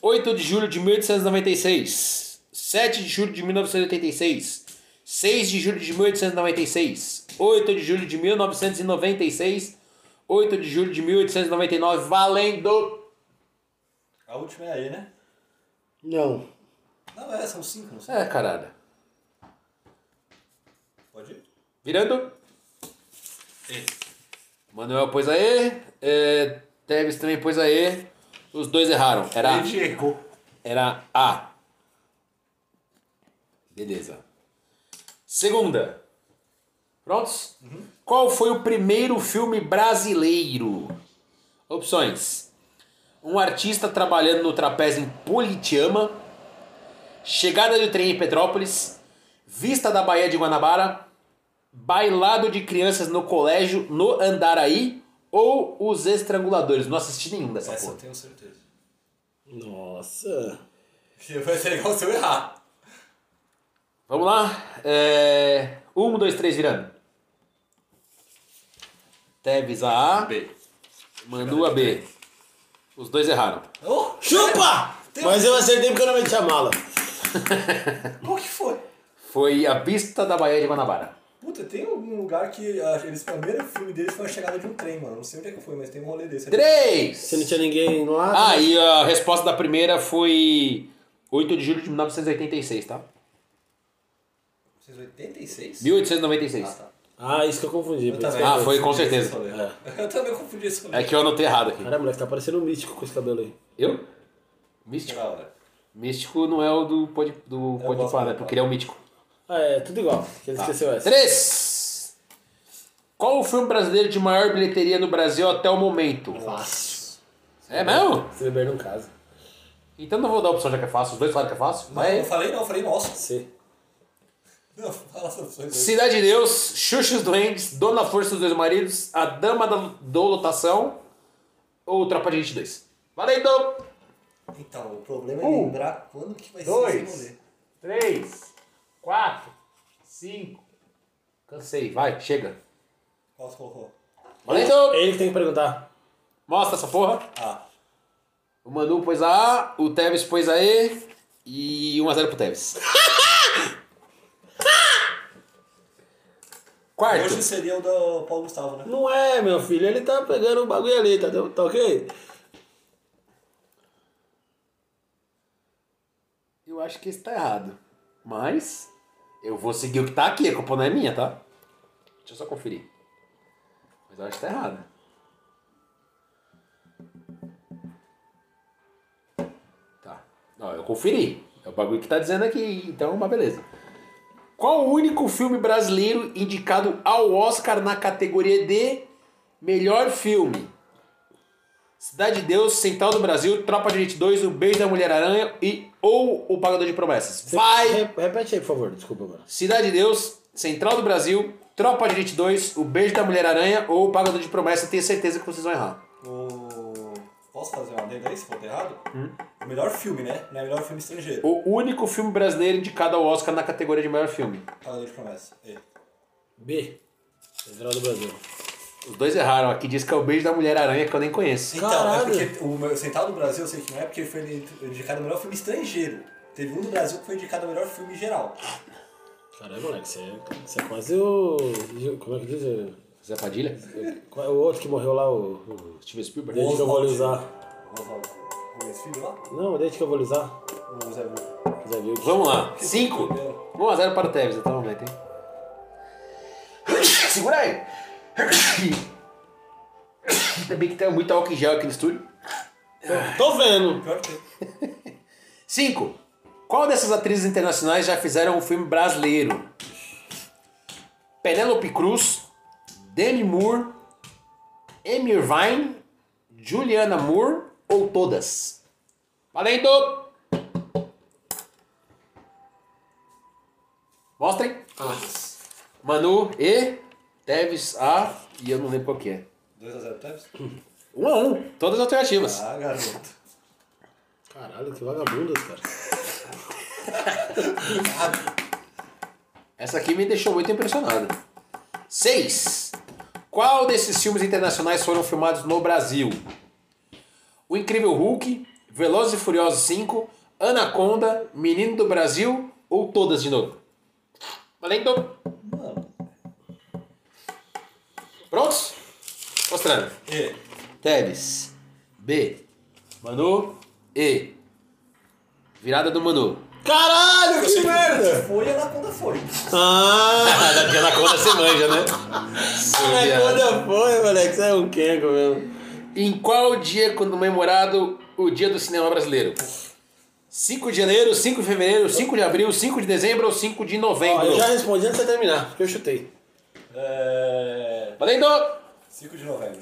Speaker 1: 8 de julho de 1896, 7 de julho de 1986, 6 de julho de 1896, 8 de julho de 1996, 8 de julho de 1899, valendo!
Speaker 3: A última é aí, né?
Speaker 4: Não.
Speaker 3: Não, é, são cinco, não sei.
Speaker 1: É, caralho.
Speaker 3: Pode ir?
Speaker 1: Virando. Manuel pôs aí, é, Teves também pôs aí. Os dois erraram. Era,
Speaker 3: Diego.
Speaker 1: era A. Beleza. Segunda. Prontos? Qual foi o primeiro filme brasileiro? Opções: Um artista trabalhando no trapézio em Politiama, Chegada do trem em Petrópolis, Vista da Baía de Guanabara, Bailado de crianças no colégio no Andaraí ou Os Estranguladores. Não assisti nenhum dessa porra.
Speaker 3: tenho certeza.
Speaker 4: Nossa.
Speaker 3: Vai ser legal se eu errar.
Speaker 1: Vamos lá. É... Um, dois, três, virando. Tevez a A,
Speaker 3: B.
Speaker 1: Manu a B. Os dois erraram.
Speaker 3: Oh,
Speaker 4: Chupa! Mas eu acertei porque eu não meti a mala.
Speaker 3: qual que foi?
Speaker 1: Foi a pista da Baía de Guanabara.
Speaker 2: Puta, tem algum lugar que ah, eles, o primeiro filme deles foi a chegada de um trem, mano. Não sei onde é que foi, mas tem um rolê desse.
Speaker 1: Três!
Speaker 4: Você não tinha ninguém lá?
Speaker 1: Ah, e a resposta da primeira foi 8 de julho de 1986, tá?
Speaker 2: 86?
Speaker 1: 1896.
Speaker 2: Ah, tá.
Speaker 4: Ah, isso que eu confundi.
Speaker 2: Eu
Speaker 4: pensei.
Speaker 2: também.
Speaker 1: Ah, foi com
Speaker 2: confundi
Speaker 1: certeza.
Speaker 2: esse rolê.
Speaker 4: É.
Speaker 2: Eu também confundi esse rolê.
Speaker 1: É que eu anotei errado aqui.
Speaker 4: Caramba, moleque, tá parecendo um místico com esse cabelo aí.
Speaker 1: Eu? Místico?
Speaker 2: Da hora.
Speaker 1: Místico não é o do pode do pode
Speaker 2: gosto
Speaker 1: falar, né?
Speaker 2: do-
Speaker 1: Porque ele é o mítico.
Speaker 4: Ah, é, tudo igual. Que ele esqueceu essa.
Speaker 1: 3. Qual o filme brasileiro de maior bilheteria no Brasil até o momento?
Speaker 4: Fácil.
Speaker 1: É mesmo?
Speaker 4: Se beber num caso.
Speaker 1: Então não vou dar a opção já que é fácil. Os dois falaram que é fácil.
Speaker 2: Não, eu
Speaker 1: Vai.
Speaker 2: falei não, eu falei nossa.
Speaker 4: C.
Speaker 2: Não, fala as opções aí.
Speaker 1: Cidade de Deus, Xuxa e os Duendes, Dona Força dos Dois Maridos, A Dama da do Lotação ou Tropa de Gente 2. Valendo!
Speaker 2: Então, o problema é
Speaker 1: Um,
Speaker 2: lembrar quando que vai ser
Speaker 1: dois.
Speaker 2: esse rolê.
Speaker 1: 3, 4, 5. Cansei, vai, chega.
Speaker 2: Qual você colocou?
Speaker 1: Valendo!
Speaker 4: É ele que tem que perguntar.
Speaker 1: Mostra essa porra.
Speaker 2: Ah,
Speaker 1: O Manu pôs a A, o Tevez pôs a E e 1x0 pro Tevez. Quarto.
Speaker 2: hoje seria o do Paulo Gustavo, né?
Speaker 4: Não é, meu filho. Ele tá pegando o bagulho ali, tá, tá ok?
Speaker 1: Eu acho que esse tá errado. Mas eu vou seguir o que tá aqui, a culpa não é minha, tá? Deixa eu só conferir. Mas eu acho que tá errado. Tá. Ó, eu conferi. É o bagulho que tá dizendo aqui, então, mas beleza. Qual o único filme brasileiro indicado ao Oscar na categoria de melhor filme? Cidade de Deus, Central do Brasil, Tropa de Elite 2, O Beijo da Mulher Aranha e ou O Pagador de Promessas. Vai!
Speaker 4: Re- Repete aí, por favor. Desculpa, mano.
Speaker 1: Cidade de Deus, Central do Brasil, Tropa de Elite 2, O Beijo da Mulher-Aranha ou O Pagador de Promessa, tenho certeza que vocês vão errar.
Speaker 2: O... Posso fazer uma adenda aí, se for errado?
Speaker 1: Hum?
Speaker 2: O melhor filme, né? Não é o melhor filme estrangeiro.
Speaker 1: O único filme brasileiro indicado ao Oscar na categoria de melhor filme.
Speaker 2: Pagador de promessa. E.
Speaker 4: B. Central do Brasil.
Speaker 1: Os dois erraram. Aqui diz que é O Beijo da Mulher-Aranha, que eu nem conheço.
Speaker 2: Então,
Speaker 4: Caralho.
Speaker 2: é porque o meu Central do Brasil, eu sei que não é, porque ele foi indicado ao melhor filme estrangeiro. Teve um do Brasil que foi indicado ao melhor filme geral.
Speaker 4: Caralho, moleque, você é, você é quase o. Como é que diz? O-
Speaker 1: Zé Padilha?
Speaker 4: qual é O outro que morreu lá, o.
Speaker 1: O
Speaker 4: o-
Speaker 1: Steven Spielberg?
Speaker 4: Desde que eu vou lhe
Speaker 2: Oswald.
Speaker 4: usar.
Speaker 2: Oswaldo. Rubens Filho lá? Um
Speaker 4: Não, desde que eu vou lhe usar.
Speaker 2: O Zé Bruno.
Speaker 4: Zé Vilk.
Speaker 1: Vamos lá. 5. 1x0 para o Tevez então, até o momento, hein? Segura aí. Ainda bem que tem muito álcool em gel aqui no estúdio.
Speaker 4: Tô vendo!
Speaker 2: Pior que tem.
Speaker 1: 5. Qual dessas atrizes internacionais já fizeram um filme brasileiro? Penélope Cruz, Demi Moore, Amy Irvine, Juliana Moore ou todas? Valendo! Mostrem. Manu e Teves A e eu não lembro qual que é.
Speaker 2: 2x0 Tevez?
Speaker 1: 1 um a 1, um, todas as alternativas.
Speaker 2: tá? Ah, garoto.
Speaker 4: Caralho, que vagabundo, cara.
Speaker 1: Essa aqui me deixou muito impressionado. 6. Qual desses filmes internacionais foram filmados no Brasil? O Incrível Hulk, Velozes e Furiosos 5, Anaconda, Menino do Brasil ou todas de novo? Valendo!
Speaker 2: Mano.
Speaker 1: Prontos? Mostrando.
Speaker 2: E.
Speaker 1: Teles. B. Manu. E. Virada do Manu.
Speaker 4: Caralho, que merda!
Speaker 2: Foi a Anaconda foi.
Speaker 4: Ah!
Speaker 1: Ah, da Anaconda você manja, né? Seu viado.
Speaker 4: Anaconda foi, moleque, você é um quengo mesmo.
Speaker 1: Em qual dia comemorado o Dia do Cinema Brasileiro? 5 de janeiro, 5 de fevereiro, 5 de abril, 5 de dezembro ou 5 de
Speaker 4: Ó,
Speaker 1: novembro?
Speaker 4: eu já respondi antes de você terminar, porque eu chutei.
Speaker 2: É.
Speaker 1: Valendo!
Speaker 2: 5 de novembro.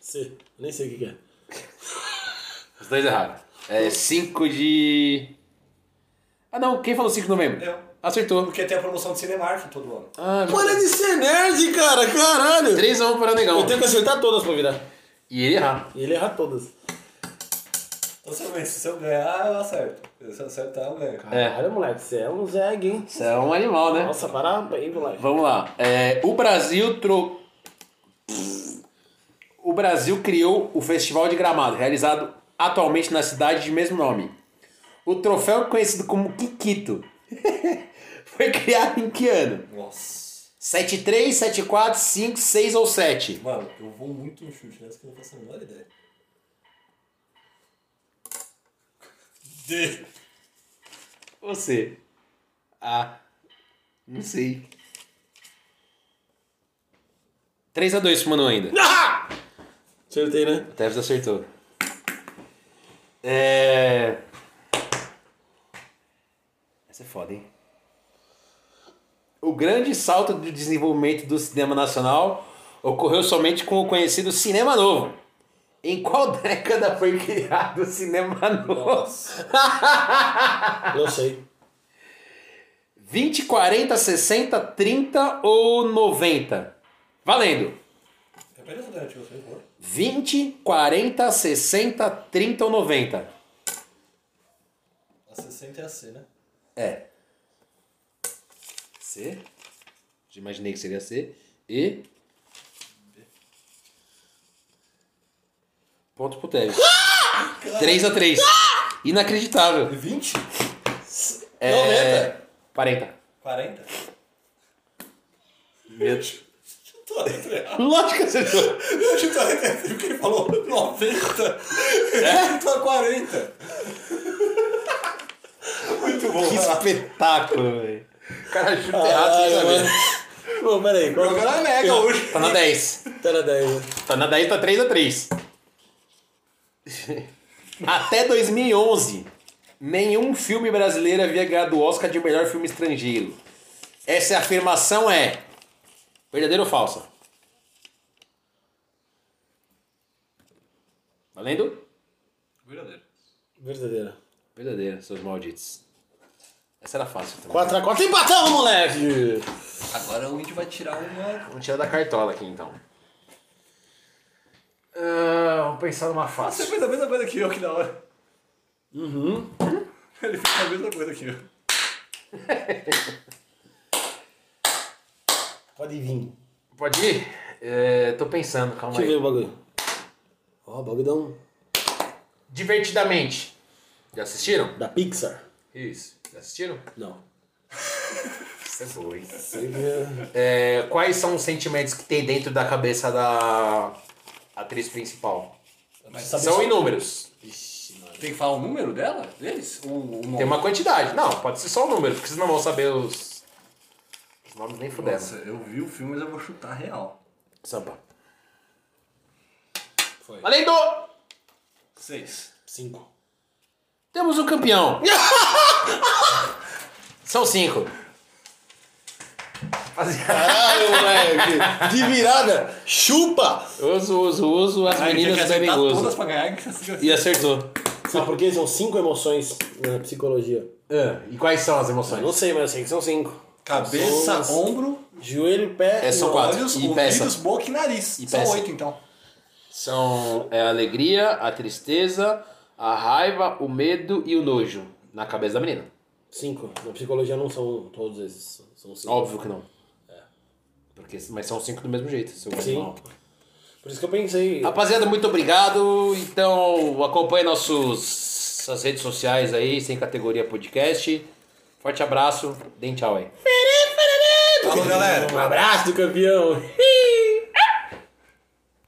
Speaker 4: C. Nem sei o que, que é.
Speaker 1: Os dois erraram. É 5 de. Ah não, quem falou 5 de novembro?
Speaker 2: Eu.
Speaker 1: Acertou.
Speaker 2: Porque tem a promoção do Cinemark todo ano.
Speaker 1: Ah,
Speaker 4: Para de ser nerd, cara, caralho!
Speaker 1: 3 a 1 para o Negão.
Speaker 4: Eu tenho que acertar todas pra virar.
Speaker 1: E ele errar.
Speaker 4: E ele errar todas.
Speaker 2: Então, se eu ganhar, se eu ganhar, eu acerto. Se eu acertar, eu ganho.
Speaker 1: É.
Speaker 4: Caralho, moleque, você é um zeg, hein?
Speaker 1: Isso é um animal, né?
Speaker 4: Nossa, parabéns, moleque.
Speaker 1: Vamos lá. É, o Brasil tro... O Brasil criou o Festival de Gramado, realizado atualmente na cidade de mesmo nome. O troféu conhecido como Kikito foi criado em que ano?
Speaker 2: Nossa.
Speaker 1: 73, 74, 5, 6 ou 7?
Speaker 2: Mano, eu vou muito no chute nessa que eu não faço a menor ideia. D.
Speaker 1: Você. Ah, não sei. 3x2 pro Manu ainda.
Speaker 4: Acertei, né?
Speaker 1: O Tevez acertou. É... Essa é foda, hein? O grande salto de desenvolvimento do cinema nacional ocorreu somente com o conhecido Cinema Novo. Em qual década foi criado o Cinema Novo?
Speaker 4: Eu sei.
Speaker 1: 20, 40, 60, 30 ou 90? Valendo!
Speaker 2: Repete essa alternativa, por favor.
Speaker 1: 20, 40, 60, 30 ou 90?
Speaker 2: A 60 é a C, né?
Speaker 1: É. C. Já imaginei que seria C. E. Ponto pro Tevez. 3x3. Ah! Inacreditável.
Speaker 2: 20?
Speaker 1: É... 40.
Speaker 2: 40?
Speaker 1: Medo.
Speaker 2: Eu tô dentro errado.
Speaker 1: Lógico que acertou.
Speaker 2: Eu chuto a letra porque ele falou 90. Eu chuto a 40. Muito bom.
Speaker 1: Que espetáculo, velho. O cara chuta errado sem
Speaker 4: Caralho,
Speaker 1: saber.
Speaker 4: mano. Pô, peraí, qual
Speaker 2: Jogando a mega hoje.
Speaker 1: Tá na 10.
Speaker 4: Tá na 10, né?
Speaker 1: Tá na 10, tá 3x3. Até 2011, nenhum filme brasileiro havia ganhado o Oscar de melhor filme estrangeiro. Essa afirmação é verdadeira ou falsa? Valendo?
Speaker 3: Verdadeiro.
Speaker 4: Verdadeira.
Speaker 1: Verdadeira, seus malditos. Essa era fácil também.
Speaker 4: 4x4, empatamos, moleque!
Speaker 3: Agora o índio vai tirar uma.
Speaker 1: Vamos tirar da cartola aqui então. Ah, vamos pensar numa
Speaker 3: Você
Speaker 1: fácil.
Speaker 3: fez a mesma coisa que eu, que da hora. Uhum. Ele fez a mesma coisa que eu.
Speaker 5: Pode vir.
Speaker 1: Pode ir? É, tô pensando, calma
Speaker 4: Deixa eu
Speaker 1: aí.
Speaker 4: ver o bagulho. Ó, o bagulho dá um.
Speaker 1: Divertidamente. Já assistiram?
Speaker 4: Da Pixar.
Speaker 1: Isso. Já assistiram?
Speaker 4: Não.
Speaker 1: Isso é boa, hein? É, quais são os sentimentos que tem dentro da cabeça da atriz principal? São inúmeros.
Speaker 3: Tem que falar o número dela? É Deles? Ou o nome?
Speaker 1: Tem uma quantidade. Não, pode ser só o número, porque vocês não vão saber os, os nomes nem fudendo.
Speaker 3: Nossa, eu vi o filme, mas eu vou chutar real.
Speaker 1: Samba.
Speaker 3: Foi.
Speaker 1: Valendo!
Speaker 3: Seis.
Speaker 5: Cinco.
Speaker 1: Temos um campeão. São cinco. Rapaziada,
Speaker 6: Caralho, moleque! É, De virada! Chupa! Uso, uso, uso, as
Speaker 3: Ah, ele tinha que
Speaker 6: meninas bebem
Speaker 3: acertar todas
Speaker 6: gozo.
Speaker 3: pra ganhar. que assim eu-
Speaker 6: E acertou.
Speaker 4: Sabe por quê? São cinco emoções na psicologia.
Speaker 1: Ah, e quais são as emoções?
Speaker 4: Não sei, mas eu sei que são cinco.
Speaker 3: Cabeça, ombro,
Speaker 4: Joelho, pé.
Speaker 6: É, são
Speaker 4: e-
Speaker 6: quatro.
Speaker 3: olhos,
Speaker 6: E
Speaker 3: ouvidos,
Speaker 6: peça.
Speaker 3: boca e nariz.
Speaker 6: E
Speaker 3: São
Speaker 6: peça.
Speaker 3: oito, então.
Speaker 1: São é, a alegria, a tristeza, a raiva, o medo e o nojo na cabeça da menina.
Speaker 4: Cinco. Na psicologia não são todos esses. São cinco.
Speaker 1: Óbvio que não. Porque, mas são cinco do mesmo jeito, seu
Speaker 4: Sim.
Speaker 1: animal.
Speaker 4: Por isso que eu pensei.
Speaker 1: Rapaziada, muito obrigado. Então, acompanhe nossos, nossas redes sociais aí, sem categoria podcast. Forte abraço, deem tchau aí.
Speaker 3: Falou, galera.
Speaker 4: Um abraço do campeão.